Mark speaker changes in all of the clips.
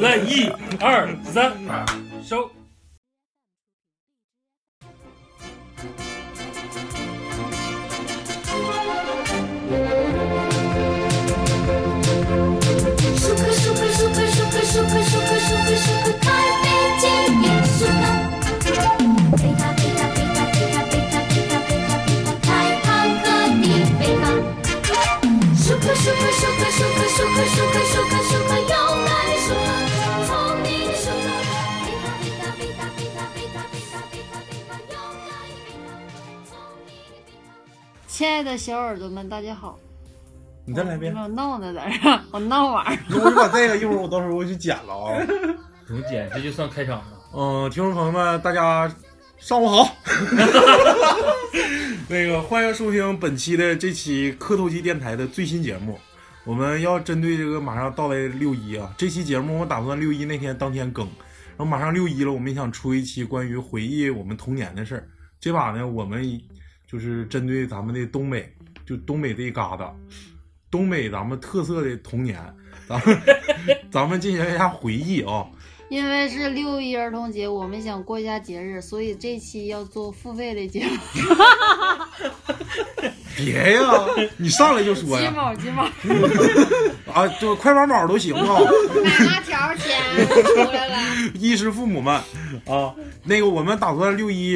Speaker 1: 来一二三，收。
Speaker 2: 舒克舒克舒克舒克舒克舒克舒克舒克，咖啡基因舒克。贝塔贝塔贝塔贝塔贝塔贝塔贝塔贝塔，开胖克的贝塔。舒克舒克舒克舒克舒克舒克舒克舒克，勇敢的舒克，聪明的舒克。贝塔贝塔贝塔贝塔贝塔贝塔贝塔贝塔，勇敢的贝塔，聪明的贝塔。
Speaker 3: 亲爱的小耳朵们，大家好。
Speaker 4: 你再来一遍
Speaker 3: 没，有闹呢，在这儿，我闹玩儿。
Speaker 4: 你要是把这个一会儿我到时候我去剪了啊。
Speaker 1: 怎么剪？这就算开场了。
Speaker 4: 嗯，听众朋友们，大家上午好。 那个欢迎收听本期的这期磕头机电台的最新节目。我们要针对这个马上到来的六一啊，这期节目我打算六一那天当天更，然后马上六一了，我们也想出一期关于回忆我们童年的事儿。这把呢，我们就是针对咱们的东北，就东北这一旮瘩，东北咱们特色的童年，咱们 咱们进行一下回忆啊。
Speaker 3: 因为是六一儿童节，我们想过一下节日，所以这期要做付费的节目。
Speaker 4: 别呀，你上来就说
Speaker 3: 鸡
Speaker 4: 呀
Speaker 3: 毛鸡毛，
Speaker 4: 啊，就快八毛都行啊，
Speaker 3: 买辣条钱出来了。
Speaker 4: 衣食父母们啊，那个我们打算六一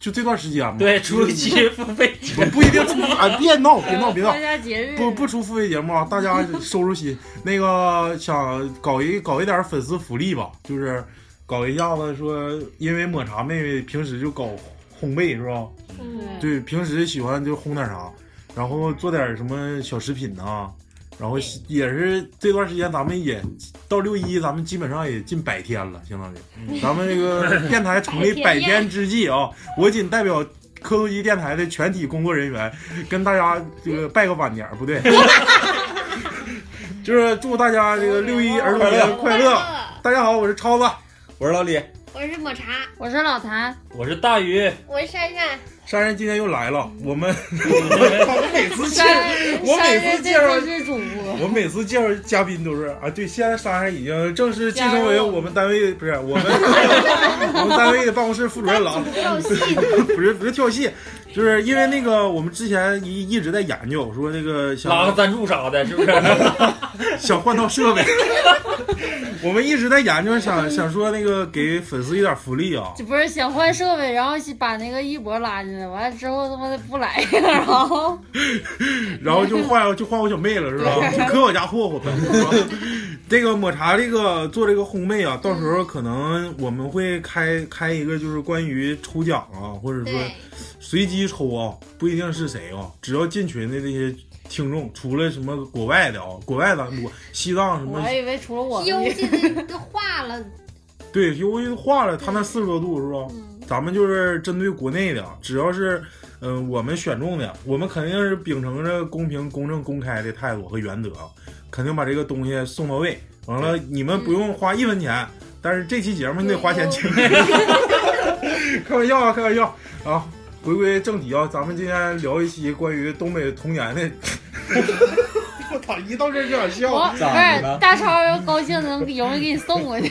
Speaker 4: 就这段时间嘛，
Speaker 1: 对，出一期付费节
Speaker 4: 不不一定出啊，别闹别闹别闹
Speaker 3: 过一，下节日，
Speaker 4: 不不出付费节目啊，大家收收心。 那个想搞一搞一点粉丝福利吧，就是搞一下子说，因为抹茶妹妹平时就搞烘焙是吧？
Speaker 3: 对
Speaker 4: 对，平时喜欢就烘点啥，然后做点什么小食品呐、然后也是这段时间咱们也到六一，咱们基本上也近百天了，相当于咱们这个电台成立百天之际啊，我仅代表。科头机电台的全体工作人员，跟大家这个拜个晚年儿，不对，就是祝大家这个六一儿童节快乐！大家好，我是超子，
Speaker 5: 我是老李，
Speaker 6: 我是抹茶，
Speaker 3: 我是老谭，
Speaker 1: 我是大鱼，
Speaker 6: 我是珊珊，
Speaker 4: 珊珊今天又来了，我们 我每次介
Speaker 3: 山
Speaker 4: 我每次介绍
Speaker 3: 山是主播，
Speaker 4: 我每次介绍嘉宾都是啊，对，现在莎莎已经正式晋升为我们单位不是我们 我们单位的办公室副主任了啊，
Speaker 6: 跳戏
Speaker 4: 不是不是跳戏，就是因为那个我们之前一一直在研究说那个
Speaker 1: 拉个
Speaker 4: 想
Speaker 1: 赞助啥的，是不是？
Speaker 4: 想换套设备， 我们一直在研究想想说那个给粉丝一点福利啊，
Speaker 3: 这不是想换设备，然后把那个一博拉进来，完了之后他妈的不来 了，然后
Speaker 4: 然后就换就换我小妹了，是吧？就搁我家霍霍呗。 是吧这个抹茶这个做这个烘焙啊，到时候可能我们会开开一个就是关于抽奖啊，或者说
Speaker 6: 对，
Speaker 4: 随机抽啊，不一定是谁啊，只要进群的这些听众，除了什么国外的啊，国外的我西藏什
Speaker 3: 我
Speaker 4: 么
Speaker 3: 还以为除了我
Speaker 6: 西
Speaker 3: 们
Speaker 6: 游记的都化了，
Speaker 4: 对，由于化了，他那四十多度是吧？咱们就是针对国内的，只要是嗯、呃我们选中的，我们肯定是秉承着公平、公正、公开的态度和原则，肯定把这个东西送到位。完了，你们不用花一分钱，但是这期节目你得花钱请。 开玩笑啊，开玩笑啊！回归正题啊，咱们今天聊一期关于东北童年的。 我操！一到这儿就想笑。
Speaker 3: 我不是大超要高兴能有人给你送过 去，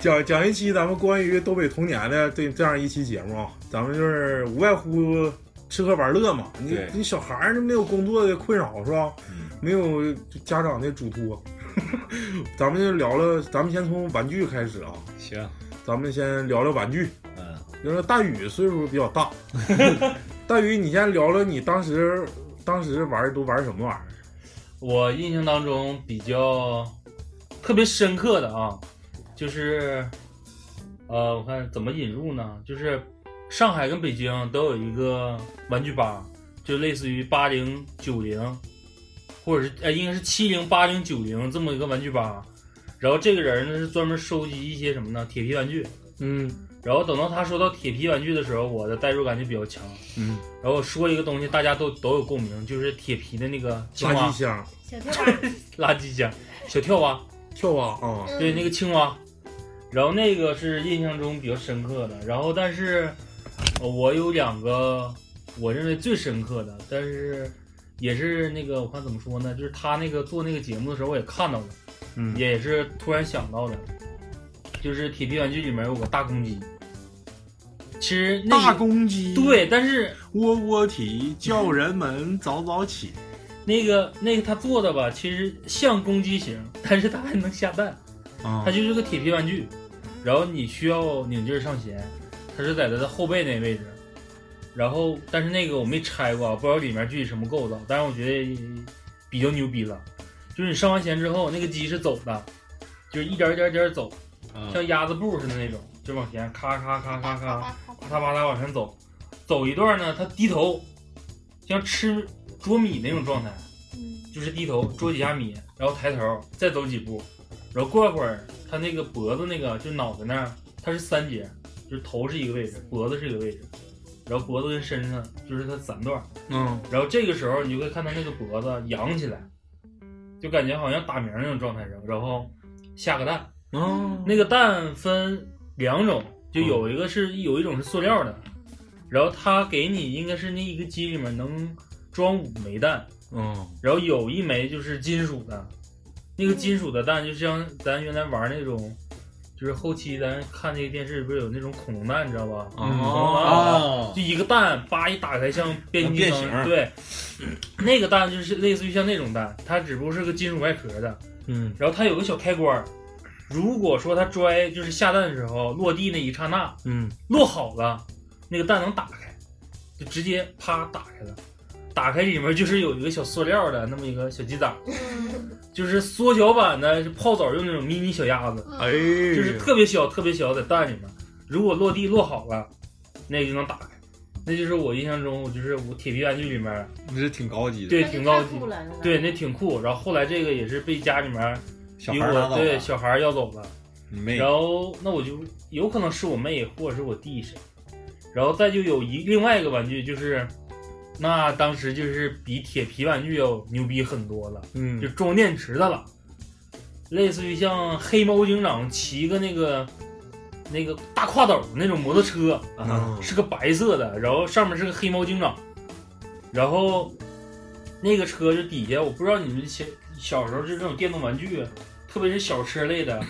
Speaker 4: 讲讲一期咱们关于东北童年的这这样一期节目啊，咱们就是无外乎吃喝玩乐嘛。你
Speaker 5: 对
Speaker 4: 你小孩儿没有工作的困扰是吧？
Speaker 5: 嗯
Speaker 4: 没有家长的嘱托， 咱们就聊了，咱们先从玩具开始啊。
Speaker 5: 行，
Speaker 4: 咱们先聊聊玩具，
Speaker 5: 嗯，
Speaker 4: 聊聊大宇岁数比较 大，大宇你先聊聊你当时当时玩儿都玩儿什么玩意儿？
Speaker 1: 我印象当中比较特别深刻的啊，就是呃，我看怎么引入呢？就是上海跟北京都有一个玩具吧，就类似于八零哎九零，或者是呃应该是七零八零九零这么一个玩具吧。然后这个人呢是专门收集一些什么呢？铁皮玩具。
Speaker 4: 嗯
Speaker 1: 然后等到他说到铁皮玩具的时候，我的代入感就比较强。
Speaker 4: 嗯，
Speaker 1: 然后说一个东西，大家都都有共鸣，就是铁皮的那个青
Speaker 7: 垃圾
Speaker 1: 蛙、
Speaker 7: 箱
Speaker 8: 小跳蛙，
Speaker 1: 垃圾箱、小跳蛙，
Speaker 4: 跳蛙，
Speaker 7: 啊，
Speaker 8: 嗯
Speaker 1: 对，那个青蛙。然后那个是印象中比较深刻的。然后但是，呃我有两个我认为最深刻的，但是也是那个我看怎么说呢，就是他那个做那个节目的时候我也看到了，
Speaker 4: 嗯
Speaker 1: 也是突然想到的，就是铁皮玩具里面有个大公鸡。其实那
Speaker 4: 大
Speaker 1: 个
Speaker 4: 公鸡，，
Speaker 1: 对，但是
Speaker 4: 窝窝体叫人们早早起，
Speaker 1: 那个那个他做的吧，其实像公鸡型， 但是它还能下蛋，
Speaker 4: 啊
Speaker 1: 它，就是个铁皮玩具。然后你需要拧劲儿上弦，它是在它的后背那位置。然后，但是那个我没拆过啊，不知道里面具体什么构造，但是我觉得比较牛逼了。就是你上完弦之后，那个鸡是走的，就是一点儿一点儿一点儿走，像鸭子步似的那种，就往前咔咔咔咔咔。啪嗒啪嗒往上走，走一段呢，他低头，像吃啄米那种状态，就是低头啄几下米，然后抬头再走几步，然后过一会儿，他那个脖子那个就脑袋那儿，它是三节，就是头是一个位置，脖子是一个位置，然后脖子跟身上就是它三段，
Speaker 4: 嗯，
Speaker 1: 然后这个时候你就会看他那个脖子扬起来，就感觉好像打鸣那种状态上，然后下个蛋，
Speaker 4: 嗯，
Speaker 1: 那个蛋分两种，就有一个是、有一种是塑料的，然后它给你应该是那一个鸡里面能装五枚蛋，
Speaker 4: 嗯，
Speaker 1: 然后有一枚就是金属的，那个金属的蛋就像咱原来玩那种，就是后期咱看那个电视不是有那种恐龙蛋，你知道吧？
Speaker 4: 哦
Speaker 1: 就一个蛋叭一打开像变形金刚，
Speaker 5: 变形
Speaker 1: 对，那个蛋就是类似于像那种蛋，它只不过是个金属外壳的，
Speaker 4: 嗯，
Speaker 1: 然后它有个小开关儿，如果说它拽就是下蛋的时候落地那一刹那
Speaker 4: 嗯，
Speaker 1: 落好了，那个蛋能打开，就直接啪打开了。打开里面就是有一个小塑料的那么一个小鸡仔，
Speaker 8: 嗯
Speaker 1: 就是缩小版的就泡澡用那种迷你小鸭子，
Speaker 4: 哎，
Speaker 1: 就
Speaker 4: 就是
Speaker 1: 特别小特别小，在蛋里面，如果落地落好了，那就能打开。那就是我印象中，我就是我铁皮玩具里面，
Speaker 4: 你是挺高级的，
Speaker 1: 对，挺高级
Speaker 8: 太，酷了那个
Speaker 1: 对，那挺酷。然后后来这个也是被家里面
Speaker 5: 小
Speaker 1: 逼
Speaker 5: 孩
Speaker 1: 我
Speaker 5: 儿拿走了
Speaker 1: 对，小孩儿要走了。
Speaker 5: 你妹
Speaker 1: 然后那我就有可能是我妹或者是我弟谁，然后再就有一另外一个玩具就是，那当时就是比铁皮玩具要牛逼很多了，
Speaker 4: 嗯
Speaker 1: 就，装电池的了，类似于像黑猫警长骑个那个那个大挎斗那种摩托车，
Speaker 4: 啊
Speaker 1: 是个白色的，然后上面是个黑猫警长，然后那个车就底下，我不知道你们小小时候就这种电动玩具，啊特别是小车类的，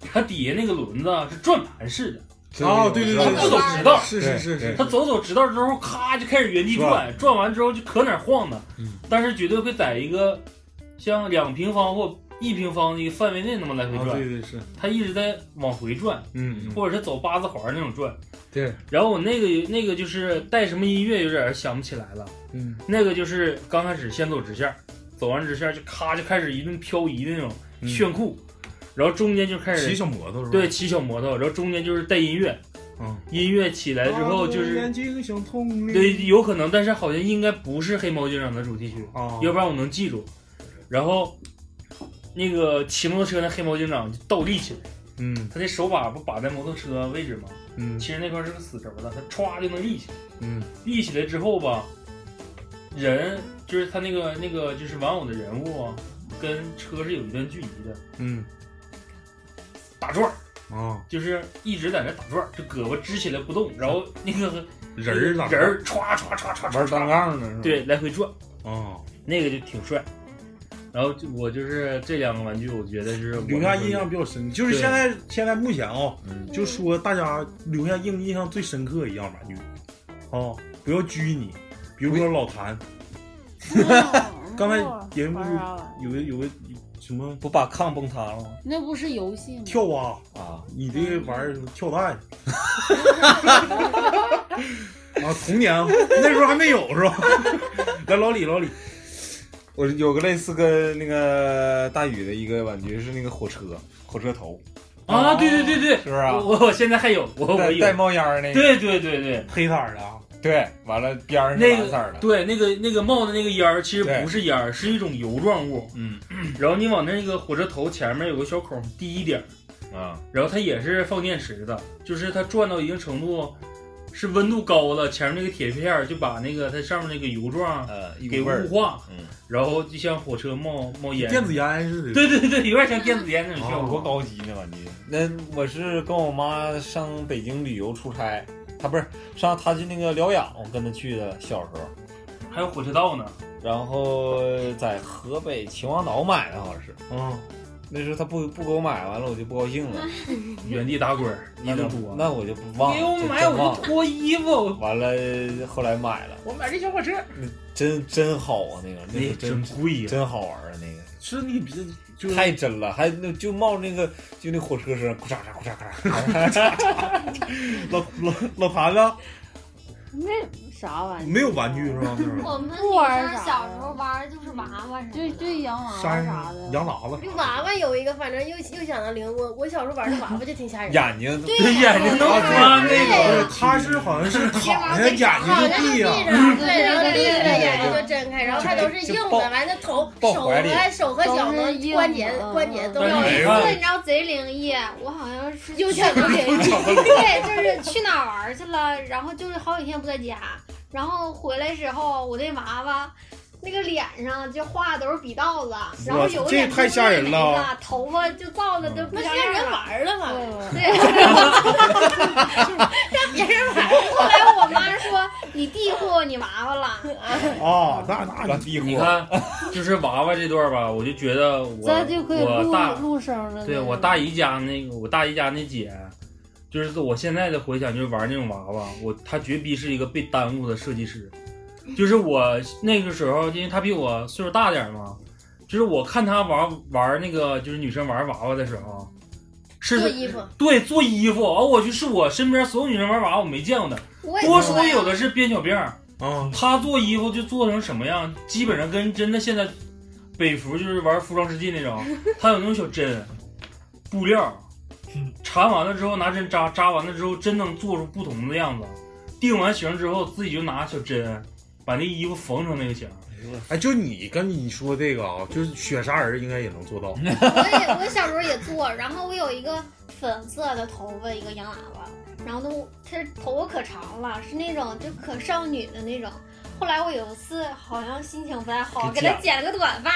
Speaker 1: 它底下那个轮子啊是转盘式的，
Speaker 4: 哦，对对
Speaker 1: 它
Speaker 4: 对
Speaker 1: 不
Speaker 4: 对
Speaker 1: 走直道，
Speaker 4: 是是是是，
Speaker 7: 啊
Speaker 1: 它走走直道之后，咔就开始原地转，转完之后就可哪儿晃呢
Speaker 4: 嗯，
Speaker 1: 但是绝对会在一个像两平方或一平方的一个范围内那么来回
Speaker 4: 啊，对
Speaker 1: 转，
Speaker 4: 对是，
Speaker 1: 它一直在往回转，
Speaker 4: 嗯，嗯
Speaker 1: 或者是走八字环那种转。
Speaker 4: 对，
Speaker 1: 然后我那个那个就是带什么音乐有点想不起来了，
Speaker 4: 嗯，
Speaker 1: 那个就是刚开始先走直线，走完直线就咔就开始一顿漂移的那种
Speaker 4: 嗯
Speaker 1: 炫酷，然后中间就开
Speaker 7: 骑
Speaker 1: 始
Speaker 7: 小摩托是吧？
Speaker 1: 对骑小摩托，然后中间就是带音乐，
Speaker 4: 嗯，
Speaker 1: 音乐起来之后就是
Speaker 4: 眼睛像铜铃，
Speaker 1: 对有可能，但是好像应该不是黑猫警长的主题曲，
Speaker 4: 啊，
Speaker 1: 要不然我能记住。然后那个骑摩托车那黑猫警长就倒立起来，
Speaker 4: 嗯
Speaker 1: 他那手把不把在摩托车位置吗？
Speaker 4: 嗯
Speaker 1: 其实那块是个死轴的，他歘就能立起来。
Speaker 4: 嗯
Speaker 1: 立起来之后吧，人就是他那个那个就是玩偶的人物啊，跟车是有一段距离的，
Speaker 4: 嗯
Speaker 1: 打转儿，
Speaker 4: 啊，
Speaker 1: 就是一直在那打转儿，就胳膊支起来不动，然后那个
Speaker 7: 人儿咋
Speaker 1: 人儿歘歘歘歘
Speaker 4: 玩
Speaker 1: 歘
Speaker 4: 单
Speaker 1: 歘，
Speaker 4: 杠呢是吧？
Speaker 1: 对，来回转，
Speaker 4: 啊，
Speaker 1: 那个就挺帅。然后就我就是这两个玩具，我觉得就是我
Speaker 7: 留下印象比较深，就是
Speaker 1: 对
Speaker 7: 现在现在目前啊、
Speaker 5: 嗯
Speaker 7: 就说大家留下印印象最深刻一样玩具，啊、不要拘泥，比如说老谭，刚
Speaker 3: 哎
Speaker 7: 才节目
Speaker 3: 啊
Speaker 7: 有个有个什么
Speaker 4: 不把炕崩塌了吗？
Speaker 3: 那不是游戏吗？
Speaker 7: 跳蛙，
Speaker 5: 啊，
Speaker 7: 你这个玩意儿跳蛋。啊，童年那时候还没有是吧？来，老李，老李，
Speaker 9: 我有个类似跟那个大宇的一个玩具是那个火车，火车头，
Speaker 1: 啊，对对对对，
Speaker 9: 是不是啊
Speaker 1: 我我现在还有我我
Speaker 9: 带带
Speaker 1: 有，
Speaker 9: 冒烟儿那个。
Speaker 1: 对对对对，
Speaker 7: 黑色儿的啊，
Speaker 9: 对，完了边儿是
Speaker 1: 那
Speaker 9: 蓝色儿
Speaker 1: 个
Speaker 9: 的，
Speaker 1: 对那个那个冒的那个烟儿，其实
Speaker 9: 对
Speaker 1: 不是烟儿，是一种油状物。
Speaker 9: 嗯，
Speaker 1: 然后你往那个火车头前面有个小孔滴一点儿
Speaker 9: 啊，
Speaker 1: 然后它也是放电池的，就是它转到一定程度，是温度高了，前面那个铁片儿就把那个它上面那个油状
Speaker 9: 一股
Speaker 1: 给
Speaker 9: 呃味儿
Speaker 1: 雾化，
Speaker 9: 嗯，
Speaker 1: 然后就像火车冒
Speaker 9: 哎
Speaker 1: 冒烟，
Speaker 4: 电子烟似的。
Speaker 1: 对对对，有点像电子烟那种效
Speaker 9: 有
Speaker 1: 果
Speaker 9: 多。高级呢，你那我是跟我妈上北京旅游出差，她不是上她去那个疗养，我跟她去的，小时候。
Speaker 1: 还有火车道呢，
Speaker 9: 然后在河北秦皇岛买的，好像是。
Speaker 1: 嗯，
Speaker 9: 那时候她不不给我买，完了我就不高兴了，
Speaker 1: 原地打滚儿，一
Speaker 9: 那
Speaker 1: 顿
Speaker 9: 就
Speaker 1: 桌。
Speaker 9: 那我就不忘了，
Speaker 1: 给我
Speaker 9: 就
Speaker 1: 买
Speaker 9: 真
Speaker 1: 我就
Speaker 9: 忘了
Speaker 1: 脱衣服，
Speaker 9: 完了后来买了，
Speaker 1: 我买这小火车，
Speaker 9: 真真好啊，那个那
Speaker 1: 那
Speaker 9: 个真
Speaker 1: 真贵呀
Speaker 9: 真好玩啊，那个
Speaker 4: 是你别就
Speaker 9: 太真了，还那就冒那个就那火车声，咕嚓嚓咕嚓嚓，老老老盘子。
Speaker 10: 那啥玩意
Speaker 4: 没有玩具是吧？那时候
Speaker 3: 我们
Speaker 10: 不
Speaker 3: 女
Speaker 10: 玩
Speaker 3: 生
Speaker 10: 啥
Speaker 3: 小时候玩的就是娃娃什么的。
Speaker 11: 对对，洋娃娃
Speaker 4: 山
Speaker 11: 啥的，
Speaker 4: 羊喇
Speaker 3: 这
Speaker 4: 子，
Speaker 3: 娃娃有一个，反正又又想到灵。我我小时候玩的娃娃就挺吓人的。
Speaker 9: 眼睛啊
Speaker 3: 对
Speaker 1: 对眼睛能翻那
Speaker 4: 对
Speaker 1: 个，
Speaker 4: 他是好像是躺下眼
Speaker 3: 好
Speaker 4: 睛
Speaker 3: 像
Speaker 4: 就
Speaker 3: 就
Speaker 4: 闭
Speaker 3: 闭
Speaker 4: 呀。
Speaker 3: 上，对，然后闭着
Speaker 11: 对
Speaker 3: 眼睛就睁开，然后它都是硬的，
Speaker 9: 抱
Speaker 3: 完了头、
Speaker 9: 抱
Speaker 3: 手
Speaker 9: 怀
Speaker 3: 和
Speaker 9: 里
Speaker 3: 手和脚
Speaker 11: 都是硬
Speaker 3: 能
Speaker 11: 的
Speaker 3: 关节
Speaker 11: 嗯
Speaker 3: 关节都
Speaker 1: 但
Speaker 3: 要
Speaker 1: 是
Speaker 3: 硬。
Speaker 1: 没让你看
Speaker 3: 对对对对
Speaker 2: 你知道贼灵异，我好像是
Speaker 3: 有点儿灵异
Speaker 2: 对，就是去哪儿玩儿去了，然后就是好几天不在家，然后回来时候我那娃娃。那个脸上就画的都是笔道子，然后有
Speaker 4: 这
Speaker 2: 眼
Speaker 4: 太
Speaker 2: 睛
Speaker 4: 吓
Speaker 2: 也
Speaker 4: 人
Speaker 2: 没
Speaker 4: 了
Speaker 2: 了，头发就造的都不
Speaker 3: 那
Speaker 2: 像
Speaker 3: 让
Speaker 2: 样
Speaker 3: 人
Speaker 2: 了。
Speaker 3: 玩儿了嘛？
Speaker 2: 别人玩儿。后来我妈说你弟过你娃娃了，
Speaker 4: 啊，那那
Speaker 9: 地
Speaker 1: 你看，就是娃娃这段吧，我就觉得我
Speaker 11: 咱就可以
Speaker 1: 我大
Speaker 11: 录录声了。
Speaker 1: 对我大姨家那个，我大姨家那姐，就是我现在的回想，就是玩那种娃娃，我她绝逼是一个被耽误的设计师。就是我那个时候，因为她比我岁数大点儿嘛，就是我看她玩玩那个，就是女生玩娃娃的时候，是
Speaker 3: 做衣服，
Speaker 1: 对做衣服。哦，我去，是我身边所有女生玩娃娃，我没见过的，
Speaker 2: 我也
Speaker 1: 多数有的是边角病儿。
Speaker 4: 啊，
Speaker 1: 她做衣服就做成什么样，基本上跟真的现在北服就是玩服装世纪那种，她有那种小针，布料，缠完了之后拿针扎，扎完了之后真能做出不同的样子。定完型之后，自己就拿小针把那衣服缝成那个型。
Speaker 4: 哎，就你跟你说这个啊，就是雪啥人应该也能做到。
Speaker 2: 我也我小时候也做，然后我有一个粉色的头发，一个洋喇叭，然后都它是头发可长了，是那种就可少女的那种。后来我有一次好像心情不太好，
Speaker 9: 给
Speaker 2: 给她剪了个短发，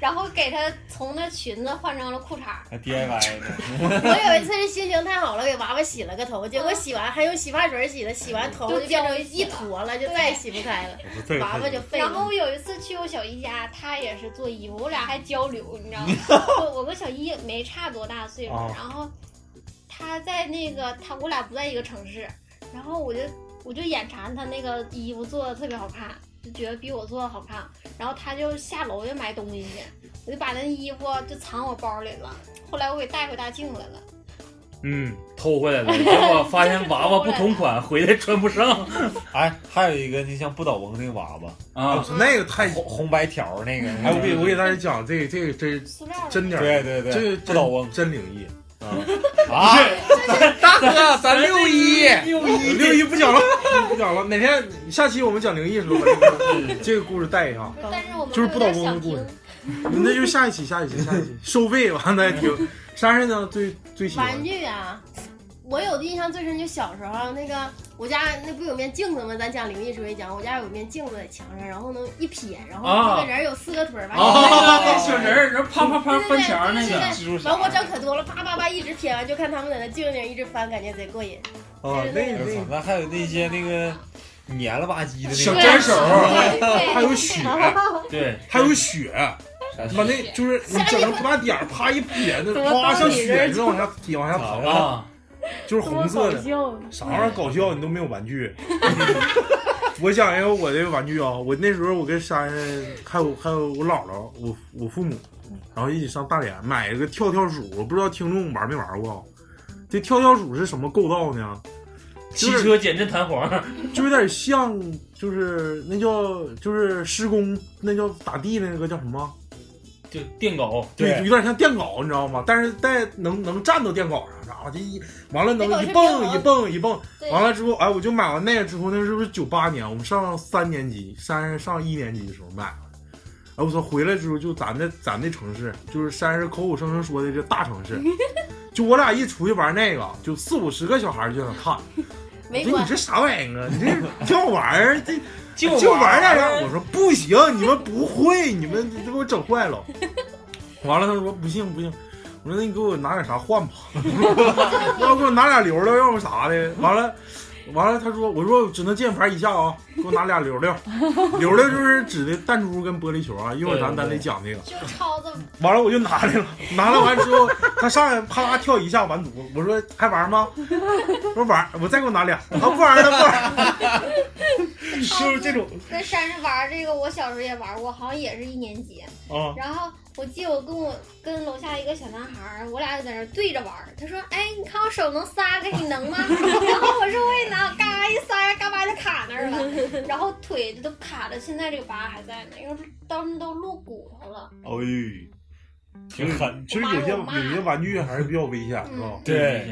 Speaker 2: 然后给她从那裙子换成了裤衩儿。
Speaker 9: 还 DIY 呢，
Speaker 3: 我有一次是心情太好了，给娃娃洗了个头，结果洗完还用洗发水洗的，洗完头
Speaker 2: 就
Speaker 3: 就变成
Speaker 2: 胶
Speaker 3: 一坨了，就再也洗不开了，
Speaker 4: 这个
Speaker 3: 娃娃就废
Speaker 2: 然后
Speaker 3: 了。
Speaker 2: 我有一次去我小姨家，她也是做衣服，我俩还交流，你知 道吗？我我跟小姨也没差多大岁数，
Speaker 4: 啊
Speaker 2: 然后她在那个她我俩不在一个城市，然后我就我就眼馋她那个衣服做的特别好看，就觉得比我做的好看，然后她就下楼就买东西去，我就把那衣服就藏我包里了，后来我给带回大庆来了，
Speaker 1: 嗯，偷回来的，结果发现娃娃不同款，回来穿不上
Speaker 9: 哎，还有一个就像不倒翁那个娃娃，
Speaker 1: 啊。
Speaker 4: 那个太……
Speaker 9: 红红白条儿那个，
Speaker 4: 哎，我给我给大家讲，这个这个真
Speaker 2: 塑料的
Speaker 4: 真点
Speaker 9: 对
Speaker 4: 儿，
Speaker 9: 对对，
Speaker 4: 这个
Speaker 9: 不倒翁
Speaker 4: 真真 灵异。
Speaker 9: 啊，
Speaker 4: 大哥，咱六一
Speaker 1: 六一
Speaker 4: 六一不讲了，不讲了。哪天下期我们讲灵异的时候，把这
Speaker 9: 嗯
Speaker 4: 个这个故事带一下。
Speaker 2: 但是我们
Speaker 4: 就是
Speaker 2: 有
Speaker 4: 不倒
Speaker 2: 点
Speaker 4: 翁
Speaker 2: 想
Speaker 4: 的故
Speaker 2: 听
Speaker 4: 事。那就下一期，下一期，下一期收费完再听。珊珊呢，最最喜欢
Speaker 3: 玩具啊，我有的印象最深就小时候那个，我家那不有面镜子吗？咱讲灵异时候也讲，我家有面镜子在墙上，然后能一撇，然后
Speaker 1: 啊哦
Speaker 3: 那个人有四个腿儿，
Speaker 1: 那
Speaker 3: 完了
Speaker 1: 个那小人儿，然后啪啪啪
Speaker 3: 对对
Speaker 1: 翻
Speaker 3: 对
Speaker 1: 墙那
Speaker 3: 对对
Speaker 1: 个
Speaker 3: 对。
Speaker 9: 蜘蛛侠
Speaker 3: 完我整可多了，叭叭叭一直撇完，就看他们在那镜镜一直翻，感觉贼过瘾。
Speaker 4: 啊，那
Speaker 9: 我操
Speaker 4: 那
Speaker 9: 那还有那些那个黏了吧唧的
Speaker 4: 小
Speaker 9: 那个
Speaker 4: 粘手，
Speaker 2: 对
Speaker 4: 还有雪，
Speaker 1: 对，
Speaker 4: 还有雪，
Speaker 9: 啥
Speaker 4: 妈那就是你整个不大点儿，啪一撇，那
Speaker 10: 怎么
Speaker 4: 啪
Speaker 10: 到
Speaker 4: 像
Speaker 10: 你
Speaker 4: 雪
Speaker 10: 这
Speaker 4: 似的往下滴往下淌，
Speaker 1: 啊，
Speaker 4: 就是
Speaker 10: 这
Speaker 4: 红
Speaker 10: 么
Speaker 4: 色
Speaker 10: 搞
Speaker 4: 的。
Speaker 10: 笑，
Speaker 4: 啥玩意儿搞笑？你都没有玩具。 我讲一个我的玩具啊，我那时候我跟珊珊还有还有我姥姥，我我父母，然后一起上大连买一个跳跳鼠，我不知道听众玩没玩过啊。这跳跳鼠是什么构造呢？
Speaker 1: 汽
Speaker 4: 就是
Speaker 1: 车减震弹簧，
Speaker 4: 就有点像，就是那叫就是施工，那叫打地的那个叫什么？
Speaker 1: 就电镐，
Speaker 4: 对，就有点像电镐，你知道吗？但是带能能站到电镐上，然后这一完了能
Speaker 1: 电镐
Speaker 4: 一
Speaker 1: 是
Speaker 4: 蹦
Speaker 1: 电
Speaker 4: 一
Speaker 1: 镐
Speaker 4: 蹦一蹦，
Speaker 1: 对
Speaker 4: 完了之后，哎，我就买完那个之后，那是不是九八年？我们上三年级，山上一年级的时候买的。哎，我操！回来之后就咱那咱那城市，就是山上口口声声说的这大 城市，就我俩一出去玩那个，就四五十个小孩就想看。
Speaker 3: 没
Speaker 4: 我说
Speaker 3: 关
Speaker 4: 你这啥玩意儿啊？你 这挺好玩儿，这
Speaker 3: 就
Speaker 4: 就玩
Speaker 3: 玩
Speaker 4: 儿
Speaker 3: 儿
Speaker 4: 点儿。我说不行，你们不会，你们这给我整坏了。 完了，他说不信不信。我说那你给我拿点啥换吧， 要给我拿俩溜溜，要不啥的。完了，完了，他说我说我只能键盘一下啊，给我拿俩溜溜。溜溜就是指的弹珠跟玻璃球啊，一会儿咱咱得讲这个。
Speaker 2: 就超子
Speaker 4: 完了我就拿来 了，拿来完之后，他上来啪跳一下完犊，我说还玩吗？我说玩，我再给我拿俩。啊不玩了不玩了，是不是这种？
Speaker 2: 嗯在山上玩这个，我小时候也玩过，好像也是一年级。
Speaker 4: 啊
Speaker 2: 然后我记得我跟我跟楼下一个小男孩儿，我俩就在那儿对着玩儿。他说：“哎，你看我手能撒开，你能吗？” 然后我说：“我也能。”嘎一撒，嘎巴就卡那儿了，然后腿都卡着，现在这个疤还在呢，因为当时都露骨头了。
Speaker 4: 哎，
Speaker 9: 挺狠。
Speaker 4: 其实有些有些玩具还是比较危险，是吧
Speaker 9: 嗯？对，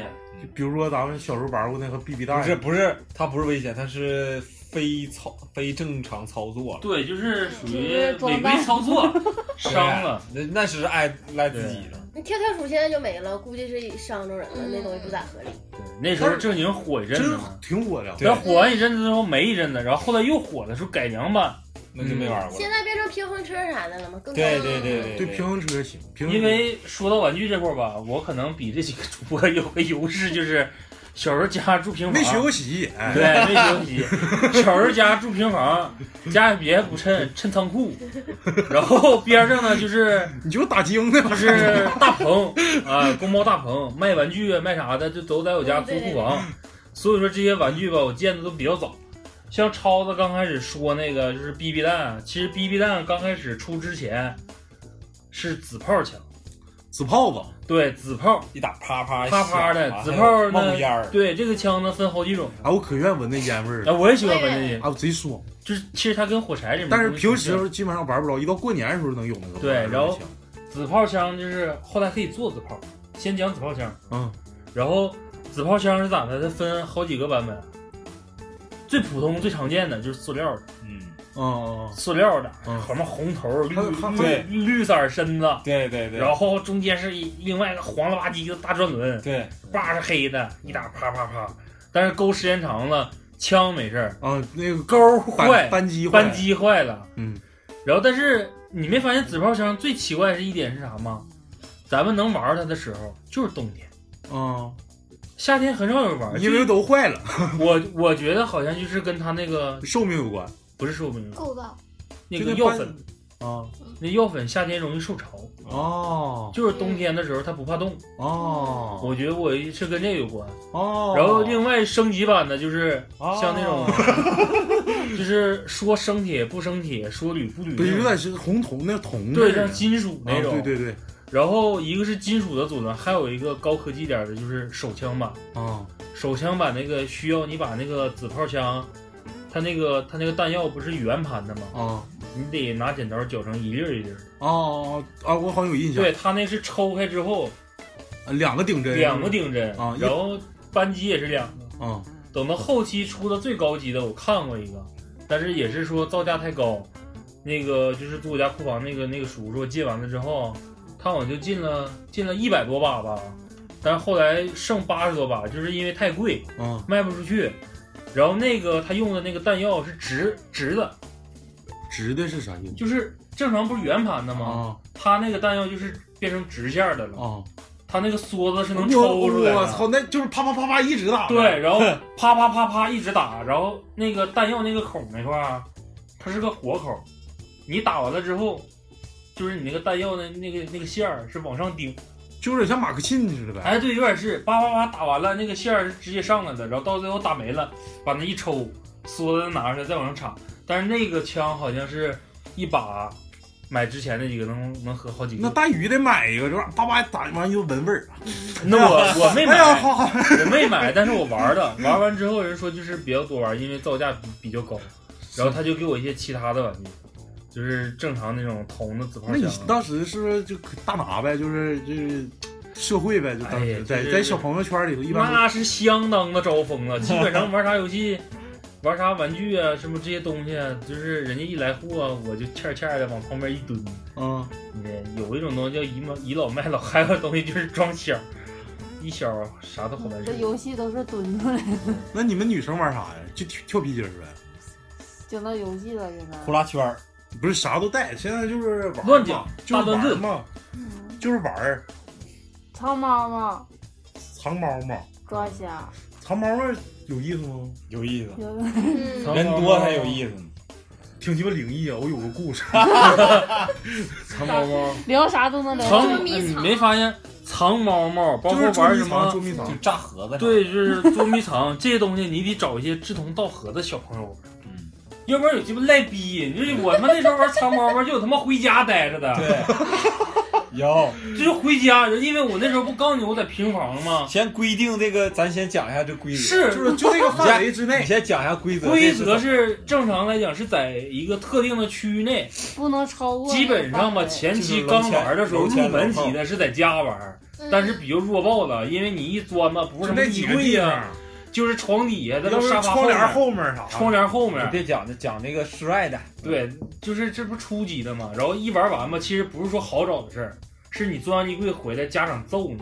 Speaker 4: 比如说咱们小时候玩过那个 BB
Speaker 9: 不
Speaker 4: 弹，
Speaker 9: 是不是，它不是危险，它是非操非正常操作了。
Speaker 1: 对，就是属于违规操作，伤了。
Speaker 9: 那那是爱赖自己的。
Speaker 3: 你跳跳鼠现在就没了，估计是伤着人了，嗯那东西不咋合理。
Speaker 1: 那时候正经火一阵子呢，
Speaker 4: 挺火的。
Speaker 1: 然后火完一阵子之后没一阵子，然后后来又火的时候改良版，
Speaker 9: 那
Speaker 4: 嗯
Speaker 9: 就没玩
Speaker 3: 现在变成平衡车啥的了吗？更高了
Speaker 9: 对
Speaker 4: 对，平衡车行。平衡车
Speaker 1: 因为说到玩具这块儿吧，我可能比这几个主播 有个优势，就是小时候家住平房，
Speaker 4: 没学过洗衣液哎
Speaker 1: 对，没学过洗衣液。小时候家住平房，家里别不趁趁仓库，然后边上呢就是
Speaker 4: 你就打精的，
Speaker 1: 就是 大棚啊，公猫大棚卖玩具啊，卖啥的，就都在我家租库房。所以说这些玩具吧，我见的都比较早。像超子刚开始说那个就是 BB 弹，其实 BB 弹刚开始出之前是紫炮枪，
Speaker 4: 紫炮子，
Speaker 1: 对，紫炮
Speaker 9: 一打啪啪
Speaker 1: 啪啪的
Speaker 9: 响啊，
Speaker 1: 紫炮
Speaker 9: 还有
Speaker 1: 呢
Speaker 9: 冒烟儿，
Speaker 1: 对，这个枪呢分好几种，
Speaker 4: 啊，我可愿闻那烟味儿了。
Speaker 1: 啊我也喜欢闻那烟
Speaker 4: 啊，我贼爽。
Speaker 1: 就是其实它跟火柴里面
Speaker 4: 但是
Speaker 1: 东西
Speaker 4: 平
Speaker 1: 挺像
Speaker 4: 时基本上玩不着，一到过年的时候能有那个味
Speaker 1: 对
Speaker 4: 儿。，
Speaker 1: 然后紫炮枪就是后来可以做紫炮，先讲紫炮枪，
Speaker 4: 嗯，
Speaker 1: 然后紫炮枪是咋的？它分好几个版本，最普通最常见的就是塑料的，
Speaker 9: 嗯，
Speaker 4: 哦，
Speaker 1: 塑料的，什么红头绿
Speaker 9: 对
Speaker 1: 绿绿色身子，
Speaker 9: 对对对，
Speaker 1: 然后中间是一另外一个黄了吧唧的大转轮，
Speaker 4: 嗯
Speaker 9: 对，
Speaker 1: 把是黑的，一打啪啪啪，但是钩时间长了，枪没事儿
Speaker 4: 啊，那个
Speaker 1: 钩坏，
Speaker 4: 扳扳机坏
Speaker 1: 扳机坏了，
Speaker 4: 嗯，
Speaker 1: 然后但是你没发现紫炮枪最奇怪的是一点是啥吗？咱们能玩它的时候就是冬天，
Speaker 4: 嗯，
Speaker 1: 夏天很少有人玩，
Speaker 4: 因为都坏了。
Speaker 1: 我我觉得好像就是跟它那个
Speaker 4: 寿命有关，
Speaker 1: 不是寿命有关，
Speaker 2: 够到
Speaker 1: 那
Speaker 4: 就
Speaker 1: 个
Speaker 4: 那
Speaker 1: 药
Speaker 4: 扳
Speaker 1: 粉
Speaker 4: 啊，
Speaker 1: 那药粉夏天容易受潮
Speaker 4: 哦，
Speaker 1: 就是冬天的时候它不怕冻
Speaker 4: 哦。
Speaker 1: 我觉得我是跟这个有关
Speaker 4: 哦
Speaker 1: 嗯然后另外升级版的就是像那种， 就是说生铁不生铁，说铝不铝
Speaker 4: 不
Speaker 1: 那
Speaker 4: 是
Speaker 1: 种，
Speaker 4: 有点是红铜那铜的
Speaker 1: 对，
Speaker 4: 似的
Speaker 1: 像金属那种，
Speaker 4: 啊对对对。
Speaker 1: 然后一个是金属的组成，还有一个高科技点儿的，就是手枪版。
Speaker 4: 啊，
Speaker 1: 手枪版那个需要你把那个子炮枪，它那个它那个弹药不是圆盘的吗？
Speaker 4: 啊，
Speaker 1: 你得拿剪刀绞成一粒儿一粒儿。
Speaker 4: 哦啊，我好像有印象。
Speaker 1: 对，它那是抽开之后
Speaker 4: 啊，两个顶针，
Speaker 1: 两个顶针
Speaker 4: 啊，一
Speaker 1: 然后扳机也是两个。
Speaker 4: 啊，
Speaker 1: 等到后期出的最高级的，我看过一个，但是也是说造价太高。那个就是住我家库房那个那个叔叔进完了之后，他好像就进了进了一百多把吧，但是后来剩八十多把，就是因为太贵，
Speaker 4: 嗯，
Speaker 1: 卖不出去。然后那个他用的那个弹药是直直的，
Speaker 4: 直的是啥意思？
Speaker 1: 就是正常不是圆盘的
Speaker 4: 哦
Speaker 1: 吗？他那个弹药就是变成直线的了。
Speaker 4: 啊，
Speaker 1: 他那个梭子是嗯能抽出来的。
Speaker 4: 哎哦我操，那就是啪啪啪啪一直打。
Speaker 1: 对，然后啪啪啪啪一直打，然后那个弹药那个孔那块儿啊，它是个活口，你打完了之后，就是你那个弹药的那个那个线儿是往上顶，
Speaker 4: 就有点像马克沁似的呗。
Speaker 1: 哎，对，有点是叭叭叭打完了，那个线儿是直接上来的，然后到最后打没了，把那一抽，梭子拿出来再往上插。但是那个枪好像是一把，买之前那几个能能合好几个。
Speaker 4: 那大鱼得买一个，这玩意儿叭叭打完就闻味儿。
Speaker 1: 那我我没买
Speaker 4: 哎呀好好，
Speaker 1: 我没买，但是我玩的，玩完之后人说就是比较多玩，因为造价比比较高，然后他就给我一些其他的玩具，就是正常那种铜的紫泡啊
Speaker 4: 那你
Speaker 1: 香。
Speaker 4: 当时是不是就大拿呗？就是就是社会呗？就当
Speaker 1: 哎
Speaker 4: 时在在小朋友圈里头，一般
Speaker 1: 那是相当的招风了，基本上玩啥游戏。 玩啥玩具啊，什么这些东西、啊，就是人家一来货、我就欠欠的往旁边一蹲。
Speaker 4: 嗯，
Speaker 1: 有一种东西叫倚老倚老卖老，还有东西就是装小，一小啥都好难
Speaker 12: 这
Speaker 1: 受。
Speaker 12: 游戏都是蹲出来的，
Speaker 4: 那你们女生玩啥呀？就跳跳皮筋儿呗，
Speaker 12: 讲到游戏了，现在
Speaker 4: 拉圈儿，不是啥都带，现在就是玩
Speaker 1: 乱
Speaker 4: 儿嘛
Speaker 1: 讲，
Speaker 4: 就是
Speaker 1: 大
Speaker 4: 玩
Speaker 1: 乱
Speaker 4: 儿
Speaker 1: 炖
Speaker 4: 嘛，就是玩儿，
Speaker 12: 藏猫猫
Speaker 4: 藏猫猫，
Speaker 12: 抓瞎，
Speaker 4: 藏猫猫有意思吗？有意思，
Speaker 12: 有
Speaker 2: 嗯
Speaker 9: 人多才有意思
Speaker 4: 呢。挺鸡巴灵异啊！我有个故事，
Speaker 1: 藏猫猫，
Speaker 12: 聊啥都能聊。
Speaker 1: 藏哎你没发现藏猫猫，包括玩什么
Speaker 9: 就炸盒子，
Speaker 1: 对，就是捉迷藏这些东西，你得找一些志同道合的小朋友玩。要不然有鸡巴赖逼，你说我他妈那时候玩藏猫猫，就有他妈回家待着的，对，
Speaker 9: 有。
Speaker 1: 就是回家，因为我那时候不告诉你我在平房吗？
Speaker 9: 先规定这个，咱先讲一下这规则，
Speaker 1: 是就是就这个范围
Speaker 9: 之内。你先讲一下规则，
Speaker 1: 规
Speaker 9: 这
Speaker 1: 则是正常来讲是在一个特定的区域内，
Speaker 12: 不能超过。
Speaker 1: 基本上吧，前期刚玩的时候，
Speaker 9: 楼
Speaker 1: 入
Speaker 9: 前
Speaker 1: 门
Speaker 9: 楼后
Speaker 1: 级的是在家玩
Speaker 9: 嗯，
Speaker 1: 但是比较弱爆了，因为你一钻吧， 不是什么衣柜
Speaker 9: 就那几个地
Speaker 1: 呀
Speaker 9: 方，
Speaker 1: 就是床底下、
Speaker 9: 要
Speaker 1: 的
Speaker 9: 是
Speaker 1: 沙发
Speaker 9: 窗帘
Speaker 1: 面
Speaker 9: 后面啥的
Speaker 1: 窗帘后面
Speaker 9: 你别讲，讲那个室外的。
Speaker 1: 对，就是这不初级的嘛，然后一玩完吧，其实不是说好找的事儿。是你钻完衣柜回来，家长揍 你，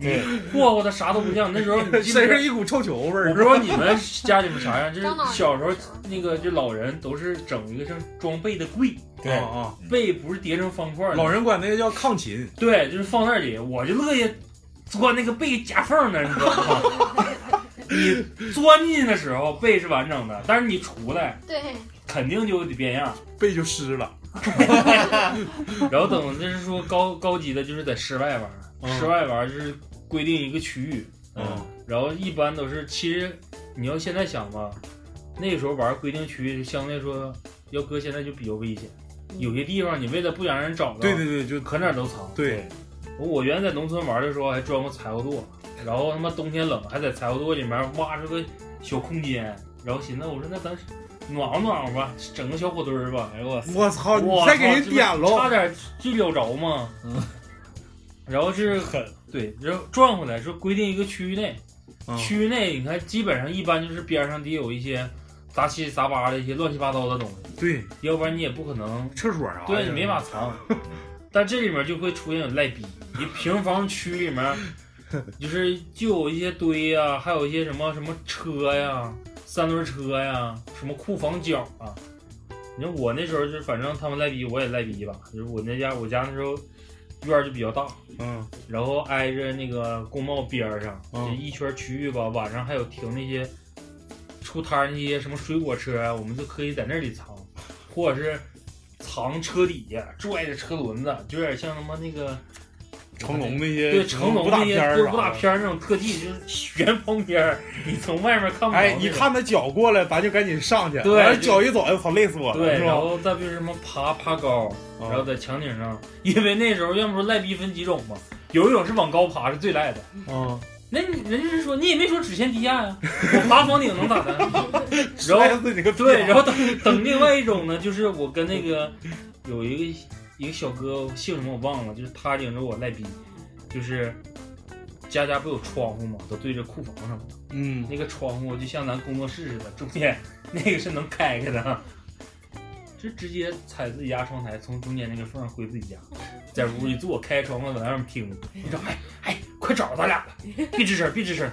Speaker 1: 你霍霍的啥都不像。那时候你
Speaker 4: 身上一股臭球味儿。
Speaker 1: 我不知道你们家里面啥样，就是小时候那个就老人都是整一个像装被的柜，
Speaker 4: 对啊
Speaker 1: 被不是叠成方块儿的，
Speaker 4: 老人管那个叫炕琴，
Speaker 1: 对，就是放那里，我就乐意钻那个被夹缝那儿，你知道吗？ 你钻进去的时候被是完整的，但是你出来
Speaker 2: 对，
Speaker 1: 肯定就得变样，
Speaker 4: 背就湿了。
Speaker 1: 然后等就是说高高级的，就是在室外玩儿，室外玩儿就是规定一个区域，
Speaker 4: 嗯，
Speaker 1: 然后一般都是，其实你要现在想吧，那个时候玩儿规定区域相对来说，要搁现在就比较危险，有些地方你为了不想让人找到，
Speaker 4: 对对对，就
Speaker 1: 可哪儿都藏。
Speaker 4: 对，
Speaker 1: 我原来在农村玩的时候还钻过柴火垛，然后他妈冬天冷还在柴火垛里面挖出个小空间，然后寻思我说那咱暖和暖和吧，整个小火堆儿吧。哎呦我
Speaker 4: 我操你
Speaker 1: 我
Speaker 4: 再给人
Speaker 1: 这不
Speaker 4: 点喽嗯
Speaker 1: 差点就燎着嘛。然后是很对，然后转回来说规定一个区域内，
Speaker 4: 嗯
Speaker 1: 区域内你看基本上一般就是边上得有一些杂七杂八的一些乱七八糟的东西，
Speaker 4: 对，啊
Speaker 1: 要不然你也不可能
Speaker 4: 厕所啥
Speaker 1: 对
Speaker 4: 的
Speaker 1: 你没法藏。但这里面就会出现有赖逼，你平房区里面，就是就有一些堆呀、还有一些什么什么车呀、三轮车呀、什么库房角啊。你看我那时候就是，反正他们赖逼，我也赖逼吧。就是我那家，我家那时候院儿就比较大，
Speaker 4: 嗯，
Speaker 1: 然后挨着那个工贸边儿上，
Speaker 4: 嗯
Speaker 1: 就一圈区域吧。晚上还有停那些出摊儿那些什么水果车啊，我们就可以在那里藏，或者是藏车底下，拽着车轮子，就有点像他妈那个
Speaker 4: 成龙那些
Speaker 1: 对成龙
Speaker 4: 武打
Speaker 1: 那些
Speaker 4: 片儿啊
Speaker 1: 对
Speaker 4: 啥
Speaker 1: 武打
Speaker 4: 的
Speaker 1: 片儿那种特技，就是 悬空边儿，你从外面看不着那种。
Speaker 4: 哎，你看他脚过来，咱就赶紧上去。
Speaker 1: 对
Speaker 4: 完了脚一走，哎，我操，累死我了，
Speaker 1: 对，
Speaker 4: 是
Speaker 1: 然
Speaker 4: 吧？啊
Speaker 1: 后再比如什么爬爬高，然后在墙顶上， 因为那时候要不说赖逼分几种嘛，有一种是往高爬是最赖的，
Speaker 4: 嗯，
Speaker 1: 那你人家是说你也没说只限低下 呀，我爬房顶能咋的？然
Speaker 4: 摔
Speaker 1: 后
Speaker 4: 死你个屁啊
Speaker 1: 对，然后等等另外一种呢，就是我跟那个有一个一个小哥姓什么我忘了，就是他领着我赖逼，就是家家不有窗户嘛，都对着库房上嘛，
Speaker 4: 嗯，
Speaker 1: 那个窗户就像咱工作室似的，中间 那个是能开开的，啊就直接踩自己家窗台，从中间那个缝儿回自己家，在屋里坐，开窗户在外面听，你说哎哎，快找咱俩了，别吱声，别吱声。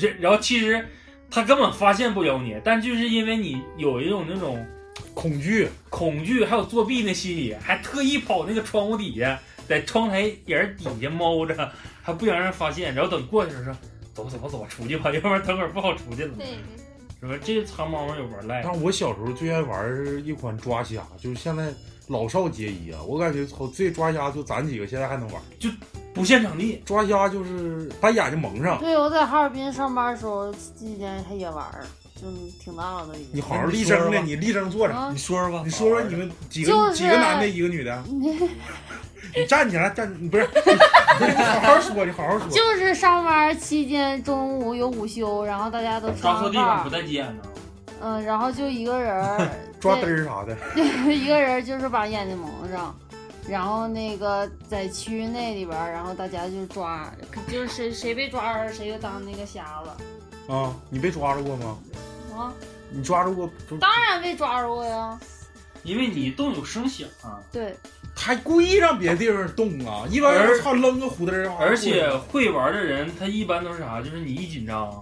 Speaker 1: 这然后其实他根本发现不了你，但就是因为你有一种那种
Speaker 4: 恐惧、
Speaker 1: 恐惧，还有作弊那心理，还特意跑那个窗户底下，在窗台沿儿底下猫着，还不想让人发现。然后等过去的时候，走走走吧，出去吧，要不然等会儿不好出去了。
Speaker 2: 对，
Speaker 1: 是吧？这藏猫猫有玩赖
Speaker 4: 但。是我小时候最爱玩儿一款抓瞎，就是现在老少皆宜啊。我感觉操，这抓瞎就咱几个现在还能玩，
Speaker 1: 就不限场地。
Speaker 4: 抓瞎就是把眼睛蒙上，
Speaker 12: 对，我在哈尔滨上班的时候，期间他也玩儿，就挺大了都已经。
Speaker 4: 你好好立正的，你立正坐着，
Speaker 12: 啊你
Speaker 4: 说说吧，你说说你们几个、
Speaker 12: 就是啊
Speaker 4: 几个男的，一个女的， 你站起来站，你不是， 你好好说，你好好说，
Speaker 12: 就是上班期间中午有午休，然后大家都
Speaker 1: 抓
Speaker 12: 穿
Speaker 1: 错
Speaker 12: 个
Speaker 1: 地
Speaker 12: 盖
Speaker 1: 方
Speaker 12: 儿
Speaker 3: 啊
Speaker 1: 不，带急眼呢。
Speaker 12: 嗯、嗯，然后就一个人 儿
Speaker 4: 抓
Speaker 12: 在
Speaker 4: 嘚儿啥的。
Speaker 12: 一个人就是把眼睛蒙上，然后那个在区域内里边儿，然后大家就抓，
Speaker 2: 就是谁谁被抓着谁就当那个瞎子
Speaker 4: 啊，你被抓住过吗？
Speaker 2: 啊！
Speaker 4: 你抓住过？
Speaker 2: 当然被抓着过呀，
Speaker 1: 因为你动有声响啊。
Speaker 12: 对，
Speaker 4: 他故意让别的地方动啊！一般
Speaker 1: 而
Speaker 4: 人操扔个胡嘚儿啊，
Speaker 1: 而且会玩的人，他一般都是啥？就是你一紧张，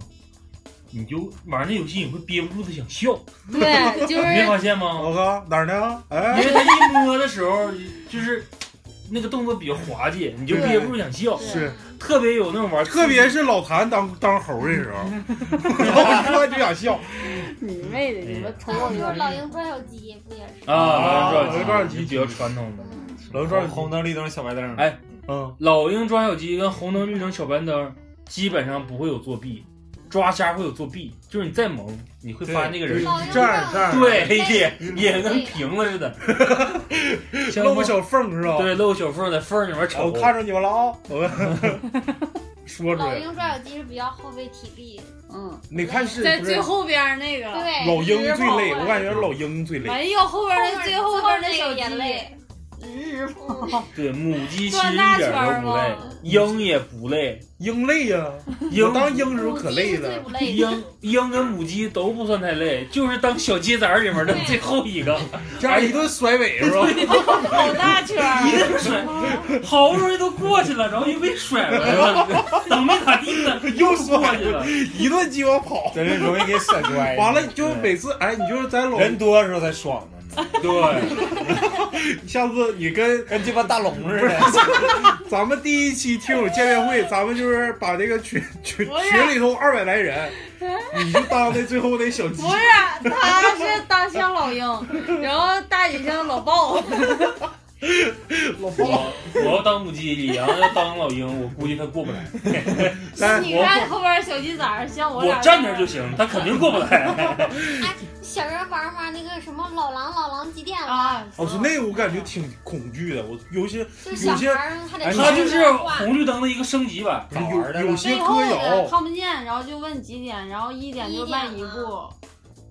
Speaker 1: 你就玩那游戏，你会憋不住的想笑。
Speaker 12: 对就是
Speaker 1: 你没发现吗？
Speaker 4: 我靠，哪儿呢？哎
Speaker 1: 因为他一摸的时候，就是那个动作比较滑稽，你就
Speaker 4: 对
Speaker 1: 憋不住想笑。
Speaker 4: 是，
Speaker 1: 特别有那种玩，
Speaker 4: 特别是老谭当当猴的 时候，老说就想笑。
Speaker 12: 你妹的，你们瞅我
Speaker 2: 就是
Speaker 12: 远
Speaker 2: 老鹰抓小鸡不也是？
Speaker 1: 啊，老鹰抓小
Speaker 4: 老鹰抓小
Speaker 1: 鸡比较传统的，
Speaker 9: 老鹰抓红灯绿灯小白灯。
Speaker 1: 哎，
Speaker 4: 嗯，
Speaker 1: 老鹰抓小鸡跟红灯绿灯小白灯基本上不会有作弊，抓瞎会有作弊，就是你再猛，你会发现那个人
Speaker 4: 对就是这样这样
Speaker 1: 对，
Speaker 4: 对
Speaker 1: 也也跟平了似的，像
Speaker 4: 露个小缝是吧？
Speaker 1: 对，露个小缝在缝里面瞅，
Speaker 4: 我看着你们了啊！ 我说出
Speaker 2: 老
Speaker 4: 来了，
Speaker 2: 鹰抓小鸡是比较耗费体力，
Speaker 12: 嗯，
Speaker 4: 你看是
Speaker 2: 在
Speaker 4: 不是
Speaker 2: 最后边那个，
Speaker 1: 啊
Speaker 2: 对，
Speaker 4: 老鹰最累，我
Speaker 2: 啊
Speaker 4: 感觉老鹰最累。
Speaker 2: 没有后边
Speaker 12: 后
Speaker 2: 那
Speaker 12: 面
Speaker 2: 最后边那
Speaker 12: 最后那个
Speaker 2: 小鸡
Speaker 12: 也累，日跑，
Speaker 1: 对，母鸡其实
Speaker 12: 转
Speaker 1: 一
Speaker 12: 大
Speaker 1: 点
Speaker 12: 圈
Speaker 1: 儿
Speaker 12: 儿
Speaker 1: 都不累
Speaker 12: 吗，
Speaker 1: 鹰也不累，
Speaker 4: 鹰累呀、
Speaker 1: 鹰
Speaker 4: 我当鹰时候可累了
Speaker 2: 母鸡是最不累的
Speaker 1: 鹰鹰跟母鸡都不算太累，就是当小鸡崽儿里面的最后一个，
Speaker 4: 这样一顿甩尾 是吧？
Speaker 1: 好
Speaker 12: 大圈儿啊
Speaker 1: 一顿甩，好不容易都过去了，然后又被甩回来 了，等没咋地呢，
Speaker 4: 又
Speaker 1: 过去了。
Speaker 4: 一顿鸡巴跑，
Speaker 9: 真是容易给 甩摔
Speaker 4: 完了，就每次哎，你就是在老
Speaker 9: 人多的时候才爽呢。
Speaker 1: 对，
Speaker 4: 下次你跟
Speaker 9: 跟鸡巴大龙似
Speaker 4: 不是
Speaker 9: 的。
Speaker 4: 咱们第一期听友见面会，咱们就是把这个群群群里头二百 来人，你就当那最后那小鸡
Speaker 12: 不。是，啊他是大象老鹰，然后大姐像老 豹，
Speaker 4: 老
Speaker 1: 我我要当母鸡，李阳要当老鹰，我估计他过不来。
Speaker 2: 你看
Speaker 1: 我
Speaker 2: 后边小鸡崽儿像我
Speaker 1: 我
Speaker 2: 俩这
Speaker 1: 站
Speaker 2: 样
Speaker 1: 那儿就行，他肯定过不 来。
Speaker 2: 小时候玩玩那个什么老狼老狼几点
Speaker 1: 啊
Speaker 2: 了？
Speaker 12: 啊
Speaker 4: 我说哦那个我感觉挺恐惧的，我有些
Speaker 2: 就是
Speaker 4: 有
Speaker 2: 小
Speaker 4: 些
Speaker 2: 孩儿他得
Speaker 4: 哎
Speaker 2: 说
Speaker 1: 他就是
Speaker 2: 那话
Speaker 1: 红绿灯的一个升级版，
Speaker 4: 不是有有些
Speaker 12: 最
Speaker 4: 歌
Speaker 12: 后的
Speaker 4: 谣，
Speaker 12: 看不见，然后就问几点，然后一点就迈一步，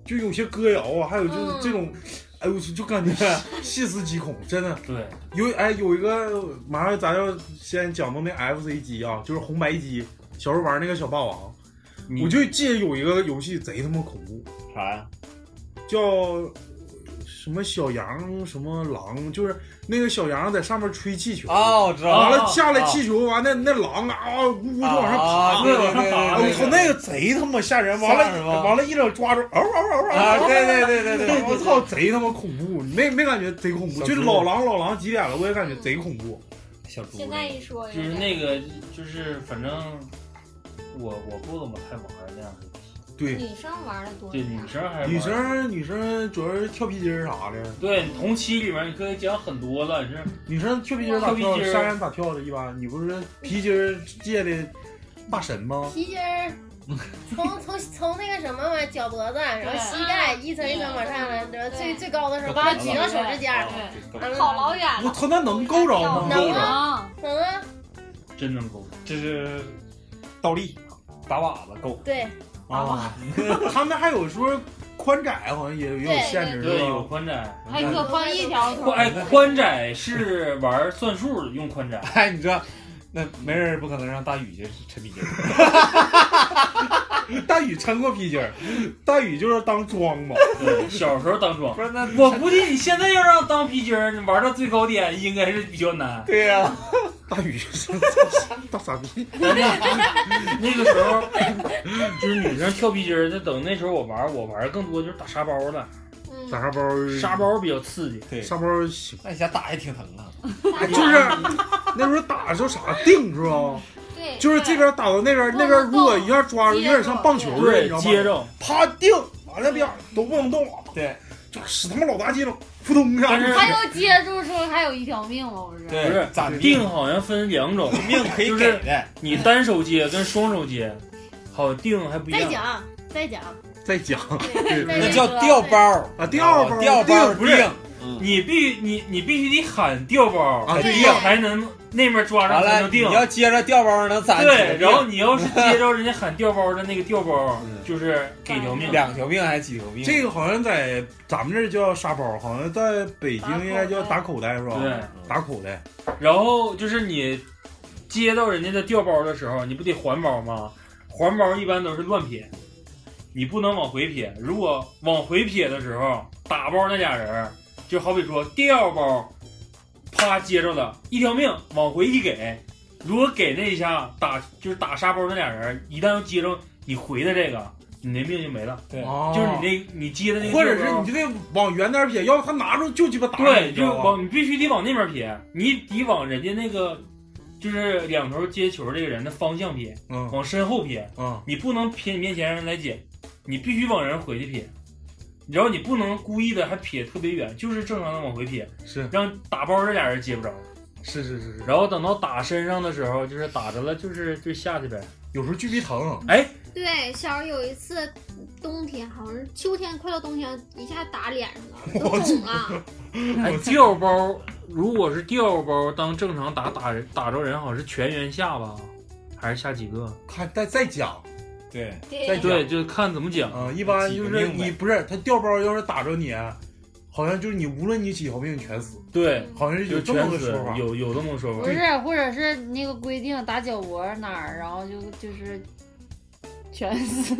Speaker 4: 就有些歌谣啊，还有就是
Speaker 12: 嗯
Speaker 4: 这种，哎我就就感觉 细思极恐，真的。
Speaker 1: 对，
Speaker 4: 有哎有一个马上咱要先讲到那 FC 机啊，就是红白机，小时候玩那个小霸王，
Speaker 9: 嗯
Speaker 4: 我就记得有一个游戏贼他妈恐怖，
Speaker 9: 啥呀？
Speaker 4: 叫什么小羊什么狼，就是那个小羊在上面吹气球
Speaker 9: 啊我知道
Speaker 4: 完了
Speaker 9: 啊
Speaker 4: 下来气球，完那那狼啊呜呜就往上
Speaker 9: 啊
Speaker 4: 爬，
Speaker 9: 对
Speaker 4: 往
Speaker 9: 对
Speaker 4: 上
Speaker 9: 对
Speaker 4: 爬，
Speaker 9: 对
Speaker 4: 我操
Speaker 9: 对
Speaker 4: 那个贼他妈吓人，完
Speaker 9: 吓人
Speaker 4: 了
Speaker 9: 吗
Speaker 4: 完了一整抓住，嗷嗷嗷嗷
Speaker 9: 啊对对对对对对
Speaker 4: 我操贼他妈恐怖，没没感觉贼恐怖，
Speaker 9: 小
Speaker 4: 就是
Speaker 9: 猪
Speaker 4: 老狼老狼几点了，我也感觉贼恐怖，
Speaker 9: 小猪
Speaker 2: 现在一说有
Speaker 1: 就是
Speaker 2: 点
Speaker 1: 那个，就是反正我我不怎么太玩那样的游戏，
Speaker 4: 对
Speaker 2: 女生玩的多
Speaker 1: 对女生还玩
Speaker 4: 女生女生主要是跳皮筋儿啥的，
Speaker 1: 对同期里面你可以讲很多了，就是
Speaker 4: 女生跳皮筋儿咋
Speaker 1: 跳皮
Speaker 4: 跳？
Speaker 1: 筋儿
Speaker 4: 山人咋跳的？一般你不是皮筋儿界的大神吗？
Speaker 8: 皮筋儿，从从从那个什么嘛，脚脖子，啊然后膝盖一层一层往上来，然后最最高的时候
Speaker 4: 对
Speaker 8: 把它举到手指尖儿，
Speaker 4: 哦
Speaker 8: 完了
Speaker 2: 跑老远
Speaker 4: 我操，那能够着吗？
Speaker 8: 能啊能啊，
Speaker 1: 真能够，
Speaker 9: 这是倒立打靶子够。
Speaker 8: 对，
Speaker 4: 啊， 他们还有说宽窄，好像也也有限制，
Speaker 1: 对，
Speaker 4: 是
Speaker 1: 有
Speaker 4: 吧？
Speaker 1: 宽窄，
Speaker 12: 嗯还可放一条腿
Speaker 1: 宽哎
Speaker 12: 儿。
Speaker 1: 宽窄是玩算数用宽 窄，
Speaker 9: 哎，你知道，那没人不可能让大宇去抻皮筋儿。
Speaker 4: 大宇抻过皮筋儿，大宇就是当桩嘛。
Speaker 1: 对，小时候当庄
Speaker 9: 不。是那
Speaker 1: 我估计你现在要让当皮筋儿，你玩到最高点应该是比较难。
Speaker 9: 对呀、
Speaker 4: 大宇大傻逼，
Speaker 1: 那个时候就是女生跳皮筋儿，那等那时候我玩，我玩更多就是打沙包了，
Speaker 2: 嗯
Speaker 4: 打沙包，
Speaker 1: 沙包比较刺激。
Speaker 9: 嗯对，
Speaker 4: 沙包行，
Speaker 9: 那一下打还挺疼啊。
Speaker 4: 哎就是那时候打的时候啥定是吧？
Speaker 2: 对，
Speaker 4: 就是这边打到那边，那边如果一下抓住，有点像棒球似的，
Speaker 1: 对
Speaker 4: 你知道，吗？
Speaker 1: 接着，
Speaker 4: 啪定，完了边都不能动啊，
Speaker 9: 对
Speaker 4: 就使他妈老大劲了，扑通一下
Speaker 1: 但是。
Speaker 12: 还有接住时候还有一条命吗？不是，
Speaker 1: 不是
Speaker 9: 咋地
Speaker 1: 定好像分两种，
Speaker 9: 命可以
Speaker 1: 就
Speaker 9: 给
Speaker 1: 是
Speaker 9: 的。
Speaker 1: 你单手接跟双手接，好定还不一
Speaker 8: 再
Speaker 1: 样。
Speaker 8: 讲再讲，
Speaker 4: 再讲
Speaker 8: 对再说
Speaker 9: 那叫掉包儿
Speaker 4: 啊，掉包
Speaker 9: 掉包
Speaker 4: 定
Speaker 9: 儿
Speaker 4: 不是
Speaker 9: 定
Speaker 1: 你必你你必须得喊调包
Speaker 9: 啊对
Speaker 1: 你
Speaker 9: 呀
Speaker 1: 才能那边抓
Speaker 9: 完
Speaker 1: 着才
Speaker 9: 了，
Speaker 1: 能
Speaker 9: 你
Speaker 1: 定。
Speaker 9: 要接着掉包能攒几个
Speaker 1: 对，
Speaker 9: 命
Speaker 1: 然后你要是 接着人家喊调包的那个调包，就是给条命，
Speaker 9: 嗯两条命还是几条命？
Speaker 4: 这个好像在咱们这儿叫沙包，好像在北京应该叫打口袋是吧？
Speaker 1: 对，
Speaker 4: 打口袋。
Speaker 1: 然后就是你接到人家的调包的时候，你不得还包吗？还包一般都是乱撇，你不能往回撇。如果往回撇的时候，打包那俩人儿就好比说调包，啪接着的一条命往回一给，如果给那一下打就是打沙包那俩人儿，一旦要接着你回的这个，你那命就没了。
Speaker 9: 对
Speaker 4: 哦
Speaker 1: 就是你那你接的那个，
Speaker 4: 或者是你就得往远点撇，要不他拿住就鸡巴打你
Speaker 1: 对，
Speaker 4: 你知
Speaker 1: 就
Speaker 4: 道吧？
Speaker 1: 往你必须得往那边撇，你得往人家那个就是两头接球这个人的方向撇，
Speaker 4: 嗯
Speaker 1: 往身后撇，
Speaker 4: 嗯，
Speaker 1: 你不能撇你面前人来捡，你必须往人回去撇，然后你不能故意的还撇特别远，就是正常的往回撇，
Speaker 4: 是
Speaker 1: 让打包这俩人接不着，
Speaker 4: 是是是是。
Speaker 1: 然后等到打身上的时候，就是打着了，就是就下去呗。
Speaker 4: 有时候巨逼疼，
Speaker 1: 哎，
Speaker 2: 对，小时候有一次冬天，好像是秋天，快到冬天，一下打脸上了，都肿了。
Speaker 1: 哎，掉包如果是掉包，当正常打打人打着人，好像是全员下吧，还是下几个？
Speaker 4: 看再再讲，
Speaker 9: 对
Speaker 2: 对
Speaker 4: 再讲
Speaker 1: 对，就看怎么讲。
Speaker 4: 嗯，一般就是你不是他掉包，要是打着你，好像就是你无论你几条命全死。
Speaker 1: 对，
Speaker 4: 好像是有这么个说法，
Speaker 1: 有有这么个说
Speaker 4: 法
Speaker 3: 不是，或者是那个规定打脚脖哪儿，然后就就是全死，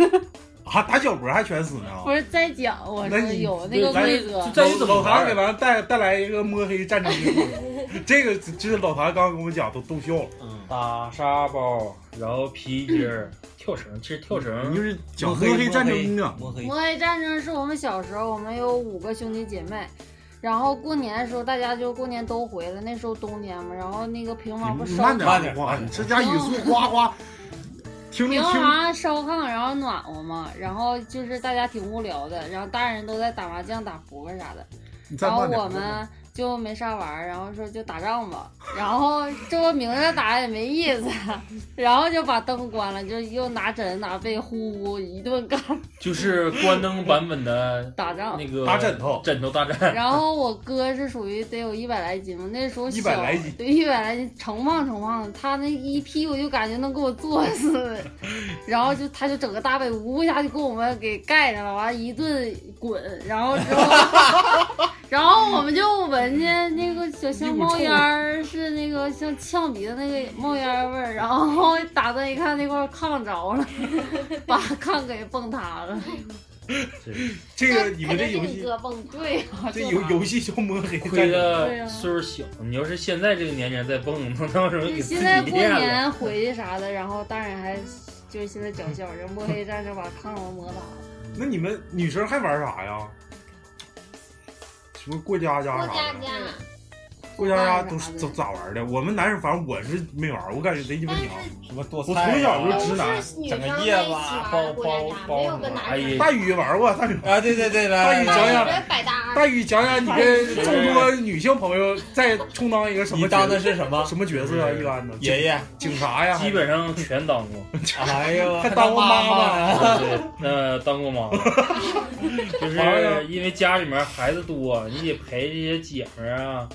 Speaker 4: 啊，打脚脖还全死呢。
Speaker 3: 不是在讲，我
Speaker 4: 那
Speaker 3: 说
Speaker 4: 你
Speaker 3: 有那个
Speaker 4: 咱
Speaker 3: 规则，
Speaker 4: 就在于老谭给咱带带来一个摸黑战争的故事这个就是老谭刚刚跟我们讲，都逗笑了。
Speaker 1: 打沙包，哦然后皮筋儿、跳绳，其实跳绳
Speaker 4: 嗯你就是讲摸黑摸黑战争啊
Speaker 9: 摸黑
Speaker 3: 魔黑战争是我们小时候，我们有五个兄弟姐妹，然后过年的时候大家就过年都回来，那时候冬天嘛，然后那个平房啊不
Speaker 4: 你
Speaker 3: 烧
Speaker 4: 慢点，慢点，哇，你这家语速哗哗，听着
Speaker 3: 平
Speaker 4: 听着，
Speaker 3: 房啊烧炕，然后暖和嘛，然后就是大家挺无聊的，然后大人都在打麻将、打扑克啥的
Speaker 4: 你，再
Speaker 3: 然后
Speaker 4: 慢点
Speaker 3: 我们就没啥玩儿，然后说就打仗吧，然后这不明着打也没意思，然后就把灯关了，就又拿枕拿被呼呼一顿干，
Speaker 1: 就是关灯版本的
Speaker 3: 打仗
Speaker 1: 那个
Speaker 3: 打枕
Speaker 4: 头
Speaker 1: 枕头大 战。
Speaker 3: 然后我哥是属于得有一百来斤嘛，那时候小
Speaker 1: 100来斤
Speaker 3: 对，一百来斤，成胖成胖的，他那一屁股就感觉能给我坐死，然后就他就整个大被屋一下就给我们给盖上了，完了一顿滚，然后之后，然后我们就闻见那个小像冒烟儿，是那个像呛鼻的那个冒烟儿味儿，然后 打算一看那块儿炕着了，把炕给蹦塌了。
Speaker 4: 这个你们这游
Speaker 2: 肯定是你
Speaker 4: 戏，
Speaker 2: 哥蹦的。
Speaker 3: 对啊呀、
Speaker 4: 这游游戏叫摸黑
Speaker 1: 亏
Speaker 4: 战
Speaker 3: 对啊
Speaker 1: 的岁数小，你要是现在这个年龄再蹦， 能当什么给自己
Speaker 3: 现在过
Speaker 1: 练了？
Speaker 3: 年回去啥的，然后大人还就是现在叫嚣着摸黑战争把炕上摸倒，
Speaker 4: 那你们女生还玩啥呀？什么过家家
Speaker 2: 过
Speaker 4: 啥
Speaker 2: 家
Speaker 4: 的？
Speaker 2: 家，
Speaker 4: 过家家都是咋咋玩的？我们男生反正我是没玩，我感觉贼鸡巴娘。
Speaker 2: 哎
Speaker 9: 什么剁
Speaker 4: 啊
Speaker 9: 啊
Speaker 4: 我从小就直男
Speaker 2: 都是，女生在一起玩过家家，没有跟
Speaker 1: 哎
Speaker 2: 男生。
Speaker 4: 大宇玩过，大宇
Speaker 9: 啊，对对对，
Speaker 4: 大宇讲
Speaker 9: 哎
Speaker 4: 讲，
Speaker 2: 百搭。
Speaker 4: 大宇讲讲你跟众多女性朋友在充当一个什么角色？
Speaker 9: 你当的是什么
Speaker 4: 什么角色啊？一般的
Speaker 9: 爷爷
Speaker 4: 警察呀，
Speaker 1: 基本上全当过。
Speaker 9: 哎呦
Speaker 4: 还当过妈
Speaker 9: 啊
Speaker 4: 妈
Speaker 1: 对， 那当过妈 妈，就是因为家里面孩子多，你得陪这些姐们儿啊、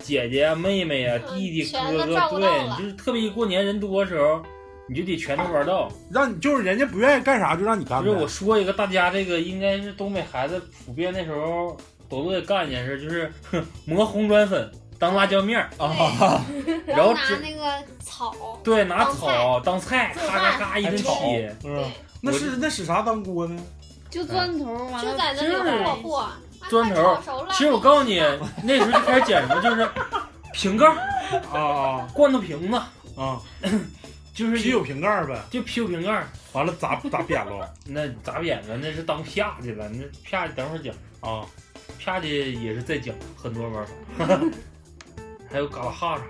Speaker 1: 姐姐啊、妹妹啊、弟弟、
Speaker 4: 全
Speaker 1: 哥
Speaker 4: 都照
Speaker 1: 哥，
Speaker 4: 顾
Speaker 1: 对
Speaker 4: 到，了
Speaker 1: 你就是特别过年人多的时候，你就得全都玩到。
Speaker 4: 让你就是人家不愿意干啥就让你干
Speaker 1: 不
Speaker 2: 嗯
Speaker 4: 呗。
Speaker 1: 是我说一个，大家这个应该是东北孩子普遍那时候都乐意干一件事，就是哼磨红砖粉当辣椒面儿啊，然后
Speaker 2: 拿
Speaker 1: 这
Speaker 2: 那个草，
Speaker 1: 对拿
Speaker 2: 当菜
Speaker 1: 草当菜，
Speaker 2: 做
Speaker 1: 咔咔
Speaker 2: 饭
Speaker 1: 咔一顿
Speaker 2: 还炒
Speaker 1: 劈，
Speaker 9: 嗯
Speaker 4: 那是那使啥当锅呢？
Speaker 3: 就钻头完
Speaker 2: 就
Speaker 3: 了
Speaker 2: 在那里霍霍，
Speaker 4: 啊哎
Speaker 1: 砖头。其实我告诉 你，那时候就开始捡什么，就是瓶盖
Speaker 4: 啊，
Speaker 1: 罐头瓶子
Speaker 4: 啊，
Speaker 1: 就是
Speaker 4: 啤酒瓶盖呗，
Speaker 1: 就啤酒瓶盖。
Speaker 4: 完了砸砸扁了，
Speaker 1: 那砸扁了，那是当啪去了，那啪等会儿讲
Speaker 4: 啊，
Speaker 1: 啪去也是在讲很多玩 法，还有嘎啦哈啥。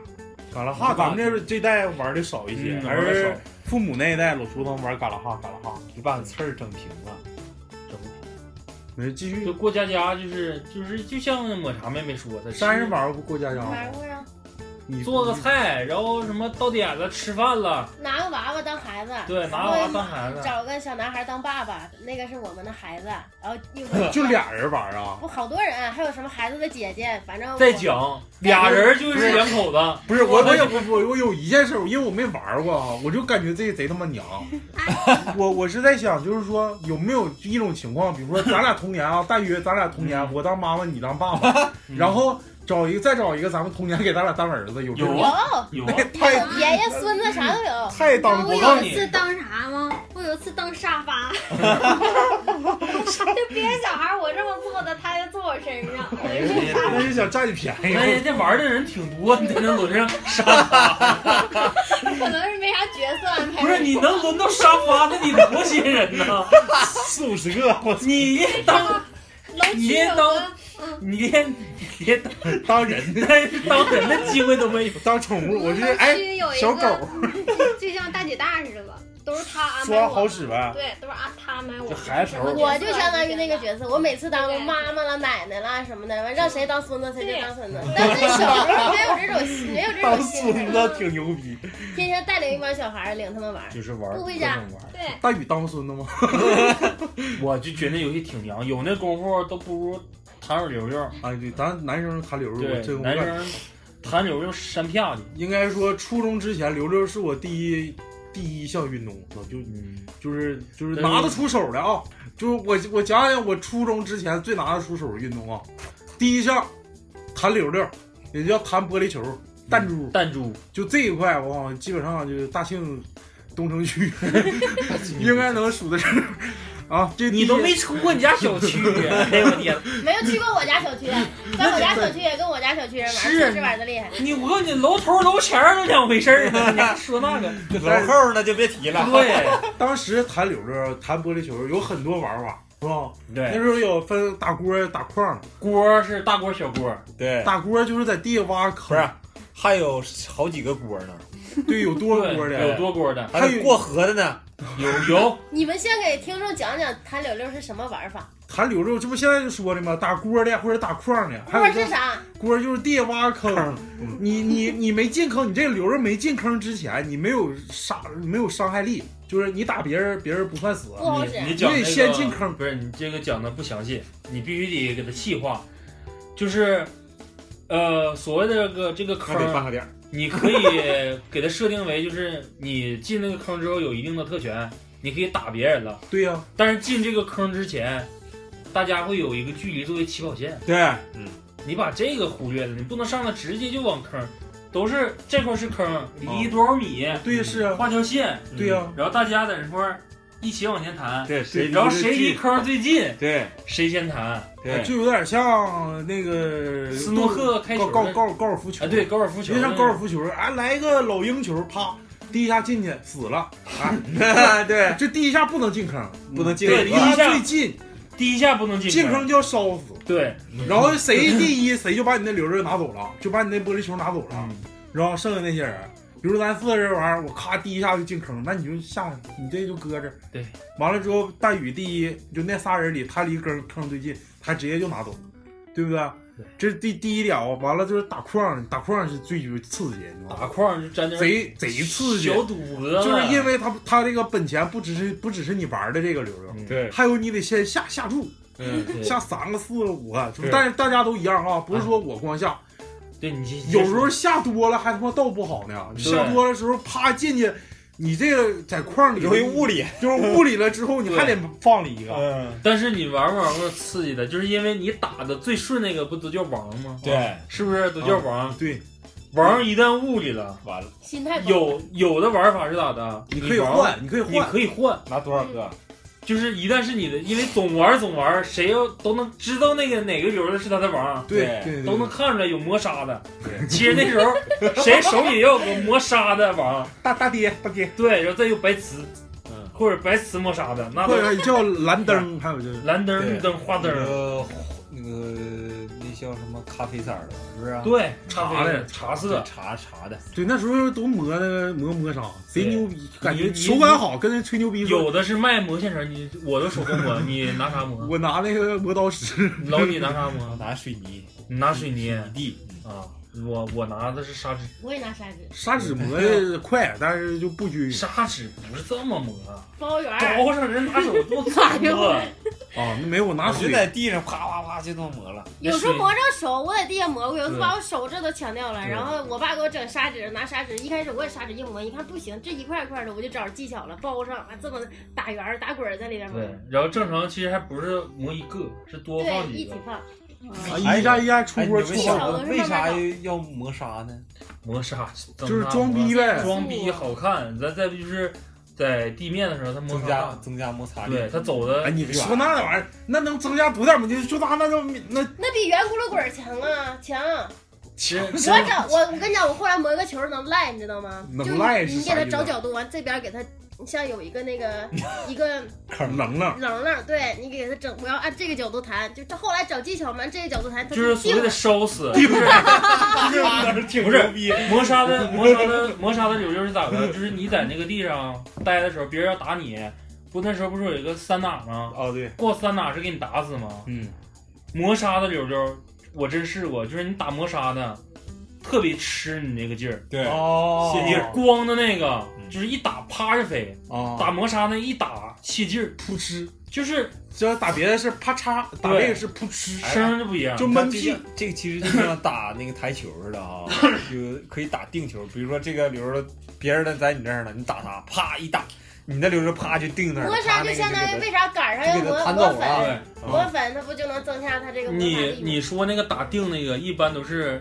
Speaker 4: 嘎啦哈，咱们这这代玩的少一些，
Speaker 1: 嗯
Speaker 4: 还
Speaker 1: 玩得
Speaker 4: 是
Speaker 1: 少
Speaker 4: 父母那一代老叔他们玩嘎啦哈嘎啦哈。
Speaker 9: 你把刺儿整平了，
Speaker 1: 整平。
Speaker 4: 没继续。
Speaker 1: 就过家家就是就是就像抹茶妹妹说的，
Speaker 4: 山人玩过过家家吗？
Speaker 8: 过呀，
Speaker 7: 你
Speaker 1: 做个菜，然后什么到点了吃饭了，
Speaker 8: 拿个娃娃当孩子，
Speaker 1: 对拿个娃娃当孩子
Speaker 8: 找个小男孩当爸爸，那个是我们的孩子，然后 有个
Speaker 4: 就俩人玩啊？
Speaker 8: 不好多人，还有什么孩子的姐姐，反正
Speaker 1: 再
Speaker 8: 我
Speaker 1: 讲俩人就是两口子，
Speaker 4: 不是我，我也不我我有一件事，因为我没玩过啊，我就感觉这贼他妈娘。我我是在想，就是说有没有一种情况，比如说咱俩同年啊，大约咱俩同年，我当妈妈，你当爸爸，然后找一个再找一个咱们同年给咱俩当儿子，有这种
Speaker 8: 有啊
Speaker 1: 有
Speaker 4: 太
Speaker 8: 有爷爷孙子啥都
Speaker 3: 啊
Speaker 8: 有，啊
Speaker 4: 太当
Speaker 13: 我
Speaker 4: 过了
Speaker 13: 有一次嗯当啥吗？我有一次当沙发，
Speaker 2: 就别人小孩儿我这么坐的，他就坐我身上。
Speaker 4: 哎那是想占你便宜。
Speaker 1: 那人家玩的人挺多，你才能轮上沙发。
Speaker 2: 可能是没啥角色啊安排。
Speaker 1: 不是你能轮到沙发，那你多些人呢？
Speaker 4: 四五十个，我
Speaker 1: 你一当，
Speaker 2: 楼
Speaker 1: 你
Speaker 2: 区
Speaker 1: 连
Speaker 2: 有
Speaker 1: 当
Speaker 2: 个，嗯，
Speaker 1: 你连你连当
Speaker 4: 当人
Speaker 1: 当人的机会都没有，
Speaker 4: 当宠物，我是
Speaker 2: 楼
Speaker 4: 哎
Speaker 2: 区有一
Speaker 4: 小
Speaker 2: 个嗯
Speaker 4: 狗，
Speaker 2: 就像大姐大似的，都是他安排
Speaker 4: 说
Speaker 2: 我。
Speaker 4: 好使呗
Speaker 2: 对，都是安他安排我。
Speaker 4: 这孩子头儿
Speaker 8: 我就相当于那个
Speaker 2: 啊
Speaker 8: 角色，我每次当妈妈了、奶奶了什么的，完让谁当孙子谁就当孙子。但是小时候没有这种心没有这
Speaker 4: 当
Speaker 8: 种心
Speaker 4: 孙
Speaker 8: 态，
Speaker 2: 啊
Speaker 4: 子挺牛逼，
Speaker 8: 天天带领一帮小孩儿领他们玩儿，
Speaker 4: 就是玩
Speaker 8: 不回家。
Speaker 2: 对，
Speaker 4: 大宇当孙子吗？
Speaker 1: 我就觉得那游戏挺娘，有那功夫都不如弹会溜溜。
Speaker 4: 啊，对，咱男生弹溜溜，我
Speaker 1: 对
Speaker 4: 真，无
Speaker 1: 男
Speaker 4: 感
Speaker 1: 生弹溜溜山啪去。
Speaker 4: 应该说初中之前，溜溜是我第一第一项运动，我就就是就是
Speaker 1: 对
Speaker 4: 拿得出手的啊！就是我我讲讲我初中之前最拿得出手的运动啊，第一项弹溜溜，也叫弹玻璃球、弹珠、
Speaker 1: 弹珠，
Speaker 4: 就这一块我好像基本上就是大庆东城区应该能数得上啊。这
Speaker 1: 你都没
Speaker 4: 出
Speaker 1: 出过你家小 区，哎呦我天！
Speaker 8: 没有去过我家小区，啊 在我家小区也跟我家小区人玩儿，
Speaker 1: 是
Speaker 8: 确实玩的厉害。
Speaker 1: 你我告诉你，楼头楼前儿都两回事儿呢，你还说那个
Speaker 4: 楼
Speaker 9: 后那就别提了
Speaker 1: 对，
Speaker 4: 当时弹溜溜、弹玻璃球有很多玩法，是吧？
Speaker 1: 对
Speaker 4: 那时候有分打锅、打框，
Speaker 1: 锅是大锅小锅，
Speaker 9: 对，
Speaker 4: 打锅就是在地下挖
Speaker 9: 不
Speaker 4: 坑，
Speaker 9: 是，还有好几个锅呢，
Speaker 4: 对，有多锅的，
Speaker 1: 有多锅的，
Speaker 9: 还有过河的呢，
Speaker 1: 有有
Speaker 8: 你们先给听众讲讲弹溜溜是什么玩法？
Speaker 4: 弹溜溜，这不现在就说的吗？打锅的或者打框的，还
Speaker 8: 锅
Speaker 4: 有
Speaker 8: 是
Speaker 4: 这
Speaker 8: 啥？
Speaker 4: 锅就是地下挖坑，你你你没进坑，你这个溜溜没进坑之前，你没有杀没有伤害力，就是你打别人别人不算死，
Speaker 8: 不好使
Speaker 4: 你
Speaker 1: 你
Speaker 4: 你
Speaker 1: 讲
Speaker 4: 得
Speaker 1: 那个
Speaker 4: 先进坑，
Speaker 1: 不是你这个讲的不详细，你必须得给它细化，就是呃所谓的这个这个坑
Speaker 4: 还得
Speaker 1: 儿，
Speaker 4: 翻个点儿。
Speaker 1: 你可以 给它设定为就是你进那个坑之后有一定的特权，你可以打别人了，
Speaker 4: 对呀、
Speaker 1: 但是进这个坑之前，大家会有一个距离作为起跑线。
Speaker 4: 对，
Speaker 1: 你把这个忽略了，你不能上来直接就往坑，都是这块是坑，离多少米，
Speaker 4: 对呀是啊，
Speaker 1: 画条线，
Speaker 4: 哦
Speaker 1: 嗯
Speaker 4: 对呀、
Speaker 1: 然后大家在这块儿一起往前弹，
Speaker 9: 对，谁
Speaker 1: 然后谁离坑最近，
Speaker 9: 对
Speaker 1: 谁先弹，
Speaker 9: 对，
Speaker 4: 啊就有点像那个
Speaker 1: 斯诺克开球
Speaker 4: 高
Speaker 1: 的
Speaker 4: 高高高尔夫球
Speaker 1: 啊，对，，高尔夫球
Speaker 4: 就
Speaker 1: 那个，
Speaker 4: 像高尔夫球，啊，来一个老鹰球，啪，第一下进去死了，啊，
Speaker 9: 对，
Speaker 4: 这第一下不能进坑，
Speaker 9: 不能
Speaker 1: 嗯
Speaker 9: 进
Speaker 1: 对
Speaker 4: 离
Speaker 1: 第一
Speaker 4: 他
Speaker 1: 下
Speaker 4: 最近，
Speaker 1: 第一下不能进嗯
Speaker 4: 进坑就要烧死，
Speaker 1: 对，
Speaker 4: 然后谁第一谁就把你那溜溜拿走了，就把你那玻璃球拿走
Speaker 1: 嗯
Speaker 4: 了，然后剩下那些人，比如咱四个人玩，我咔第一下就进坑，那你就下去，你这就搁这儿，
Speaker 1: 对，
Speaker 4: 完了之后大宇第一，就那仨人里他离坑坑最近，他直接就拿走，对不对？这是第第一点啊，完了就是打框，打框是最有刺激，你知道吗？
Speaker 1: 打框就沾点
Speaker 4: 贼贼刺激，
Speaker 1: 小赌博了，
Speaker 4: 就是因为他他这个本钱不只是不只是你玩的这个溜溜，
Speaker 9: 对，
Speaker 4: 还有你得先下下注，
Speaker 9: 嗯，
Speaker 1: 嗯对
Speaker 4: 下三个、四个、五个，就是
Speaker 9: 对
Speaker 4: 但是大家都一样啊，不是
Speaker 1: 嗯
Speaker 4: 说我光下，
Speaker 1: 对你先
Speaker 4: 有时候下多了还他妈倒不好呢，
Speaker 1: 对
Speaker 4: 下多了时候啪进去，你这个在框里
Speaker 9: 有一物理，
Speaker 4: 就是物理了之后，你还得放里一个，
Speaker 9: 嗯，
Speaker 1: 但是你玩不玩过刺激的，就是因为你打的最顺那个不都叫王吗？啊
Speaker 9: 对，
Speaker 1: 是不是都
Speaker 4: 嗯
Speaker 1: 叫王？
Speaker 4: 对，
Speaker 1: 王一旦物理了，
Speaker 9: 完了，
Speaker 8: 心态不好
Speaker 1: 有有的玩法是咋的？
Speaker 4: 你可以
Speaker 1: 玩，
Speaker 4: 换，你可以
Speaker 1: 你
Speaker 4: 换，
Speaker 1: 可以换，
Speaker 9: 拿多少个？
Speaker 1: 就是一旦是你的，因为总玩总玩，谁要都能知道那个哪个流的是他的王，
Speaker 4: 对
Speaker 9: 对
Speaker 4: 对，对
Speaker 1: 都能看出来有磨砂的。
Speaker 9: 对
Speaker 1: 其实那时候 谁手里也有个磨砂的王，
Speaker 4: 大大爹大爹，
Speaker 1: 对，然后再有白瓷，
Speaker 9: 嗯，
Speaker 1: 或者白瓷磨砂的，那
Speaker 4: 或
Speaker 1: 都
Speaker 4: 者叫蓝灯，还有就是
Speaker 1: 蓝灯、绿灯、花
Speaker 9: 那
Speaker 1: 灯，
Speaker 9: 个那个那叫什么咖啡色儿的，是不是啊？
Speaker 1: 对，
Speaker 4: 茶的
Speaker 1: 茶色，
Speaker 9: 茶茶的，
Speaker 4: 对那时候都磨那个磨磨砂，贼
Speaker 1: 对
Speaker 4: 牛逼，感
Speaker 1: 你
Speaker 4: 觉
Speaker 1: 你
Speaker 4: 手感好，跟人吹牛逼说
Speaker 1: 有的是卖磨现成，你我都手工磨，你拿啥磨？
Speaker 4: 我拿那个磨刀石，
Speaker 1: 老李拿啥磨？
Speaker 9: 拿水泥
Speaker 1: 你拿水泥
Speaker 9: 地，
Speaker 1: 啊？我我拿的是砂纸，
Speaker 8: 我也拿砂纸，
Speaker 4: 砂纸磨的快，但是就不均匀。
Speaker 1: 砂纸不是这么磨，
Speaker 8: 包圆儿，
Speaker 1: 包上人拿手这么
Speaker 8: 哎
Speaker 1: 擦磨。啊，
Speaker 4: 那没有，我拿
Speaker 9: 水在地上啪啪啪就这么磨了。
Speaker 8: 有时候磨着手，我在地下磨过，有时候把我手这都强掉了。
Speaker 9: 对
Speaker 8: 然后我爸给我整砂纸，拿砂纸，一开始我也砂纸一磨，一看不行，这一块一块的，我就找着技巧了，包上，啊，这么打圆儿打滚儿在里边磨，
Speaker 1: 对，然后正常其实还不是磨一个，是多
Speaker 8: 对，
Speaker 1: 放
Speaker 8: 一
Speaker 1: 几
Speaker 8: 起
Speaker 1: 个。
Speaker 8: 放。嗯
Speaker 4: 啊一下一下出锅
Speaker 9: 哎
Speaker 4: 出
Speaker 9: 你为
Speaker 4: 锅
Speaker 9: 啥为啥
Speaker 4: 慢
Speaker 9: 要磨砂呢？
Speaker 1: 磨砂就
Speaker 4: 就是装逼呗
Speaker 1: 装逼好看。咱再就是在地面的时候，它摩
Speaker 9: 增
Speaker 1: 擦
Speaker 9: 加增加摩擦力。
Speaker 1: 啊对它走的
Speaker 4: 哎，你
Speaker 1: 远
Speaker 4: 说那玩意儿，那能增加多点吗？就是说他那就那
Speaker 8: 那比圆咕噜滚儿强啊，强！
Speaker 4: 行
Speaker 8: 我找我我跟你讲，我后来磨一个球能赖，你知道吗？
Speaker 4: 能
Speaker 8: 就是
Speaker 4: 赖是
Speaker 8: 你
Speaker 4: 啥
Speaker 8: 给它
Speaker 4: 意思啊
Speaker 8: 找角度，完这边给它，你像有一个那 个一个
Speaker 4: 坑棱棱，
Speaker 8: 棱棱，对你给它整，我要按这个角度弹，就后来找技巧嘛，这个角度弹，它
Speaker 1: 就是所
Speaker 8: 定
Speaker 1: 谓的
Speaker 8: 了。
Speaker 1: 烧死，就是
Speaker 4: 挺
Speaker 1: 不是磨砂的磨砂的磨砂的理由是咋的？就是你在那个地上待的时候，别人要打你，不那时候不是有一个散打吗？
Speaker 4: 哦对，
Speaker 1: 过散打是给你打死吗？
Speaker 4: 嗯，
Speaker 1: 磨砂的溜溜，我真试过，就是你打磨砂的，特别吃你那个劲儿。
Speaker 9: 对
Speaker 4: 哦
Speaker 1: 泄劲儿光的那个就是一打啪就飞，啊
Speaker 9: 啊
Speaker 1: 打磨砂那一打泄劲儿，
Speaker 4: 扑哧，
Speaker 1: 就是
Speaker 4: 只要打别的是啪嚓，打
Speaker 9: 对
Speaker 4: 这个是扑哧，
Speaker 1: 声哎就不一样
Speaker 4: 就闷屁。
Speaker 9: 这个其实就像打那个台球似 的哈，就可以打定球。比如说这个溜儿，别人的在你这儿呢，你打他，啪一打，你的溜儿啪就定那儿。
Speaker 8: 磨砂就相当于为啥杆上要
Speaker 9: 就给它
Speaker 8: 磨
Speaker 9: 弹
Speaker 8: 磨
Speaker 9: 走
Speaker 8: 粉
Speaker 9: 了，
Speaker 8: 磨粉它不就能增加它这个磨砂
Speaker 1: 啊嗯你
Speaker 8: 力吗？
Speaker 1: 你说那个打定那个，一般都是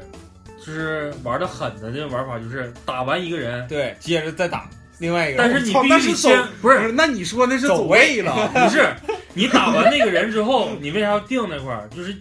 Speaker 1: 就是玩的狠的那个玩法，就是打完一个人，
Speaker 9: 对，接着再打另外一
Speaker 1: 但是你
Speaker 4: 操
Speaker 1: 必
Speaker 4: 哦那
Speaker 1: 须
Speaker 4: 是走
Speaker 1: 先不 是？
Speaker 4: 那你说那是
Speaker 1: 走
Speaker 4: 位了？
Speaker 1: 不是，你打完那个人之后，你为啥要定那块儿？就是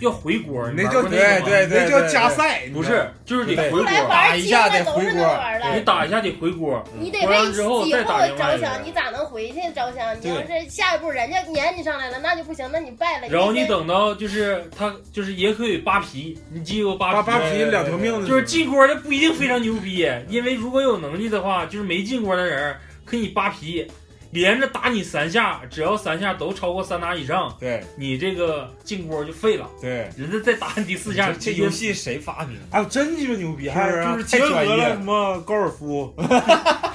Speaker 1: 要回锅，你
Speaker 4: 那
Speaker 1: 玩
Speaker 4: 叫
Speaker 1: 过 那个吗
Speaker 4: 对对对那叫加赛
Speaker 1: 不是，就是得回锅，
Speaker 8: 后来玩儿打一下得回锅
Speaker 1: 你打一下得回锅，
Speaker 8: 你得
Speaker 1: 回
Speaker 8: 为
Speaker 1: 完
Speaker 8: 己
Speaker 1: 之后
Speaker 8: 后
Speaker 1: 再打另外
Speaker 8: 着
Speaker 1: 一个
Speaker 8: 想，
Speaker 1: 人
Speaker 8: 你。咋能回去着想？你
Speaker 1: 对
Speaker 8: 要是下一步人家撵你上来了，那就不行，那你败了。
Speaker 1: 然后你
Speaker 8: 先
Speaker 1: 等到就是他就是也可以扒皮，你记过扒皮
Speaker 4: 扒扒皮两条命 的
Speaker 1: 就是进锅的不一定非常牛逼，因为如果有能力的话，就是没进锅的人可以扒皮，连着打你三下，只要三下都超过三打以上，
Speaker 9: 对
Speaker 1: 你这个进锅就废了。
Speaker 9: 对，
Speaker 1: 人家再打你第四下，
Speaker 9: 这游戏谁发明？
Speaker 4: 哎，真鸡巴牛逼，还
Speaker 9: 是啊
Speaker 4: 就是结合
Speaker 9: 太专业
Speaker 4: 了
Speaker 9: 了
Speaker 4: 什么高尔夫，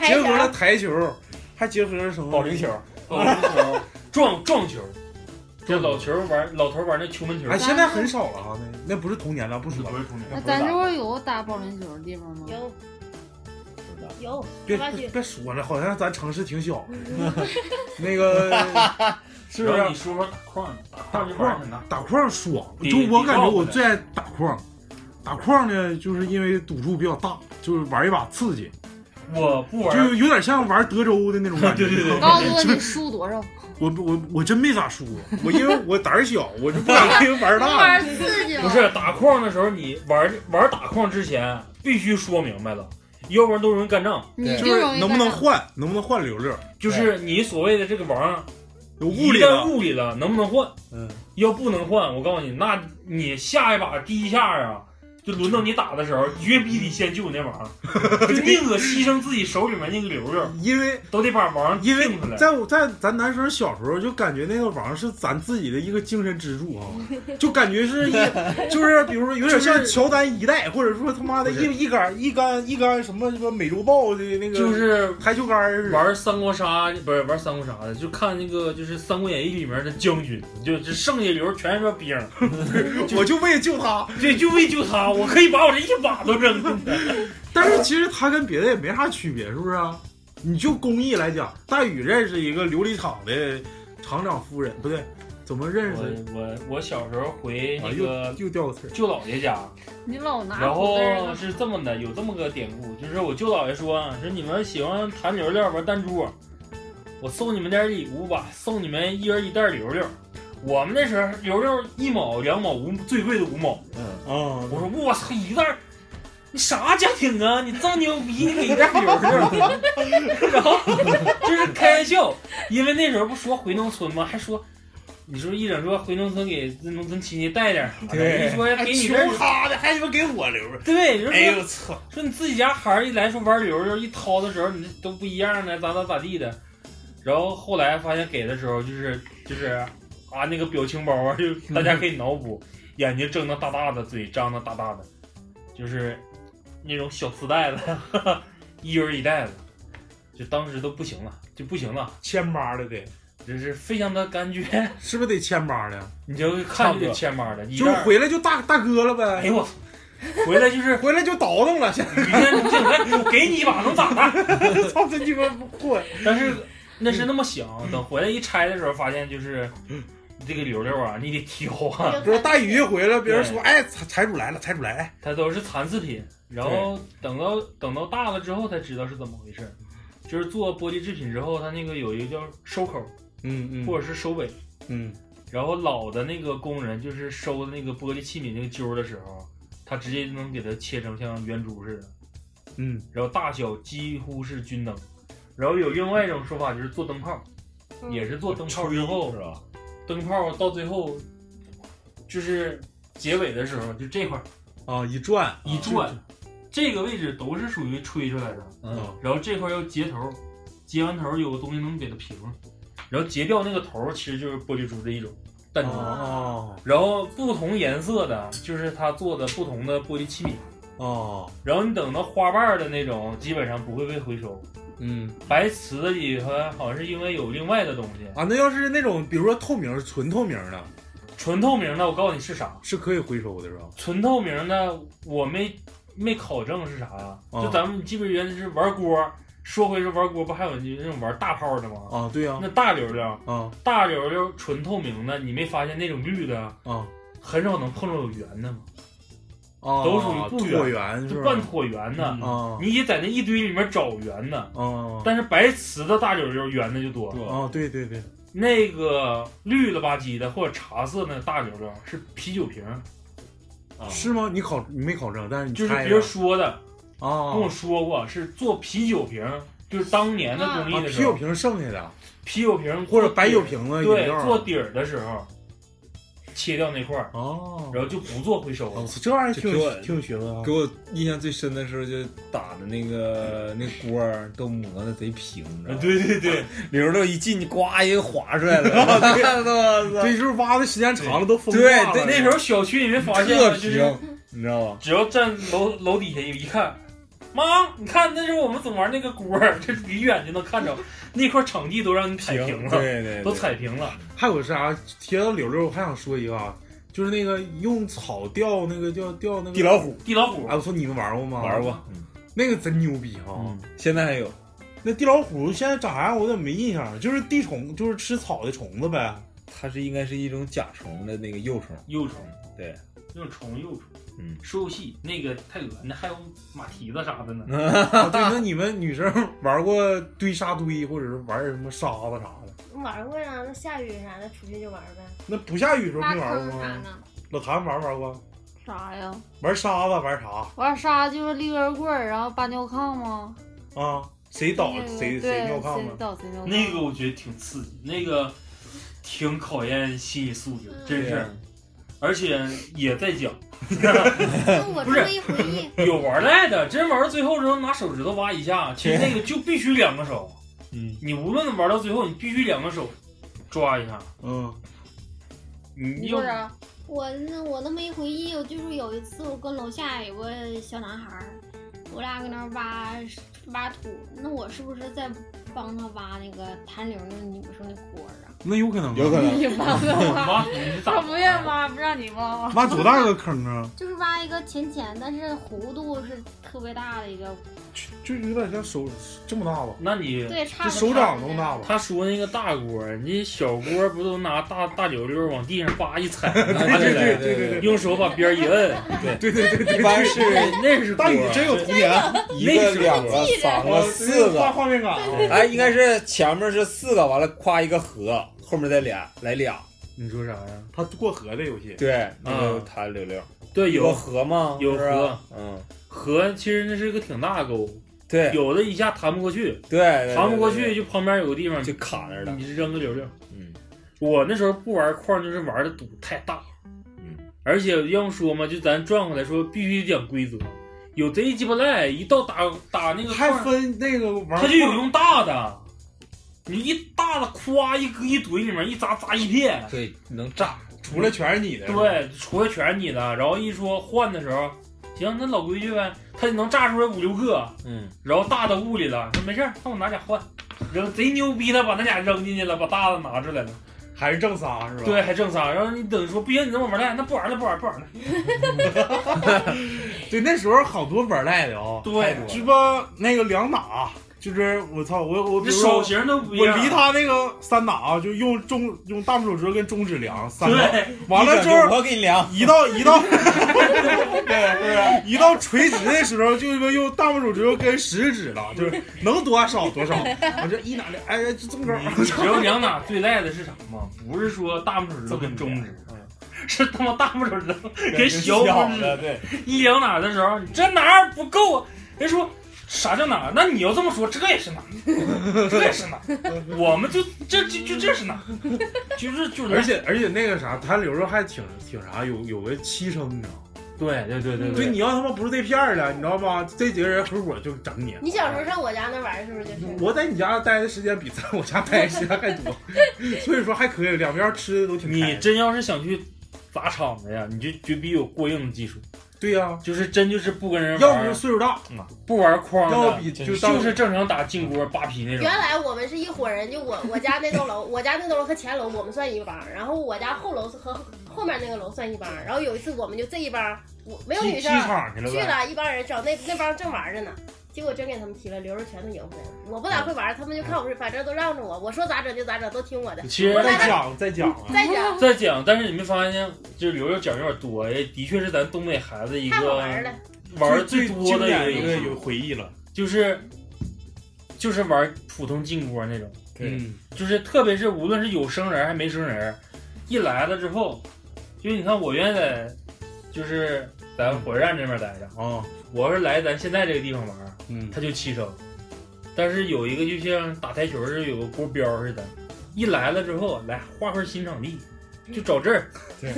Speaker 4: 结合了台球，还结合了什么保啊龄
Speaker 9: 球、
Speaker 1: 保龄球、哦撞撞球，这老球玩老头玩那球门球，
Speaker 4: 哎，现在很少了啊，那那不是童年了，不说了，不
Speaker 1: 是童年
Speaker 3: 那咱这块儿有打保龄球的地方吗？
Speaker 8: 有，有，
Speaker 4: 别
Speaker 8: 八
Speaker 4: 别
Speaker 8: 区
Speaker 4: 别说了，好像咱城市挺小，那个 是不
Speaker 1: 然
Speaker 4: 是
Speaker 1: 后？你说说打框，啊打
Speaker 4: 打
Speaker 1: 框就玩很大
Speaker 4: 矿，打矿爽，
Speaker 1: 底
Speaker 4: 就我感觉
Speaker 1: 底
Speaker 4: 我
Speaker 1: 爆的
Speaker 4: 最爱打矿。打矿呢，就是因为赌注比较大，就是玩一把刺激。
Speaker 1: 我不玩
Speaker 4: 就有点像玩德州的那种感 觉。对对对
Speaker 3: 告诉我你输多少？
Speaker 4: 我我我真没咋输过，我因为我胆儿小，我就不敢跟人 玩大。
Speaker 3: 刺激
Speaker 1: 不是打矿的时候，你玩玩打矿之前必须说明白了，要不然都容易干仗。
Speaker 4: 就是能不能换，能不能换流量？
Speaker 1: 就是你所谓的这个王，
Speaker 4: 物理
Speaker 1: 一旦
Speaker 4: 了
Speaker 1: 物理了，能不能换？
Speaker 9: 嗯，
Speaker 1: 要不能换，我告诉你，那你下一把第一下啊，就轮到你打的时 候，绝逼得先救你那王，就宁可牺牲自己手里面那个溜溜，
Speaker 4: 因为
Speaker 1: 都得把王
Speaker 4: 因为
Speaker 1: 定出来。
Speaker 4: 在我在咱男生小时候就感觉那个网是咱自己的一个精神 支柱啊，就感觉是一就是比如说有点像
Speaker 1: 就是
Speaker 4: 乔丹一代，或者说他妈的
Speaker 1: 不是
Speaker 4: 一一杆一杆一杆什么什么美洲豹的那个，
Speaker 1: 就是
Speaker 4: 台球杆儿
Speaker 1: 玩三国杀，不是玩三国杀的，就看那个就是《三国演义》里面的将军，就这剩下流全是 兵，
Speaker 4: 我就为救他，
Speaker 1: 对，就为救他，我可以把我这一把都扔。
Speaker 4: 但是其实他跟别的也没啥区别，是不是啊？你就工艺来讲，大宇认识一个琉璃厂的厂长夫人，不对，怎么认识的？
Speaker 1: 我我我小时候回
Speaker 4: 啊
Speaker 1: 那
Speaker 4: 又
Speaker 1: 个
Speaker 4: 又掉个词儿
Speaker 1: 舅姥爷家，
Speaker 3: 你老拿
Speaker 1: 然
Speaker 3: 土字儿
Speaker 1: 后
Speaker 3: 干
Speaker 1: 是这么的，有这么个典故，就是我舅姥爷说啊，说你们喜欢弹流溜玩弹珠，啊我送你们点礼物吧，送你们一人一袋流溜。我们那时候流溜一毛两毛五，最贵的五毛。
Speaker 9: 嗯
Speaker 4: 啊，
Speaker 1: 我说我操一袋儿，你啥家庭啊？你这么牛逼，你给一袋儿流溜， 然后就是开玩笑，因为那时候不说回农村吗？还说。你说一整说回农村给农村亲戚带点儿啥的，一说给你
Speaker 4: 哎
Speaker 1: 这
Speaker 4: 求他的，还他妈给我留着。
Speaker 1: 对，人说
Speaker 4: 哎呦我操！
Speaker 1: 说你自己家孩儿一来说玩溜溜，一掏的时候你这都不一样呢，咋咋咋地的。然后后来发现给的时候就是就是啊那个 表情包啊，就大家可以脑补，眼睛睁得大大的，嘴张得大大的，就是那种小磁带子， 一人一袋子，就当时都不行了，就不行了，
Speaker 4: 千八的得，
Speaker 1: 就是非常的感觉，
Speaker 4: 是不是得千八的？
Speaker 1: 你就看着就千八的，一
Speaker 4: 就是
Speaker 1: 袋儿
Speaker 4: 回来就大大哥了呗。哎
Speaker 1: 呦我操！回来就是
Speaker 4: 回来就倒腾了，现 在
Speaker 1: 你看你这来我给你一把能咋的？
Speaker 4: 操，真鸡巴混！
Speaker 1: 但是
Speaker 9: 嗯
Speaker 1: 那是那么想，等回来一拆的时候，发现就是
Speaker 9: 嗯
Speaker 1: 这个溜溜啊，你得挑啊。
Speaker 4: 比如大鱼回来，别人说哎，财财主来了，财主来了，哎
Speaker 1: 它都是残次品。然后等到等到大了之后才知道是怎么回事，
Speaker 9: 嗯
Speaker 1: 就是做玻璃制品之后，它那个有一个叫收口，
Speaker 9: 嗯嗯，
Speaker 1: 或者是收尾，
Speaker 9: 嗯，
Speaker 1: 然后老的那个工人就是收那个玻璃器皿那个揪儿的时候，他直接能给它切成像圆珠似的，
Speaker 9: 嗯，
Speaker 1: 然后大小几乎是均等。然后有另外一种说法就是做灯泡，
Speaker 9: 嗯
Speaker 1: 也是做灯泡之后，
Speaker 9: 是吧？
Speaker 1: 灯泡到最后就是结尾的时候，就这块儿
Speaker 4: 啊，一转
Speaker 1: 一转，这个位置都是属于吹出来的。
Speaker 9: 嗯，
Speaker 1: 然后这块儿要截头，截完头有个东西能给它平，然后截掉那个头儿其实就是玻璃珠的一种弹珠。
Speaker 4: 哦，
Speaker 1: 然后不同颜色的就是它做的不同的玻璃器皿。
Speaker 4: 哦，
Speaker 1: 然后你等到花瓣儿的那种，基本上不会被回收。
Speaker 9: 嗯，
Speaker 1: 白瓷的里头好像是因为有另外的东西，
Speaker 4: 啊，那要是那种比如说透明纯透明的，
Speaker 1: 纯透明的，我告诉你是啥，
Speaker 4: 是可以回收的，是吧？
Speaker 1: 纯透明的我没没考证是啥呀、
Speaker 4: 啊
Speaker 1: 就咱们基本原来是玩锅，说回是玩锅，不还有那种玩大炮的吗？
Speaker 4: 啊，对呀，
Speaker 1: 那大溜溜，
Speaker 4: 啊，
Speaker 1: 大溜溜纯透明的，你没发现那种绿的
Speaker 4: 啊，
Speaker 1: 很少能碰着有圆的吗？
Speaker 4: 啊
Speaker 1: 都属于不
Speaker 4: 椭圆是
Speaker 1: 就
Speaker 4: 吧
Speaker 1: 半椭圆的
Speaker 4: 嗯啊
Speaker 1: 你也在那一堆里面找圆的
Speaker 4: 啊
Speaker 1: 但是白瓷的大柳柳圆的就多，
Speaker 4: 啊，对对对，
Speaker 1: 那个绿了吧唧的或者茶色那大柳柳是啤酒瓶，
Speaker 4: 是吗？你考你没考证，但是你
Speaker 1: 就是
Speaker 4: 猜
Speaker 1: 别人
Speaker 4: 的
Speaker 1: 说的
Speaker 9: 哦
Speaker 4: 啊，
Speaker 1: 跟我说过是做啤酒瓶，就是当年的工艺
Speaker 4: 啊
Speaker 1: 的
Speaker 4: 啤
Speaker 1: 时候，
Speaker 4: 酒瓶剩下的，
Speaker 1: 啤酒瓶
Speaker 4: 或者白酒瓶子饮
Speaker 1: 对
Speaker 4: 料，
Speaker 1: 做底儿的时候切掉那块儿，
Speaker 4: 哦，
Speaker 1: 然后就不做回收了。
Speaker 4: 这玩意儿
Speaker 9: 就
Speaker 4: 挺
Speaker 9: 给
Speaker 4: 有
Speaker 9: 我
Speaker 4: 挺有学问啊
Speaker 9: 给。我印象最深的时候，就打的那个那锅儿都磨的贼平，你知道吗
Speaker 1: 啊对对
Speaker 4: 哦
Speaker 1: 对，
Speaker 9: 里边都一进去，呱一个划出来了，
Speaker 4: 这就是挖的时间长了都风化
Speaker 9: 对
Speaker 4: 了
Speaker 9: 对，
Speaker 1: 那时候小区里面发现
Speaker 9: 特
Speaker 1: 了就
Speaker 9: 平
Speaker 1: 是，
Speaker 9: 你知道吗？
Speaker 1: 只要站楼楼底下一看，妈，你看那时候我们总玩那个锅儿，这离远就能看着，那块场地都让你踩平了，
Speaker 4: 对对对
Speaker 1: 都踩平了。
Speaker 4: 还有啥？提到柳柳，我还想说一个啊，就是那个用草钓那个叫钓那个
Speaker 9: 地老虎
Speaker 1: 地老虎。
Speaker 4: 哎，我说你们玩过吗？
Speaker 9: 玩过，嗯
Speaker 4: 那个真牛逼哈、
Speaker 9: 现在还有。
Speaker 4: 那地老虎现在长啥样？我怎么没印象？就是地虫，就是吃草的虫子 呗。
Speaker 9: 它是应该是一种甲虫的那个幼虫，
Speaker 1: 幼虫，
Speaker 9: 对，
Speaker 1: 那种虫幼虫，
Speaker 9: 嗯，
Speaker 1: 说游戏那个太恶心了，还有马蹄子啥的呢。
Speaker 4: 啊对，那你们女生玩过堆沙堆，或者是玩什么沙子啥的？
Speaker 8: 玩过呀，那下雨啥的出去就玩呗。
Speaker 4: 那不下雨的时候没玩
Speaker 8: 拉
Speaker 4: 过
Speaker 8: 坑啥
Speaker 4: 吗
Speaker 8: 呢？
Speaker 4: 老谭玩不玩过？
Speaker 3: 啥呀？
Speaker 4: 玩沙子玩啥
Speaker 3: 玩沙就是立根棍儿，然后扒尿炕吗？
Speaker 4: 啊？谁倒
Speaker 3: 那个
Speaker 4: 谁
Speaker 3: 嗯对
Speaker 4: 谁尿炕
Speaker 3: 谁
Speaker 4: 呢？
Speaker 3: 倒谁尿炕。
Speaker 1: 那个我觉得挺刺激，那个挺考验心理素质，真
Speaker 9: 对
Speaker 1: 是
Speaker 9: 啊，
Speaker 1: 而且也在 讲。
Speaker 13: 我
Speaker 1: 不
Speaker 13: 这
Speaker 1: 是
Speaker 13: 么一回忆，
Speaker 1: 有玩赖的，真玩到最后之后拿手指头挖一下，其实那个就必须两个手。
Speaker 9: 嗯，
Speaker 1: 你无论玩到最后，你必须两个手抓一下。
Speaker 4: 嗯，
Speaker 1: 你
Speaker 13: 你
Speaker 1: 要
Speaker 13: 说啥？我那我那么一回忆，我就是有一次我跟楼下有个小男孩儿，我俩搁那儿挖挖土，那我是不是在帮他挖那个谭玲那女生的锅儿啊？
Speaker 4: 那有可能，
Speaker 9: 有可能
Speaker 3: 你 挖不挖？
Speaker 1: 他
Speaker 3: 不愿挖，不让你挖吗？
Speaker 4: 挖多大个坑 啊？
Speaker 13: 就是挖一个浅浅，但是弧度是特别大的一个，
Speaker 4: 就有点像手这么大吧？
Speaker 1: 那你
Speaker 13: 对差不多
Speaker 4: 就手掌那么大吧？
Speaker 1: 他说那个大锅，你小锅不都拿大大溜溜往地上叭一 踩，
Speaker 9: 啊对对对对对
Speaker 1: 用手把边儿一摁，
Speaker 9: 对对对对，一般 是
Speaker 1: 那是
Speaker 9: 大宇真有童年，一个两个三
Speaker 4: 哦
Speaker 9: 个四
Speaker 4: 画
Speaker 9: 个，
Speaker 4: 画面感啊。
Speaker 9: 哎，应该是前面是四个，完了夸一个和，后面再俩来俩，
Speaker 1: 你说啥呀？
Speaker 4: 他过河的游戏，
Speaker 9: 对，那个
Speaker 1: 嗯
Speaker 9: 谭柳柳，
Speaker 1: 对，有
Speaker 9: 河吗？
Speaker 1: 有
Speaker 9: 是不是
Speaker 1: 河，
Speaker 9: 嗯，
Speaker 1: 河其实那是一个挺大的沟，
Speaker 9: 对，
Speaker 1: 有的一下弹不过去，
Speaker 9: 对对对
Speaker 1: 弹不过
Speaker 9: 对
Speaker 1: 去就旁边有个地方
Speaker 9: 就卡那儿了
Speaker 1: 你就扔个溜溜。
Speaker 9: 嗯，
Speaker 1: 我那时候不玩矿，就是玩的赌太大，嗯，而且要说嘛，就咱转过来说，必须讲规则，有贼鸡巴赖，一到打打那个
Speaker 4: 还
Speaker 1: 矿
Speaker 4: 分那个玩，
Speaker 1: 他就有用大的，你一大的夸一搁一堆里面一砸砸一片，
Speaker 9: 对，能炸，
Speaker 4: 出来全是你的。
Speaker 1: 对，出来全是你的。然后一说换的时候，行，那老规矩呗，他就能炸出来五六个，
Speaker 9: 嗯，
Speaker 1: 然后大的屋里了，说没事儿，看我拿俩换，扔贼牛逼，他把那俩扔进去了，把大的拿出来了，
Speaker 9: 还是挣仨是吧？
Speaker 1: 对，还挣仨。然后你等说不行，你那么玩赖，那不玩了，不玩了，不玩了。
Speaker 4: 对，那时候好多玩赖的啊、
Speaker 1: 对
Speaker 4: 鸡巴那个两打，就是我操，我我
Speaker 1: 这手型都不一
Speaker 4: 我
Speaker 1: 样
Speaker 4: 离他那个三打啊，就用中用大拇手指跟中指量三打
Speaker 9: 对，
Speaker 4: 完了之
Speaker 9: 一整
Speaker 4: 后
Speaker 9: 就我给你量
Speaker 4: 一到一 到，对， 一到垂直的时候，就他妈用大拇手指头跟食指了，就是能多少多少，我这一打两，哎，这这么高，
Speaker 1: 你知道两打最赖的是啥吗？不是说大拇指头跟中指，是他妈大拇指头跟 小拇指。
Speaker 9: 对，
Speaker 1: 一两哪的时候，你这哪儿不够啊？人说啥叫哪儿？那你要这么说，这也是哪儿， 这也是哪儿。我们就这就就这是哪儿，就是就是。
Speaker 4: 而且而且那个啥，弹流还挺挺啥，有有个七声，你知道吗？
Speaker 1: 对对对对
Speaker 4: 对，你要他妈不是这片儿的，你知道吧？这几个人合伙就整你。
Speaker 8: 你小时候上我家那玩儿是不是就是？
Speaker 4: 我在你家待的时间比在我家待的时间还多， 所以说还可以，两边吃的都挺。
Speaker 1: 你真要是想去砸场子呀，你就绝逼有过硬的技术。
Speaker 4: 对呀、
Speaker 1: 就是真就是不跟人玩，
Speaker 4: 要不就岁数大，
Speaker 1: 不玩框的，
Speaker 4: 要不比就当
Speaker 1: 就是正常打进锅扒皮那种
Speaker 8: 原。来我们是一伙人，就我我家那栋楼，我家那栋楼和前楼我们算一帮儿，然后我家后楼和后面那个楼算一帮儿，然后有一次我们就这一帮儿，我没有
Speaker 4: 踢
Speaker 8: 女生啊
Speaker 4: 踢场去了呗
Speaker 8: 了一帮人找那那帮正玩儿着呢，结果真给他们踢了，留着全都赢回来了。我不咋会玩儿，他们就看我是反正都让着我，我说咋整就咋整，都听我的。
Speaker 1: 其实
Speaker 8: 我在那
Speaker 4: 再讲啊
Speaker 8: 再讲
Speaker 1: 再讲，但是你没发现，就是留着脚有点多，也的确是咱东北孩子一
Speaker 8: 太好
Speaker 1: 个
Speaker 8: 玩儿了。
Speaker 1: 玩儿最多
Speaker 9: 经典
Speaker 1: 的
Speaker 9: 的一个
Speaker 1: 游
Speaker 9: 有
Speaker 1: 戏
Speaker 9: 回忆了。
Speaker 1: 就是就是玩儿普通进锅那种，
Speaker 9: 对嗯，
Speaker 1: 就是特别是无论是有生人还没生人，一来了之后，就是你看我原来在就是在火车站这边待着
Speaker 4: 啊，
Speaker 1: 我要是来咱现在这个地方玩儿，
Speaker 9: 嗯，
Speaker 1: 他就七声，但是有一个就像打台球是有个国标似的，一来了之后来划分新场地。就找这儿，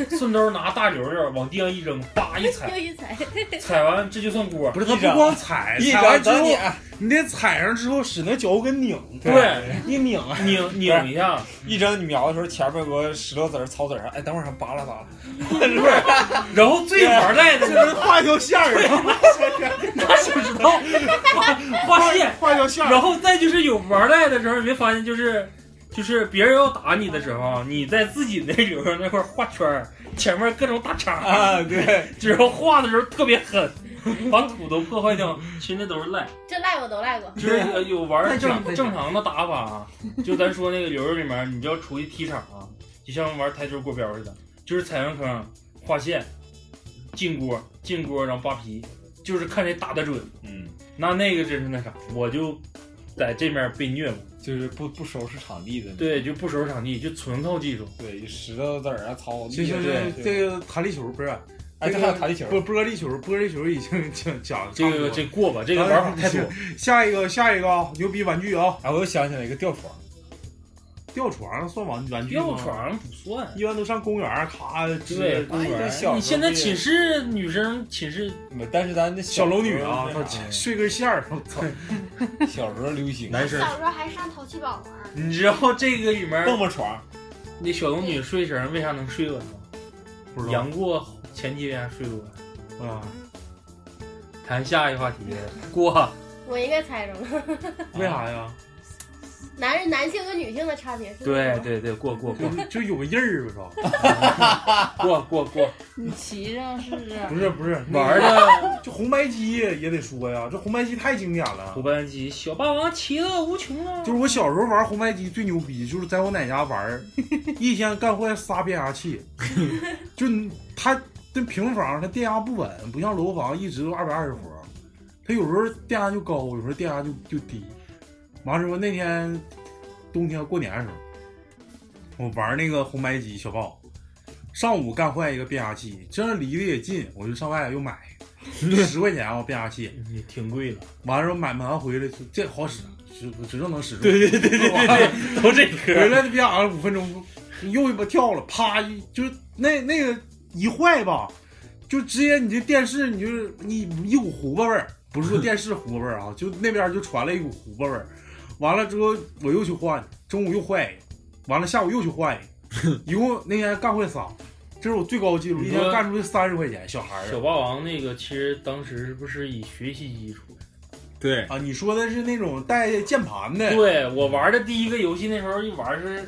Speaker 1: 顺兜拿大溜溜往地上一扔，叭一 踩
Speaker 8: 又，一踩，
Speaker 1: 踩完这就算锅。
Speaker 4: 不是他不光踩，踩完之后你得踩上之后使那脚跟拧，
Speaker 1: 对
Speaker 4: 一拧
Speaker 1: 拧拧一下，
Speaker 9: 一整你瞄的时候，前面有个石头子儿、草子儿，哎，等会儿还扒拉扒拉，
Speaker 1: 然后最玩赖的
Speaker 4: 就是画一条线儿，
Speaker 1: 拿手指头画画线，
Speaker 4: 画条线
Speaker 1: 然后再就是有玩赖的时候，你没发现就是就是别人要打你的时候，你在自己那里边那块儿画圈儿，前面各种打叉
Speaker 9: 啊对，
Speaker 1: 然后画的时候特别狠，把土都破坏掉，其实那都是赖。
Speaker 8: 这赖我都赖过。
Speaker 1: 就是呃有玩儿
Speaker 8: 那
Speaker 1: 正
Speaker 8: 就是
Speaker 1: 正常的打法啊，就咱说那个游戏里面，你就要出去踢场啊，就像玩台球过标似的，就是踩完坑划线，进锅进锅，然后扒皮，就是看谁打得准。
Speaker 9: 嗯，
Speaker 1: 那那个真是那啥，我就在这面被虐过，
Speaker 9: 就是不不收拾场地的。
Speaker 1: 对，就不收拾场地，就纯靠技术。
Speaker 9: 对，石头子儿啊，草
Speaker 4: 行行行，这个弹力球不是。
Speaker 9: 哎
Speaker 4: 这个
Speaker 9: 这还有弹力球
Speaker 4: 不玻璃球，玻璃球已经讲讲
Speaker 9: 这个这过吧这个玩法太多。
Speaker 4: 下一个，下一个啊，牛逼玩具啊！
Speaker 9: 哎，我又想起来一个吊床，
Speaker 4: 吊床算玩玩具吗？
Speaker 1: 吊床不算，
Speaker 4: 一般都上公园儿，咔，直接
Speaker 1: 对，公园
Speaker 4: 哎小时候
Speaker 1: 儿。你现在寝
Speaker 4: 这
Speaker 1: 室女生寝室，
Speaker 9: 但是咱那
Speaker 4: 小楼女啊，
Speaker 9: 小
Speaker 4: 她睡根线儿，我操！
Speaker 9: 小时候流行
Speaker 1: 男生
Speaker 2: 小时候还上淘气堡玩儿，
Speaker 1: 你知道这个里面
Speaker 9: 蹦蹦床，
Speaker 1: 那小龙女睡绳为啥能睡稳吗？
Speaker 4: 不知道
Speaker 1: 杨过前期为啥睡不
Speaker 4: 稳？啊，
Speaker 1: 谈下一 话题，过
Speaker 8: 我应该猜中了。
Speaker 4: 为啥呀？
Speaker 8: 男人男性和女性的差别是？
Speaker 1: 对对对，过过过，
Speaker 4: 就有个印儿，我操！
Speaker 1: 过过 过，
Speaker 3: 你骑上试试。
Speaker 4: 不是不是，
Speaker 1: 玩儿
Speaker 4: 的就红白机也得说呀，这红白机太经典了。
Speaker 1: 红白机小霸王其乐无穷啊！
Speaker 4: 就是我小时候玩红白机最牛逼，就是在我奶家玩儿，一天干坏仨变压器，就它那平房它电压不稳，不像楼房一直都二百二十伏，它有时候电压就高，有时候电压就就低。完之后那天冬天过年的时候，我玩那个红白机小豹，上午干坏一个变压器，这样离得也近，我就上外又买十块钱啊变压器，
Speaker 1: 也挺贵了。
Speaker 4: 完了买买完回来就这好使，指指定能使住。
Speaker 1: 对对对对对对都这嗑
Speaker 4: 回来就别俺五分钟，又一把跳了，啪一就是那那个一坏吧，就直接你这电视你就是你一股胡巴味儿，不是说电视胡巴味 儿啊，就那边就传来一股胡巴味儿。完了之后我又去换，中午又坏一个，完了下午又去换一个，一共那天干坏仨，这是我最高记录，一天干出去三十块钱，小孩儿
Speaker 1: 小霸王那个其实当时是不是以学习基 础？
Speaker 4: 对啊，你说的是那种带键盘的，
Speaker 1: 对我玩的第一个游戏那时候一玩是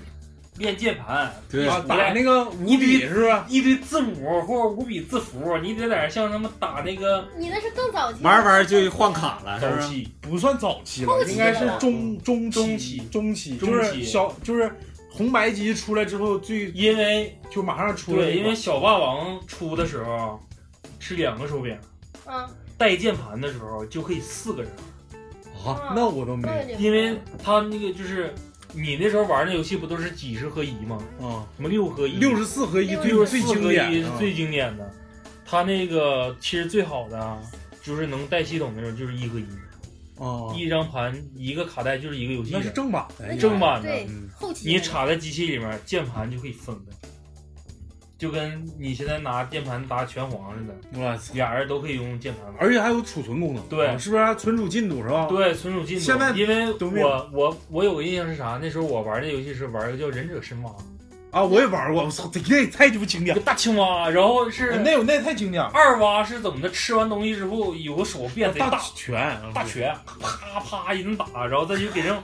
Speaker 1: 练键盘，
Speaker 4: 对
Speaker 1: 一出
Speaker 4: 啊
Speaker 1: 来
Speaker 4: 打那个五
Speaker 1: 一堆
Speaker 4: 笔是吧？
Speaker 1: 一堆字母或者五笔字符，你得在那像他们打那个
Speaker 8: 你那是更早期，
Speaker 9: 就换卡了
Speaker 1: 早
Speaker 4: 是
Speaker 1: 期
Speaker 4: 不算早期
Speaker 8: 后
Speaker 4: 了，
Speaker 8: 期
Speaker 4: 应该是
Speaker 8: 了
Speaker 4: 中中中期中期，
Speaker 1: 中
Speaker 4: 就
Speaker 1: 期
Speaker 4: 是小就是红白机出来之后最
Speaker 1: 因为
Speaker 4: 就马上出来那
Speaker 1: 对，
Speaker 4: 款，
Speaker 1: 因为小霸王出的时候是两个手柄，
Speaker 8: 嗯，
Speaker 1: 带键盘的时候就可以四个人玩，
Speaker 4: 啊，那我都没有
Speaker 1: 因为他那个就是。你那时候玩的游戏不都是几十合一吗？
Speaker 4: 啊，
Speaker 1: 什么六合一、
Speaker 4: 64合一最
Speaker 1: 六
Speaker 4: 最经典
Speaker 1: 合一是
Speaker 4: 啊
Speaker 1: 最经典的。他那个其实最好的啊，就是能带系统那种，就是一合一。
Speaker 4: 啊，
Speaker 1: 一张盘一个卡带就是一个游戏，
Speaker 4: 那是正版哎的，
Speaker 1: 正版的。
Speaker 4: 对
Speaker 1: 嗯
Speaker 4: 后期的
Speaker 1: 你插在机器里面，键盘就可以分的，就跟你现在拿键盘打拳皇似的。
Speaker 4: 我操，
Speaker 1: 俩人都可以用键盘玩。
Speaker 4: 而且还有储存功能，
Speaker 1: 对
Speaker 4: 啊是不是还存储进度是吧？
Speaker 1: 对，存储进度。
Speaker 4: 现在
Speaker 1: 因为
Speaker 4: 都没有
Speaker 1: 我我我有个印象是啥？那时候我玩的游戏是玩一个叫《忍者神蛙》，
Speaker 4: 啊，我也玩过，我操，那也太鸡巴经典，
Speaker 1: 大青蛙，然后是
Speaker 4: 那有那也太经典了，
Speaker 1: 二蛙是怎么的？吃完东西之后有个手变贼
Speaker 4: 大
Speaker 1: 大，
Speaker 4: 拳
Speaker 1: 大拳，啪啪一顿打，然后再去给人，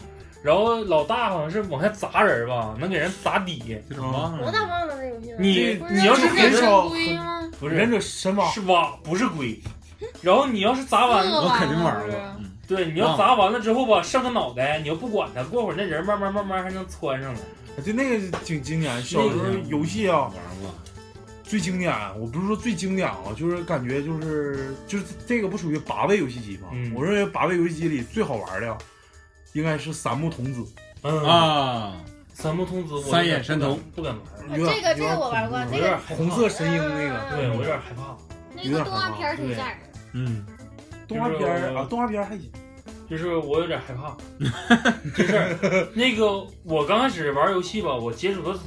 Speaker 1: 然后老大好像是往下砸人吧，能给人砸底。
Speaker 4: 啊
Speaker 8: 我咋忘了那游戏了？
Speaker 1: 你你要是
Speaker 8: 忍
Speaker 1: 很
Speaker 8: 者
Speaker 1: 少
Speaker 8: 龟
Speaker 2: 啊
Speaker 8: 吗？
Speaker 1: 不是
Speaker 4: 忍者神蛙
Speaker 1: 是蛙，不是龟。然后你要是砸完，
Speaker 8: 我肯定玩过。
Speaker 1: 对，你要砸完了之后吧，剩个脑袋，你要不管它，过会儿那人慢慢慢慢还能窜上来。
Speaker 4: 哎就那个挺经典，小时候游戏啊玩过。最经典，我不是说最经典啊，就是感觉就是就是这个不属于八位游戏机嘛。我认为八位游戏机里最好玩的，应该是三木童子。
Speaker 8: 哦
Speaker 1: 嗯
Speaker 9: 啊，
Speaker 1: 三木童子我
Speaker 9: 三眼神童
Speaker 1: 不敢玩。
Speaker 4: 有点
Speaker 8: 这个这个我玩过，
Speaker 4: 有
Speaker 8: 这
Speaker 4: 点
Speaker 8: 个
Speaker 4: 红色神鹰那个，
Speaker 1: 对我有点害怕。
Speaker 4: 有点害怕。
Speaker 8: 片儿挺吓人。
Speaker 9: 嗯，
Speaker 4: 动画片儿啊，动画片儿还行。
Speaker 1: 就是我有点害怕，就是那个我刚开始玩游戏吧，我接触的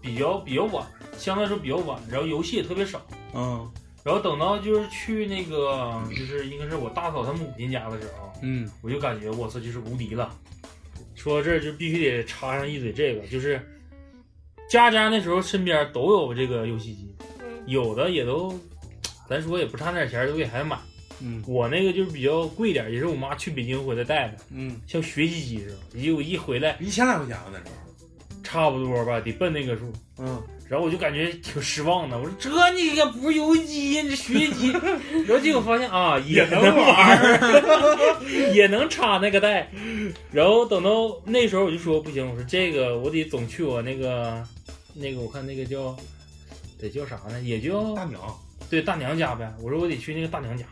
Speaker 1: 比较比较晚，相对来说比较晚，然后游戏也特别少。
Speaker 4: 嗯
Speaker 1: 然后等到就是去那个，就是应该是我大嫂她母亲家的时候，
Speaker 4: 嗯，
Speaker 1: 我就感觉我操，就是无敌了。说到这儿就必须得插上一嘴，这个就是家家那时候身边都有这个游戏机，有的也都，咱说也不差那点钱儿，都给孩子买。
Speaker 4: 嗯，
Speaker 1: 我那个就是比较贵一点，也是我妈去北京回来带的，
Speaker 4: 嗯，
Speaker 1: 像学习机似的。结果一回来
Speaker 4: 一千来块钱吧那时
Speaker 1: 候，差不多吧，得奔那个数。
Speaker 4: 嗯，
Speaker 1: 然后我就感觉挺失望的，我说这你个不是游戏机，你这学习机。然后结果发现啊，也能玩儿， 也能插那个带。然后等到那时候我就说不行，我说这个我得总去我那个那个我看那个叫得叫啥呢？也叫
Speaker 4: 大娘，
Speaker 1: 对大娘家呗。我说我得去那个大娘家，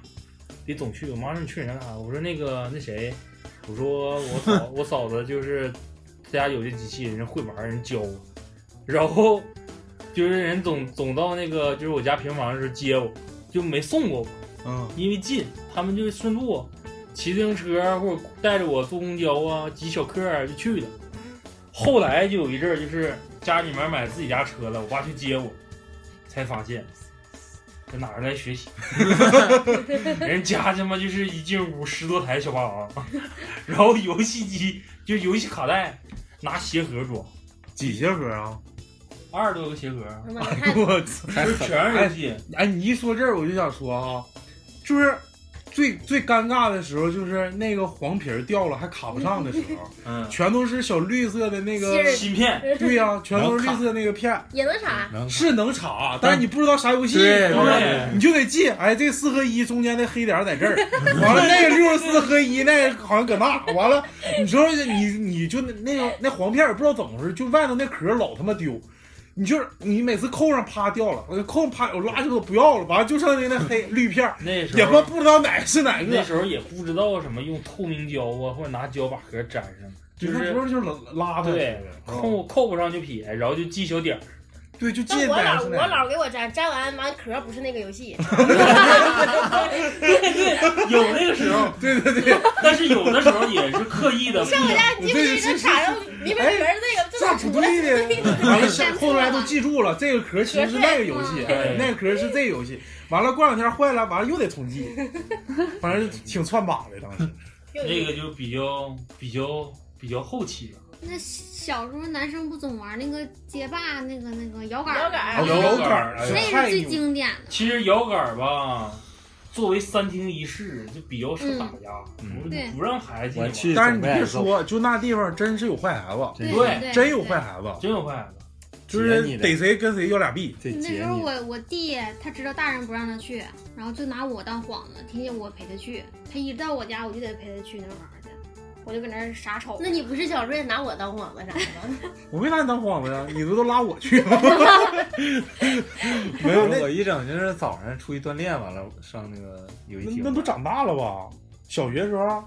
Speaker 1: 得总去。我妈说你去人家干啥？我说那个那谁，我说我嫂我嫂子就是她家有这机器，人家会玩儿，人教我。然后就是人总总到那个就是我家平房的时候接我，就没送过我。
Speaker 4: 嗯，
Speaker 1: 因为近，他们就是顺路，啊骑自行车啊或者带着我坐公交啊，挤小客啊就去了。后来就有一阵儿，就是家里面买自己家车了，我爸去接我，才发现这哪儿来学习？ 人家他妈就是一进屋十多台小霸王， 然后游戏机就游戏卡带，拿鞋盒装，
Speaker 4: 几鞋盒啊？
Speaker 1: 二十多个鞋盒，
Speaker 4: 我操，
Speaker 1: 就是全是游戏。
Speaker 4: 哎，你一说这儿，我就想说啊，就是最最尴尬的时候，就是那个黄皮儿掉了还卡不上的时 候，
Speaker 1: 嗯，
Speaker 4: 全都是小绿色的那
Speaker 8: 芯
Speaker 4: 个
Speaker 8: 儿芯片
Speaker 4: 对呀、全都是绿色那个片。
Speaker 8: 也能啥？
Speaker 4: 是能查，但是你不知道啥游戏，
Speaker 9: 对
Speaker 4: 是不是
Speaker 9: 对
Speaker 4: 你就得记，哎，这四合一中间的黑点儿在这儿，完了那个六十四合一，那个好像搁那，完了，你说你你就那那个那黄片儿也不知道怎么回事，就外头那壳儿老他妈丢，你就是你每次扣上啪掉了，我扣上啪我拉就都不要了，完了就剩下那黑绿片儿，
Speaker 1: 那时候
Speaker 4: 也他妈不知道哪个是哪个，
Speaker 1: 那时候也不知道什么用透明胶啊，或者拿胶把盒粘上，就
Speaker 4: 那
Speaker 1: 是
Speaker 4: 不是就是拉它
Speaker 1: 对，扣扣不上就撇，然后就系小底儿。
Speaker 4: 对，就
Speaker 8: 但我姥我姥给我粘，粘完完壳不是那个游戏，
Speaker 1: 有那个时候，
Speaker 4: 对对对，
Speaker 1: 但是有的时候也是刻 意的。
Speaker 8: 上我家鸡巴鸡的卡上里面
Speaker 4: 哎
Speaker 8: 壳儿那个，
Speaker 4: 这不对的，完了后来都记住了，这个壳其实是那个游戏，
Speaker 8: 对
Speaker 4: 哎那个壳是这个游戏。完了过两天坏了，完了又得重记， 反正挺窜把的当时。
Speaker 1: 那个就比较比较比较后期了，
Speaker 2: 那小时候男生不总玩那个街霸那个那个摇杆儿
Speaker 3: 摇杆
Speaker 2: 吗
Speaker 3: 儿
Speaker 1: 摇杆儿哎呀
Speaker 2: 那是最经典的。
Speaker 1: 其实摇杆儿吧，作为三厅一室，就比较少
Speaker 8: 嗯
Speaker 1: 打架，不
Speaker 2: 对
Speaker 1: 不让孩子进
Speaker 9: 我去
Speaker 1: 玩
Speaker 4: 哎但是你别说，就那地方真是有坏孩子，
Speaker 1: 对对对
Speaker 4: 真有坏孩子，
Speaker 1: 真有坏孩子，
Speaker 4: 就是逮谁跟谁要俩币。
Speaker 2: 那时候我我弟他知道大人不让他去，然后就拿我当幌子，提醒我陪他去。他一到我家，我就得陪他去那玩儿去，我就搁那儿傻瞅。
Speaker 3: 那你不是小时候也拿我当幌子啥的吗？
Speaker 4: 我没拿你当幌子呀，你这都拉我去了。
Speaker 9: 没有，我一整就是早上出去锻炼，完了上那个游戏厅。
Speaker 4: 那都长大了吧？小学时候，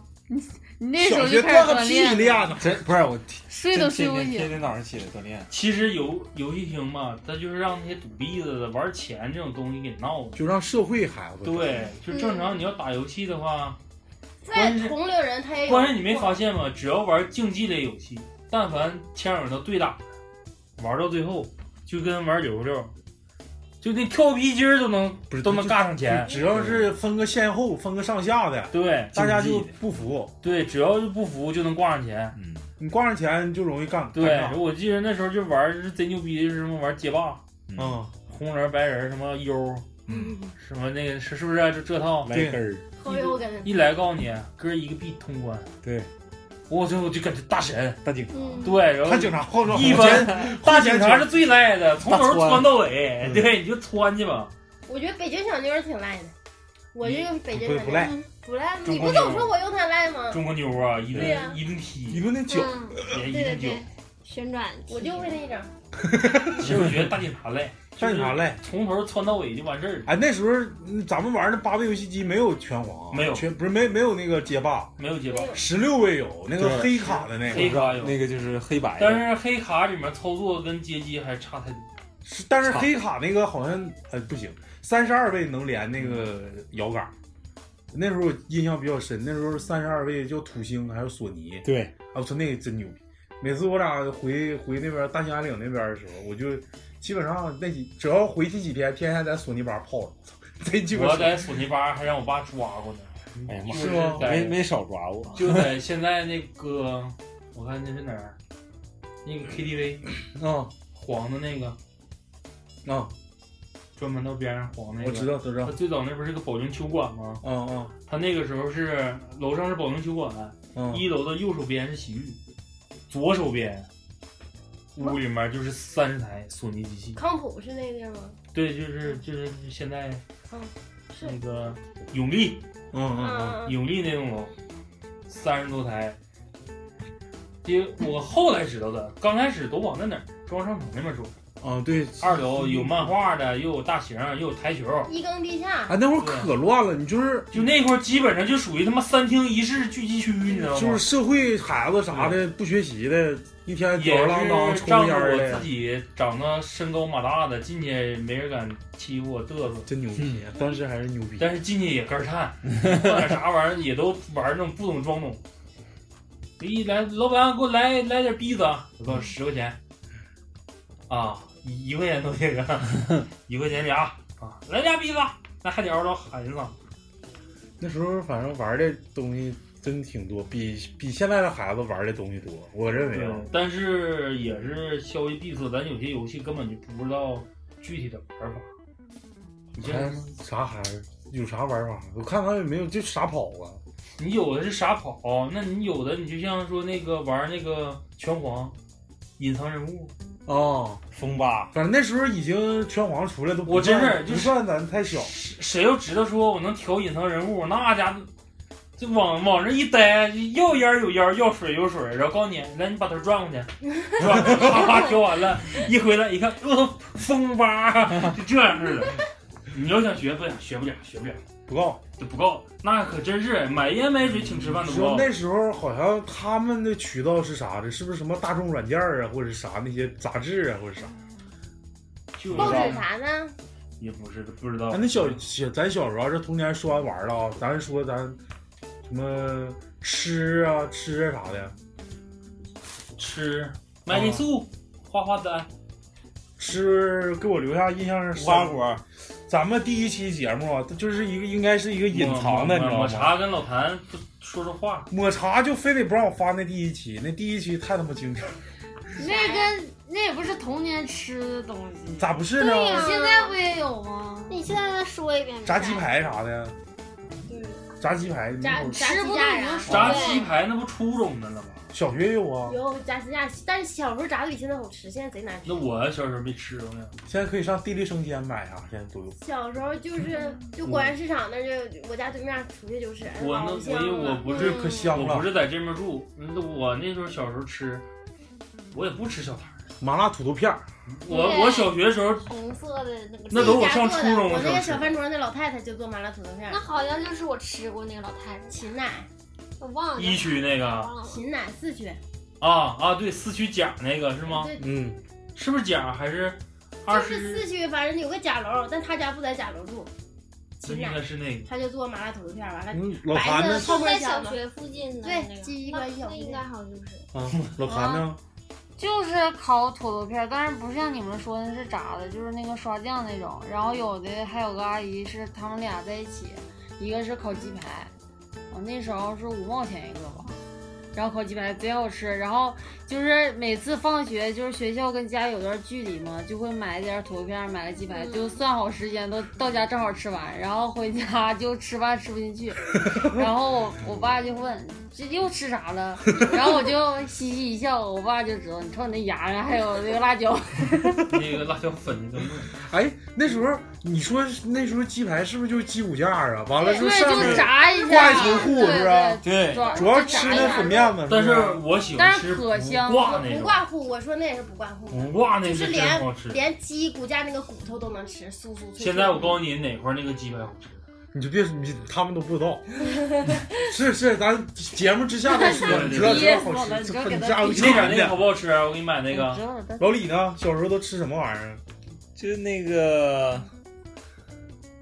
Speaker 14: 你
Speaker 9: 那
Speaker 14: 时候就开始锻炼了，
Speaker 4: 呢？
Speaker 9: 真不是我
Speaker 14: 睡都睡不
Speaker 9: 天天天
Speaker 14: 醒。
Speaker 9: 天早上起来锻炼。
Speaker 1: 其实游游戏厅嘛，它就是让那些赌币子的、玩钱这种东西给闹的。
Speaker 4: 就让社会孩子
Speaker 1: 对，就正常你要打游戏的话，
Speaker 3: 嗯在同龄人他也有。
Speaker 1: 关键你没发现吗？只要玩竞技类游戏，但凡牵扯到对打，玩到最后就跟玩溜溜，就那跳皮筋儿都能
Speaker 4: 不是
Speaker 1: 都能尬上钱。
Speaker 4: 只要是分个先后、分个上下的，
Speaker 1: 对，
Speaker 4: 大家就不服。
Speaker 1: 对，只要是不服就能挂上钱。
Speaker 9: 嗯，
Speaker 4: 你挂上钱就容易干。
Speaker 1: 对
Speaker 4: 干，仗
Speaker 1: 我记得那时候就玩儿是贼牛逼的，就是什么玩街霸，
Speaker 4: 嗯，
Speaker 1: 红人儿白人儿什么优，
Speaker 9: 嗯，
Speaker 1: 什么那个是是不是啊、就这套
Speaker 9: 来根儿，
Speaker 3: 后面我感
Speaker 1: 一
Speaker 3: 觉
Speaker 1: 来告诉你哥一个币通关，
Speaker 9: 对，
Speaker 1: 我就我就感觉大神
Speaker 9: 大警察，
Speaker 8: 嗯
Speaker 1: 对，然后
Speaker 9: 大警察后头
Speaker 1: 一
Speaker 9: 往前
Speaker 1: 般大警察是最赖的，从头
Speaker 9: 大
Speaker 1: 窜
Speaker 9: 窜
Speaker 1: 到尾，对，你就窜去吧。
Speaker 3: 我觉得北京小妞儿挺赖的，我就用北京小妞儿
Speaker 1: 不不赖，
Speaker 3: 不赖。
Speaker 1: 中
Speaker 3: 你
Speaker 1: 国
Speaker 3: 不
Speaker 1: 妞儿
Speaker 3: 总说我用它赖吗？
Speaker 1: 中国妞啊，一顿
Speaker 3: 对呀
Speaker 1: 一顿踢，
Speaker 4: 一顿那脚
Speaker 2: 嗯，
Speaker 1: 也一
Speaker 2: 对对
Speaker 1: 顿脚。
Speaker 2: 对，旋转踢。
Speaker 3: 我就为那一张，
Speaker 1: 其实我觉得大警察赖，
Speaker 4: 大警察赖，
Speaker 1: 从头窜到尾就完事儿了。
Speaker 4: 哎，那时候嗯咱们玩的八位游戏机没有拳皇，啊
Speaker 1: 没有
Speaker 4: 全不是没没有那个街霸，
Speaker 1: 没有街霸，
Speaker 4: 十六位有那个
Speaker 9: 对
Speaker 4: 黑卡的那个，
Speaker 1: 黑卡有
Speaker 9: 那个就是黑白的，
Speaker 1: 但是黑卡里面操作跟街机还差太多。
Speaker 4: 是但是黑卡那个好像呃不行，三十二位能连那个摇杆儿。那时候我印象比较深，那时候三十二位叫土星还有索尼。
Speaker 9: 对，
Speaker 4: 啊，我操，那个真牛逼！每次我俩回回那边大兴安岭那边的时候，我就基本上那几只要回去几天，天天在索尼吧泡着， 操，贼鸡巴
Speaker 1: 我
Speaker 4: 爽。
Speaker 1: 在索尼吧还让我爸抓过呢。
Speaker 9: 哎呀妈，
Speaker 1: 是吗
Speaker 9: 没没少抓我，
Speaker 1: 就在现在那个，我看那是哪儿，那个 KTV，
Speaker 4: 啊，
Speaker 1: 黄的那个，
Speaker 4: 啊，
Speaker 1: 专门到边上黄那个，
Speaker 4: 我知道知道
Speaker 1: 他最早那不是个保龄球馆吗？
Speaker 4: 嗯嗯，
Speaker 1: 他那个时候是楼上是保龄球馆，
Speaker 4: 嗯
Speaker 1: 一楼的右手边是洗浴，左手边屋里面就是三十台索尼机器，
Speaker 3: 康普是那个地儿吗？
Speaker 1: 对，就是就是现在
Speaker 3: 嗯，是
Speaker 1: 那个永利，
Speaker 4: 嗯
Speaker 3: 嗯嗯
Speaker 1: 永利那栋楼，三十多台。因为我后来知道的，刚开始都往那哪儿中央商场那边住。
Speaker 4: 啊，对，
Speaker 1: 二楼有漫画的，又有大型，又有台球。
Speaker 3: 一更地下。
Speaker 4: 啊，那会儿可乱了，你就是
Speaker 1: 就那块儿基本上就属于他妈三厅一室聚集区，你知道吗？嗯
Speaker 4: 就是社会孩子啥的，不学习的，一天吊
Speaker 1: 也
Speaker 4: 儿郎当
Speaker 1: 是
Speaker 4: 抽
Speaker 1: 仗
Speaker 4: 烟
Speaker 1: 着
Speaker 4: 儿
Speaker 1: 我
Speaker 4: 的
Speaker 1: 自，己长得身高马大的，进去没人敢欺负我嘚瑟，
Speaker 4: 真牛逼！啊当时还是牛
Speaker 1: 嗯
Speaker 4: 逼。
Speaker 1: 但是进去也肝儿 颤，干点啥玩意儿也都玩儿那种不懂装懂。一来，老板给我来来点币子，啊我说十块钱，啊，一一块钱都这个， 一块钱俩啊，来俩币子，那还得嗷嗷喊一嗓。
Speaker 4: 那时候反正玩的东西真挺多，比比现在的孩子玩的东西多，我认为
Speaker 1: 对
Speaker 4: 啊。，
Speaker 1: 但是也是稍微闭塞，咱有些游戏根本就不知道具体的玩法。你
Speaker 4: 还
Speaker 1: 像
Speaker 4: 啥孩儿有啥玩法？我看他也没有，就傻跑啊。
Speaker 1: 你有的是傻跑，那你有的你就像说那个玩那个拳皇，隐藏人物，
Speaker 4: 哦，
Speaker 9: 风吧，
Speaker 4: 反正那时候已经拳皇出来都不
Speaker 1: 我真
Speaker 4: 算
Speaker 1: 是就
Speaker 4: 不
Speaker 1: 是
Speaker 4: 算咱太小，
Speaker 1: 谁要知道说我能调隐藏人物，那家伙就往往这一待，要烟儿有烟儿，要水有水儿，然后告诉你，来你把头转过 去，是吧？啪啪调完了，一回来一看，我、操，风吧，就这样似的。你要想学，不想学不了，学不了。
Speaker 4: 不告。
Speaker 1: 就不够，那可真是买烟买水请吃饭都不
Speaker 4: 说
Speaker 1: 够。
Speaker 4: 那时候好像他们的渠道是啥的？是不是什么大众软件儿啊，或者是啥那些杂志啊，或者啥？
Speaker 1: 就
Speaker 3: 报纸
Speaker 1: 是
Speaker 3: 啥呢？
Speaker 1: 也不是不知道
Speaker 4: 哎，。那小小咱小时候啊这童年说完玩儿了啊，咱说咱什么吃啊吃啊啥的，
Speaker 1: 吃
Speaker 4: 啊
Speaker 1: 麦丽素、花花丹，
Speaker 4: 吃给我留下印象是
Speaker 9: 花果，
Speaker 4: 咱们第一期节目啊，它就是一个应该是一个隐藏的，你
Speaker 1: 抹抹
Speaker 4: 知道吗？
Speaker 1: 茶跟老谭不说说话。
Speaker 4: 抹茶就非得不让我发那第一期，那第一期太他妈精彩了，
Speaker 15: 那跟那也不是童年吃的东西，
Speaker 4: 咋不是呢？
Speaker 15: 对呀现在不也有吗？
Speaker 2: 你现在再说一遍
Speaker 4: 炸鸡排啥的，炸鸡排，那会儿
Speaker 8: 吃不
Speaker 15: 炸
Speaker 8: 呀
Speaker 1: 炸鸡排那不初中的了吗？
Speaker 4: 小学也有啊。
Speaker 8: 有炸鸡架，但是小时候炸的比现在好吃，现在贼难吃。
Speaker 1: 那我小时候没吃过呢。
Speaker 4: 现在可以上地利生鲜买啊，现在都有。
Speaker 8: 小时候就是就果然市场那儿就我家对面出去就是，哎
Speaker 1: 我那
Speaker 8: 老
Speaker 1: 我
Speaker 8: 香
Speaker 1: 因为我
Speaker 8: 了
Speaker 1: 不是
Speaker 8: 嗯
Speaker 4: 可香了
Speaker 1: 我不是在这面住，那我那时候小时候吃，我也不吃小摊儿。
Speaker 4: 麻辣土豆片儿，
Speaker 1: 我我小学时候
Speaker 2: 红色的那个。
Speaker 1: 那都是我上初中
Speaker 8: 我
Speaker 1: 的时
Speaker 8: 那
Speaker 1: 候
Speaker 8: 个
Speaker 1: 吃
Speaker 8: 小饭桌那老太太就做麻辣土豆片儿
Speaker 2: 那，好像就是我吃过那个老太太
Speaker 8: 秦奶，
Speaker 2: 我忘了
Speaker 1: 一区那个
Speaker 8: 秦奶四区，
Speaker 1: 啊啊，对，四区甲那个是吗
Speaker 8: 对？
Speaker 4: 嗯，
Speaker 1: 是不是甲还是
Speaker 8: 就
Speaker 1: 二
Speaker 8: 是
Speaker 1: 十？
Speaker 8: 四区，反正有个甲楼，但他家不在甲楼住，
Speaker 1: 那
Speaker 8: 秦
Speaker 1: 应
Speaker 8: 奶
Speaker 1: 该是那个。
Speaker 8: 他就做麻辣土豆片儿，完
Speaker 4: 嗯
Speaker 8: 了，
Speaker 4: 老
Speaker 8: 白
Speaker 4: 韩
Speaker 8: 的
Speaker 4: 呢？
Speaker 8: 后
Speaker 2: 在
Speaker 8: 面
Speaker 2: 小
Speaker 8: 嘛
Speaker 2: 学附近的
Speaker 8: 对
Speaker 2: 那个
Speaker 8: 记忆
Speaker 2: 那
Speaker 8: 关系
Speaker 2: 那
Speaker 8: 好
Speaker 2: 应该好像就是
Speaker 4: 啊，老韩呢？
Speaker 3: 就是烤土豆片儿，但是不是像你们说的是炸的，就是那个刷酱那种。然后有的还有个阿姨是他们俩在一起，一个是烤鸡排，我那时候是五毛钱一个吧。然后烤鸡排贼好吃，然后就是每次放学，就是学校跟家有段距离嘛，就会买点土豆片儿，买个鸡排，就算好时间都到家正好吃完，然后回家就吃饭吃不进去， 然后我我爸就问这又吃啥了， 然后我就嘻嘻一笑，我爸就知道你瞅你那牙啊，还有那个辣 椒，
Speaker 1: 那个辣椒粉的
Speaker 4: 哎，那时候你说那时候鸡排是不是就是鸡骨架儿啊？完了之后
Speaker 3: 对
Speaker 4: 上
Speaker 3: 就
Speaker 4: 面
Speaker 3: 炸一下
Speaker 4: 挂一层糊，是不是？
Speaker 3: 对对对
Speaker 4: 主要吃那粉面子。
Speaker 1: 但
Speaker 4: 是
Speaker 1: 是
Speaker 4: 不
Speaker 1: 我喜欢吃不挂那
Speaker 8: 不
Speaker 1: 种，
Speaker 8: 挂糊，我说那也是不挂糊，
Speaker 1: 不挂那
Speaker 8: 就
Speaker 1: 个
Speaker 8: 是
Speaker 1: 真
Speaker 8: 连
Speaker 1: 好吃。
Speaker 8: 连鸡骨架那个骨头都能吃，酥酥脆脆。
Speaker 1: 现在我告诉你哪块那个鸡排好吃，
Speaker 4: 你就别你他们都不知道， 是是，咱节目之下再说，你知道知道好吃，这你下回
Speaker 1: 那那个好不好吃啊？我给你买那个。
Speaker 4: 哎老李呢？小时候都吃什么玩意儿？
Speaker 9: 就那个，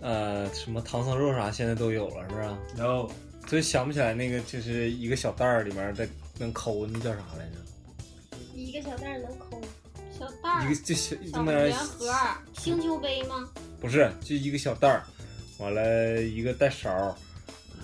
Speaker 9: 呃，什么唐僧肉啥，现在都有了，是不
Speaker 3: 嗯
Speaker 9: 是？
Speaker 1: 有，
Speaker 9: 所以想不起来那个，就是一个小袋儿里面再能抠，那叫啥来着？
Speaker 8: 一个小袋儿能抠，
Speaker 2: 小袋儿
Speaker 9: 一个就小
Speaker 2: 小
Speaker 9: 那么
Speaker 2: 圆盒儿星球杯吗？
Speaker 9: 不是，就一个小袋儿，完了一个带勺儿。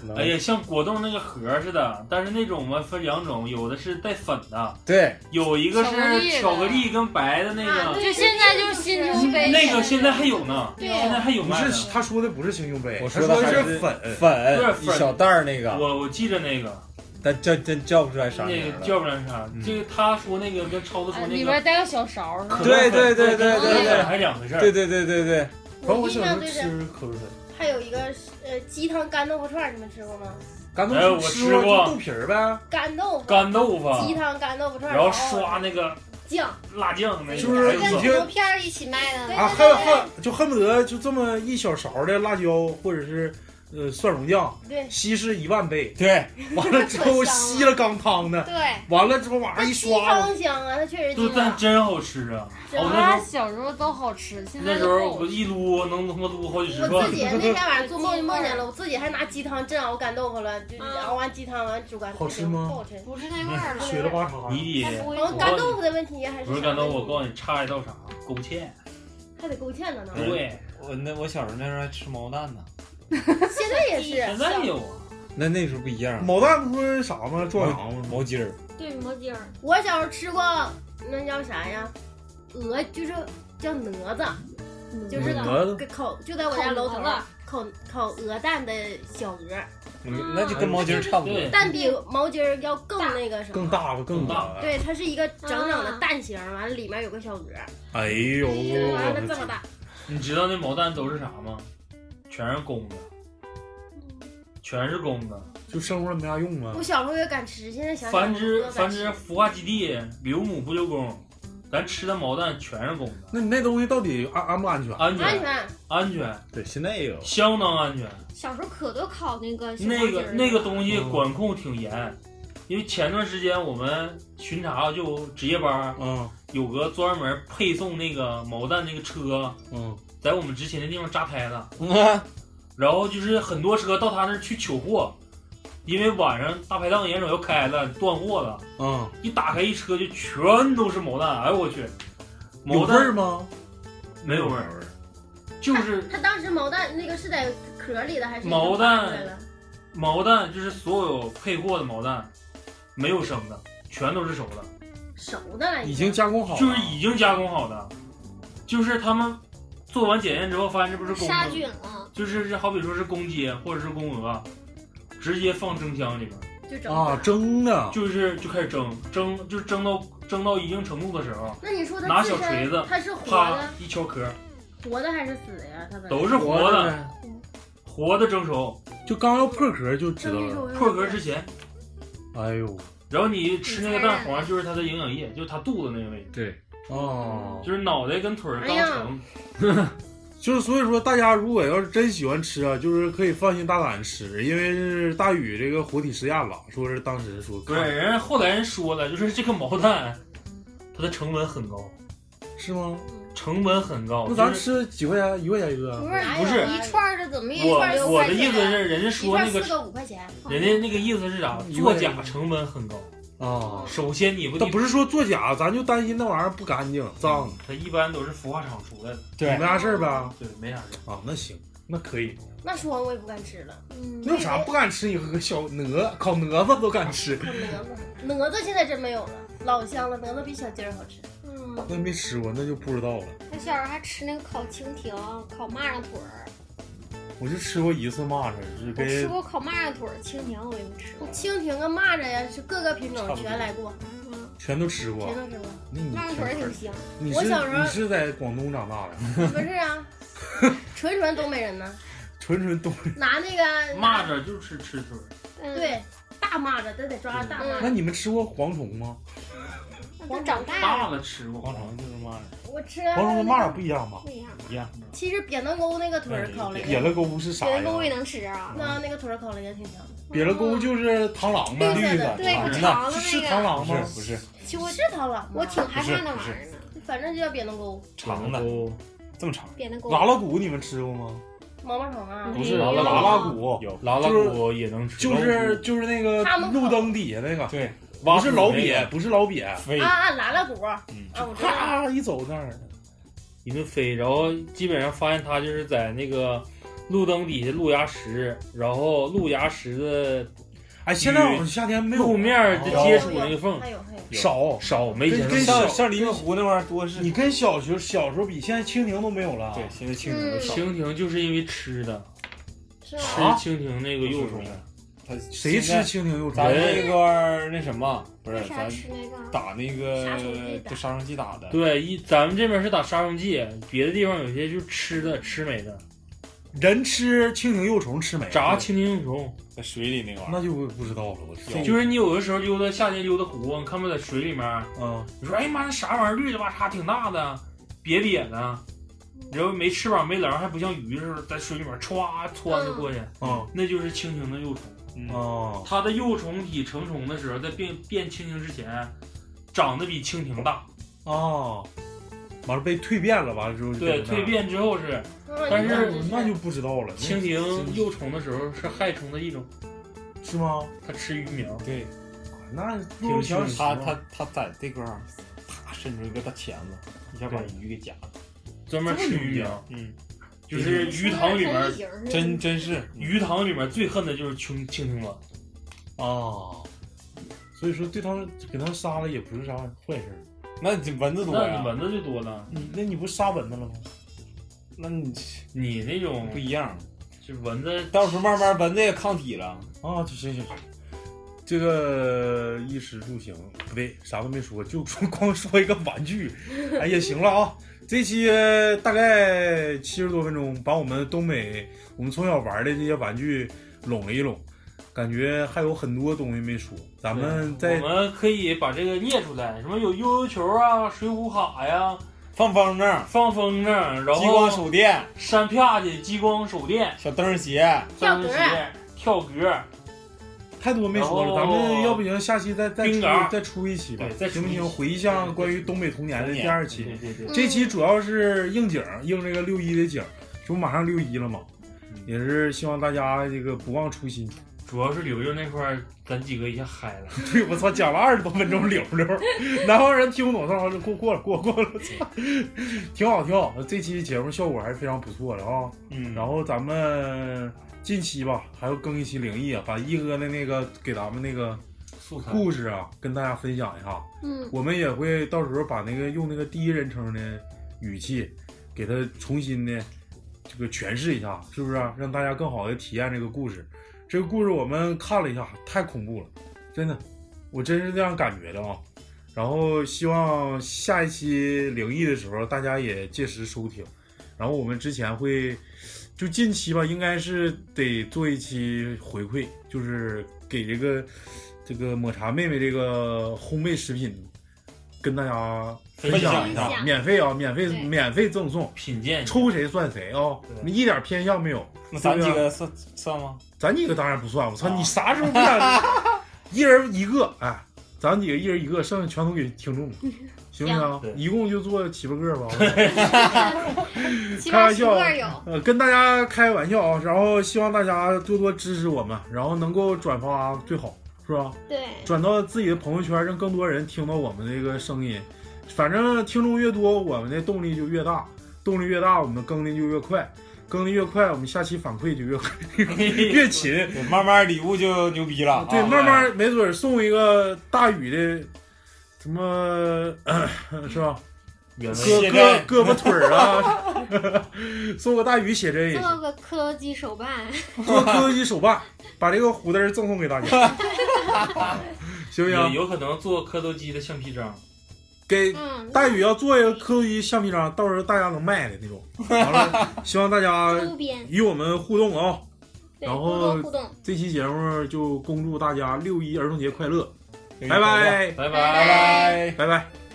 Speaker 9: 能
Speaker 1: 哎呀，，像果冻那个盒儿似的，但是那种嘛分两种，有的是带粉的，
Speaker 9: 对，
Speaker 1: 有一个
Speaker 3: 巧克力
Speaker 1: 是
Speaker 3: 的
Speaker 1: 巧克力跟白的那
Speaker 3: 啊
Speaker 1: 个，
Speaker 3: 就现在就是新牛杯，
Speaker 1: 那个现在还有呢，
Speaker 3: 对
Speaker 1: 现在还有
Speaker 4: 不
Speaker 1: 卖呢。
Speaker 4: 是他说的不是星星杯，
Speaker 9: 我
Speaker 4: 他
Speaker 9: 说的
Speaker 4: 的
Speaker 9: 还
Speaker 4: 是
Speaker 9: 呃是
Speaker 4: 粉
Speaker 9: 粉
Speaker 1: 对
Speaker 9: 一小袋儿那个，
Speaker 1: 我我记着那个，
Speaker 9: 但叫真叫不出来啥
Speaker 1: 那
Speaker 9: 名
Speaker 1: 个
Speaker 9: 儿嗯
Speaker 1: 叫
Speaker 9: 了。
Speaker 1: 不了啥。这个他说那个跟超子说
Speaker 3: 哎啊里
Speaker 1: 那
Speaker 3: 边
Speaker 1: 个，
Speaker 3: 带个小勺是吧？
Speaker 9: 对对对对
Speaker 1: 可乐
Speaker 9: 对
Speaker 1: 粉还
Speaker 9: 对，
Speaker 1: 两回事儿。
Speaker 9: 对对对对对，
Speaker 4: 反正我
Speaker 8: 我
Speaker 4: 小
Speaker 8: 印
Speaker 4: 时
Speaker 8: 象
Speaker 4: 候
Speaker 8: 对
Speaker 4: 吃
Speaker 8: 着
Speaker 4: 可乐粉，
Speaker 8: 还有一个是呃鸡汤干豆腐串儿，你们吃过吗？
Speaker 4: 干
Speaker 1: 哎
Speaker 4: 豆
Speaker 1: 我
Speaker 4: 腐
Speaker 1: 吃
Speaker 4: 过
Speaker 1: 过
Speaker 4: 就豆皮儿呗，
Speaker 8: 干豆腐，
Speaker 1: 干豆腐，
Speaker 8: 鸡汤干豆腐串儿，
Speaker 1: 然后刷那个
Speaker 8: 酱，
Speaker 1: 辣酱那个，
Speaker 4: 就是
Speaker 1: 哎
Speaker 2: 跟
Speaker 1: 呦
Speaker 4: 已
Speaker 2: 土
Speaker 4: 经
Speaker 2: 豆片儿一起卖的
Speaker 4: 啊，还有还有就恨不得就这么一小勺的辣椒或者是呃蒜蓉酱，
Speaker 8: 对
Speaker 4: 稀释一万 倍，
Speaker 9: 对，
Speaker 4: 完了之后吸了刚汤的，
Speaker 2: 对，
Speaker 4: 完了之后往上一
Speaker 8: 鸡
Speaker 4: 刷，
Speaker 8: 汤香啊，它确实
Speaker 1: 就
Speaker 8: 鸡
Speaker 1: 但
Speaker 8: 汤。
Speaker 1: 真好吃啊！哦，那
Speaker 3: 啊，
Speaker 1: 时候
Speaker 3: 小时候都好吃，现
Speaker 1: 那
Speaker 3: 在
Speaker 1: 时
Speaker 3: 都
Speaker 1: 候
Speaker 3: 不
Speaker 1: 我一撸能他妈撸好几十
Speaker 8: 我
Speaker 1: 串
Speaker 8: 自。己那天晚上做梦就梦见了，我自己还拿鸡汤真熬干豆腐了，就熬完鸡汤完煮干豆腐，
Speaker 4: 好吃吗
Speaker 8: 不好吃。
Speaker 2: 不是那味
Speaker 1: 嗯
Speaker 2: 儿了。
Speaker 4: 水了吧嚓。
Speaker 1: 你得
Speaker 2: 不会
Speaker 8: 然后干豆腐的问题还是
Speaker 1: 不是干豆腐，我告诉你插一道啥，勾芡。
Speaker 8: 还得勾芡呢呢。
Speaker 1: 对，
Speaker 9: 我那我小时候那时候还吃毛蛋呢，
Speaker 8: 现在也是，
Speaker 1: 现在有啊。
Speaker 9: 那那时候不一样，啊
Speaker 4: 毛蛋不是啥吗？壮阳吗？
Speaker 9: 毛鸡儿，
Speaker 2: 对蘑鸡儿，
Speaker 8: 我小时候吃过那叫啥呀？鹅就是叫鹅子，就是
Speaker 4: 鹅子
Speaker 8: 嗯烤就在我家楼头啊
Speaker 2: 烤鹅子
Speaker 8: 烤烤鹅蛋的小鹅，
Speaker 9: 那就跟毛鸡儿差不多。
Speaker 1: 对，
Speaker 8: 蛋比毛筋儿要更那个什么。
Speaker 4: 更大吧，更
Speaker 1: 大
Speaker 4: 大。
Speaker 8: 对，它是一个整整
Speaker 3: 啊
Speaker 8: 的蛋形，完了里面有个小鹅，
Speaker 4: 哎呦，
Speaker 8: 完了这么大，
Speaker 1: 你知道那毛蛋都是啥吗？全是公的，
Speaker 8: 嗯
Speaker 1: 全是公的。
Speaker 4: 就生活没啥用啊
Speaker 8: 我。小时候也敢吃，现在想想
Speaker 1: 繁殖
Speaker 8: 我都
Speaker 1: 繁
Speaker 8: 敢吃
Speaker 1: 殖孵化基地留母不留公，咱吃的毛蛋全是公的，
Speaker 4: 那你那东西到底安安不安全？
Speaker 1: 安
Speaker 8: 安
Speaker 1: 全
Speaker 8: 全。
Speaker 1: 安全，
Speaker 9: 对，现在也有。
Speaker 1: 相当安全。
Speaker 2: 小时候可多烤那个小毛
Speaker 1: 那
Speaker 2: 鸡
Speaker 1: 个
Speaker 2: 儿
Speaker 1: 那个
Speaker 2: 了
Speaker 1: 东西管控挺严，因为前段时间我们巡查就值夜班
Speaker 4: 嗯
Speaker 1: 有个专门配送那个毛蛋那个车，
Speaker 4: 嗯，
Speaker 1: 在我们执勤的地方扎胎了，
Speaker 9: 嗯，
Speaker 1: 然后就是很多车到他那儿去取货，因为晚上大排档眼瞅要开了，断货了，
Speaker 4: 嗯，
Speaker 1: 一打开一车就全都是毛蛋，哎我去，
Speaker 4: 有
Speaker 1: 毛
Speaker 4: 味儿
Speaker 1: 蛋
Speaker 4: 吗？
Speaker 1: 没有味儿，就是
Speaker 8: 它当时毛蛋那个是在壳里的还是已经
Speaker 1: 毛蛋
Speaker 8: 扒出来了
Speaker 1: 毛蛋就是所有配货的毛蛋，没有生的，全都是熟的。
Speaker 8: 熟的了
Speaker 1: 已
Speaker 9: 经加工好了
Speaker 1: 就是已经加工好的，就是他们做完检验之后发现这不是公
Speaker 13: 杀
Speaker 1: 的，
Speaker 13: 菌了，
Speaker 1: 就是是好比说是公鸡或者是公鹅，直接放蒸箱里面
Speaker 8: 就
Speaker 9: 啊，蒸的，
Speaker 1: 就是就开始蒸，蒸就是蒸到蒸到一定程度的时候，
Speaker 8: 那你说它
Speaker 1: 拿
Speaker 8: 自
Speaker 1: 小
Speaker 8: 身
Speaker 1: 锤子，
Speaker 8: 它是活
Speaker 1: 啪
Speaker 8: 的
Speaker 1: 一敲壳，
Speaker 8: 活的还是死的呀？它本来
Speaker 1: 都是活
Speaker 9: 活的
Speaker 1: 的，活的蒸熟，
Speaker 9: 就刚要破壳就知道
Speaker 8: 那
Speaker 9: 了。
Speaker 1: 破壳之前，
Speaker 9: 哎呦，
Speaker 4: 啊
Speaker 1: 然后你吃那个蛋黄就是它的营养液，就是它肚子那个位置，
Speaker 9: 对，
Speaker 2: 嗯
Speaker 9: 哦，
Speaker 1: 就是脑袋跟腿儿刚
Speaker 8: 哎呀
Speaker 1: 成，
Speaker 4: 就是所以说，大家如果要是真喜欢吃啊，就是可以放心大胆吃，因为是大宇这个活体实验了，说是当时说
Speaker 1: 不是，人家后来人说了，就是这个毛蛋，它的成本很高，
Speaker 4: 是吗？
Speaker 1: 成本很高。
Speaker 4: 那咱
Speaker 1: 就是
Speaker 4: 吃几块钱？一块钱一个？啊
Speaker 13: 不是
Speaker 1: 不是
Speaker 13: 一串儿是怎么也一
Speaker 1: 我
Speaker 13: 串儿六
Speaker 1: 我
Speaker 13: 块
Speaker 1: 的
Speaker 13: 钱。啊
Speaker 1: 意思是，人家说那
Speaker 8: 啊一块四
Speaker 1: 个，
Speaker 8: 个五块钱，
Speaker 1: 人家那个意思是啥？作假成本很高。
Speaker 4: 啊，
Speaker 1: 首先你不，
Speaker 4: 但不是说作假，咱就担心那玩意儿不干净、脏，
Speaker 1: 它一般都是孵化厂出来的，
Speaker 4: 你没啥事儿呗？
Speaker 1: 对，没啥事。
Speaker 4: 啊，那行，那可以。
Speaker 8: 那说我也不敢吃了。
Speaker 13: 嗯
Speaker 4: 那有啥不敢吃？你个小鹅，烤鹅子都敢 吃，
Speaker 8: 哪子，哪子现在真没有了，老香了，哪子比小鸡儿好吃。
Speaker 13: 嗯
Speaker 4: 那没吃过，那就不知道了。
Speaker 13: 我小时候还吃那个烤蜻蜓、烤蚂蚱腿儿，
Speaker 4: 我就吃过一次蚂蚱，是
Speaker 13: 我吃
Speaker 4: 跟
Speaker 13: 过烤蚂蚱腿儿，蜻蜓我也没吃过。
Speaker 8: 蜻蜓啊、蚂蚱呀，是各个品
Speaker 4: 差
Speaker 8: 种
Speaker 4: 不多
Speaker 8: 全来过，
Speaker 4: 全都吃过
Speaker 8: 全。都吃过。
Speaker 4: 那你
Speaker 13: 蚂蚱腿儿挺香，
Speaker 4: 你
Speaker 8: 我
Speaker 4: 是
Speaker 8: 小时候
Speaker 4: 你是在广东长大的，
Speaker 8: 不是 啊，纯纯东北人呢，
Speaker 4: 纯纯东北。
Speaker 8: 拿那个
Speaker 1: 蚂蚱就是吃腿儿，
Speaker 13: 嗯
Speaker 8: 对大蚂蚱，都得抓大蚂
Speaker 4: 那
Speaker 8: 蚱。
Speaker 4: 你们吃过蝗虫吗？
Speaker 13: 都长大了
Speaker 1: 大了吃过。
Speaker 9: 蝗虫就是蚂蚱，
Speaker 8: 我吃
Speaker 4: 蝗虫和蚂
Speaker 8: 那
Speaker 4: 蚱
Speaker 8: 个，
Speaker 4: 不一样吧？
Speaker 13: 不一样。
Speaker 9: 一样。
Speaker 8: 其实扁担沟那个腿儿烤了一
Speaker 4: 瘪
Speaker 8: 个，
Speaker 4: 了沟是啥
Speaker 13: 别的
Speaker 4: 呀
Speaker 13: 我？也能吃啊，
Speaker 8: 那那个腿儿烤了一个挺香的。
Speaker 4: 瘪了沟就是螳螂呗，
Speaker 8: 绿色的
Speaker 13: 对
Speaker 9: 长
Speaker 13: 可
Speaker 9: 的
Speaker 13: 长的
Speaker 4: 是
Speaker 13: 那
Speaker 4: 螳
Speaker 13: 个，
Speaker 4: 螂
Speaker 9: 不嗯是
Speaker 4: 吗？
Speaker 9: 不是
Speaker 13: 就我
Speaker 8: 是螳螂吗，
Speaker 13: 我挺害怕那
Speaker 9: 不
Speaker 13: 玩意
Speaker 9: 是不
Speaker 13: 儿呢，
Speaker 8: 反正就叫扁担沟，
Speaker 9: 长的
Speaker 1: 有
Speaker 9: 这么长，
Speaker 13: 扁担沟。
Speaker 4: 拉拉骨你们吃过吗？
Speaker 8: 毛毛虫啊，
Speaker 1: 不是拉
Speaker 4: 拉
Speaker 1: 拉
Speaker 4: 拉骨
Speaker 9: 有
Speaker 1: 拉拉
Speaker 4: 就是
Speaker 1: 骨也能吃，
Speaker 4: 就是就是那个
Speaker 8: 他们烤
Speaker 4: 路灯底下那个，
Speaker 9: 对，
Speaker 4: 不是老
Speaker 9: 瘪
Speaker 4: 瘪，不是老瘪，
Speaker 9: 飞
Speaker 8: 啊啊，拉拉骨啊，
Speaker 9: 嗯
Speaker 8: 我知道。
Speaker 4: 咔一走那儿，
Speaker 1: 一顿飞，然后基本上发现它就是在那个路灯底下路牙石，然后路牙石的
Speaker 4: 哎，现在好像夏天没有
Speaker 1: 路面儿的
Speaker 4: 有
Speaker 1: 接触那个缝
Speaker 8: 还有还有，
Speaker 4: 少。
Speaker 1: 少，没接
Speaker 4: 跟
Speaker 1: 触
Speaker 4: 小
Speaker 9: 像像黎明湖那玩意儿多是。
Speaker 4: 你跟小学小时候比，现在蜻蜓都没有了。
Speaker 9: 对，现在蜻蜓都少，
Speaker 1: 蜻蜓就是因为吃的，
Speaker 8: 是
Speaker 1: 吃
Speaker 8: 吧？
Speaker 4: 啊
Speaker 1: 蜻蜓那个幼虫，
Speaker 9: 它
Speaker 4: 谁吃
Speaker 9: 现在
Speaker 4: 蜻蜓又吃？
Speaker 9: 咱那个那什么，不是
Speaker 13: 为啥
Speaker 9: 咱
Speaker 13: 吃那个？
Speaker 9: 打那个
Speaker 13: 杀虫剂打
Speaker 9: 就杀虫剂打的，
Speaker 1: 对，一咱们这边是打杀虫剂，别的地方有些就是吃的吃没的，
Speaker 4: 人吃蜻蜓幼虫吃没了？
Speaker 1: 炸蜻蜓幼虫，
Speaker 9: 在水里那个玩意儿。
Speaker 4: 那就不知道了。我
Speaker 9: 有
Speaker 1: 就是你有的时候溜达夏天溜达啊湖，你看不在水里面，
Speaker 4: 嗯，
Speaker 1: 你说哎妈那啥玩意儿绿的吧嚓挺大的，瘪瘪的，然后没翅膀没棱还不像鱼似的在水里面歘窜着过去，
Speaker 4: 啊
Speaker 1: 那就是蜻蜓的幼虫。
Speaker 4: 啊
Speaker 1: 它的幼虫体成虫的时候，在变变蜻蜓之前，长得比蜻蜓大。
Speaker 4: 啊！完了被蜕变了，完了之后就
Speaker 1: 对，
Speaker 4: 变成
Speaker 1: 蜕
Speaker 4: 那样。
Speaker 1: 变之后是
Speaker 8: 但
Speaker 1: 但是
Speaker 4: 那就不知道了。
Speaker 1: 蜻蜓幼虫的时候是害虫的一种，
Speaker 4: 是吗？
Speaker 1: 它吃鱼苗。
Speaker 9: 对，
Speaker 4: 那不如想
Speaker 9: 他他
Speaker 1: 啊
Speaker 9: 他在这块儿，啪伸出一个大钳子，一下把鱼给夹了。
Speaker 1: 专门吃鱼苗，
Speaker 9: 嗯，
Speaker 1: 就是鱼塘里面，
Speaker 2: 嗯
Speaker 9: 真真是
Speaker 1: 鱼塘里面最恨的就是蜻蜻蜓蛙。
Speaker 4: 啊，所以说对他们给他们杀了也不是啥坏事儿。
Speaker 9: 那你蚊子多
Speaker 1: 那
Speaker 9: 呀
Speaker 1: 你？蚊子就多了，
Speaker 4: 你那你不杀蚊子了吗？
Speaker 9: 那你
Speaker 1: 你那种
Speaker 9: 不一样，
Speaker 1: 就蚊子
Speaker 9: 到时候慢慢蚊子也抗体了。
Speaker 4: 啊，行行行，这个衣食住行不对，啥都没说，就说光说一个玩具，哎呀，行了啊。这期大概七十多分钟，把我们东北我们从小玩的这些玩具拢了一拢，感觉还有很多东西没说。咱们再
Speaker 1: 我们可以把这个念出来，什么有悠悠球啊、水浒卡呀、
Speaker 9: 放风筝、
Speaker 1: 放风筝，然
Speaker 9: 激光
Speaker 1: 后
Speaker 9: 手电、
Speaker 1: 扇啪去、激光手电、
Speaker 9: 小灯鞋，
Speaker 1: 三文鞋、跳格，
Speaker 4: 太多没说了，咱们要不行，下期再再
Speaker 1: 冰
Speaker 4: 出
Speaker 1: 嘎
Speaker 4: 再出一期吧
Speaker 1: 对，再出
Speaker 4: 行不
Speaker 1: 一
Speaker 4: 行？
Speaker 1: 期
Speaker 4: 回忆一下关于东北童年的第二期，
Speaker 1: 对对对，
Speaker 4: 这期主要是应景儿，应这个六一的景儿，这不马上六一了嘛，也是希望大家这个不忘初心。
Speaker 1: 主要是柳柳那块儿，咱几个一下嗨了，
Speaker 4: 对，我操，讲了二十多分钟溜溜， 南方人听不懂，算了，过过了，过过了， 操，挺好挺好。这期节目效果还是非常不错的啊、
Speaker 9: 嗯，
Speaker 4: 然后咱们近期吧，还要更一期灵异啊，把一哥的那个给咱们那个
Speaker 9: 素
Speaker 1: 材
Speaker 4: 故事啊，跟大家分享一下。
Speaker 16: 嗯
Speaker 4: 我们也会到时候把那个用那个第一人称的语气，给他重新的这个诠释一下，是不是啊、让大家更好的体验这个故事？这个故事我们看了一下，太恐怖了，真的，我真是这样感觉的啊。然后希望下一期灵异的时候，大家也届时收听。然后我们之前会，就近期吧，应该是得做一期回馈，就是给这个这个抹茶妹妹这个烘焙食品跟大家分享
Speaker 1: 分
Speaker 4: 一下，
Speaker 1: 享
Speaker 4: 免费啊，免费
Speaker 1: 对
Speaker 4: 免费赠送，
Speaker 1: 品鉴
Speaker 4: 抽谁算谁啊、一点偏向没有。
Speaker 9: 那咱几个
Speaker 4: 算算吗？咱几个当然不算，我操，你啥时候不想
Speaker 9: 啊？
Speaker 4: 一人一个，哎，咱几个一人一个，剩下全都给听众，行不行
Speaker 9: 行对？
Speaker 4: 一共就做七八个吧。
Speaker 13: 嗯
Speaker 16: 七
Speaker 4: 开
Speaker 16: 八
Speaker 4: 玩
Speaker 16: 十
Speaker 4: 笑
Speaker 16: 个
Speaker 13: 啊
Speaker 16: 有，，
Speaker 4: 呃，跟大家开玩笑啊，然后希望大家多多支持我们，然后能够转发最好，是吧？
Speaker 16: 对
Speaker 4: 转到自己的朋友圈，让更多人听到我们这个声音。反正听众越多，我们的动力就越大，动力越大，我们更的就越快，更的越快，我们下期反馈就越快。越勤，
Speaker 9: 慢慢礼物就牛逼了。
Speaker 4: 对，
Speaker 9: 啊
Speaker 4: 慢慢没准儿送一个大宇的什么 是吧？
Speaker 9: 原
Speaker 4: 胳胳
Speaker 9: 味写真
Speaker 4: 胳膊腿儿啊， 送个大宇写真也行，
Speaker 13: 做个科技手办，
Speaker 4: 做科技手办，把这个虎子儿赠送给大家， 行不
Speaker 1: 有
Speaker 4: 行？
Speaker 1: 有可能做磕头机的橡皮章，
Speaker 4: 给
Speaker 13: 嗯
Speaker 4: 大宇要做一个科技橡皮章，到时候大家能卖的那种。完了， 希望大家
Speaker 13: 周边
Speaker 4: 与我们互动啊、
Speaker 13: 对
Speaker 4: 然
Speaker 13: 多
Speaker 4: 后
Speaker 13: 多互动
Speaker 4: 这期节目就恭祝大家六一儿童节快乐，
Speaker 9: 一
Speaker 4: 拜
Speaker 9: 快乐
Speaker 1: 哎
Speaker 4: 拜，
Speaker 9: 拜拜
Speaker 4: 拜拜，拜拜。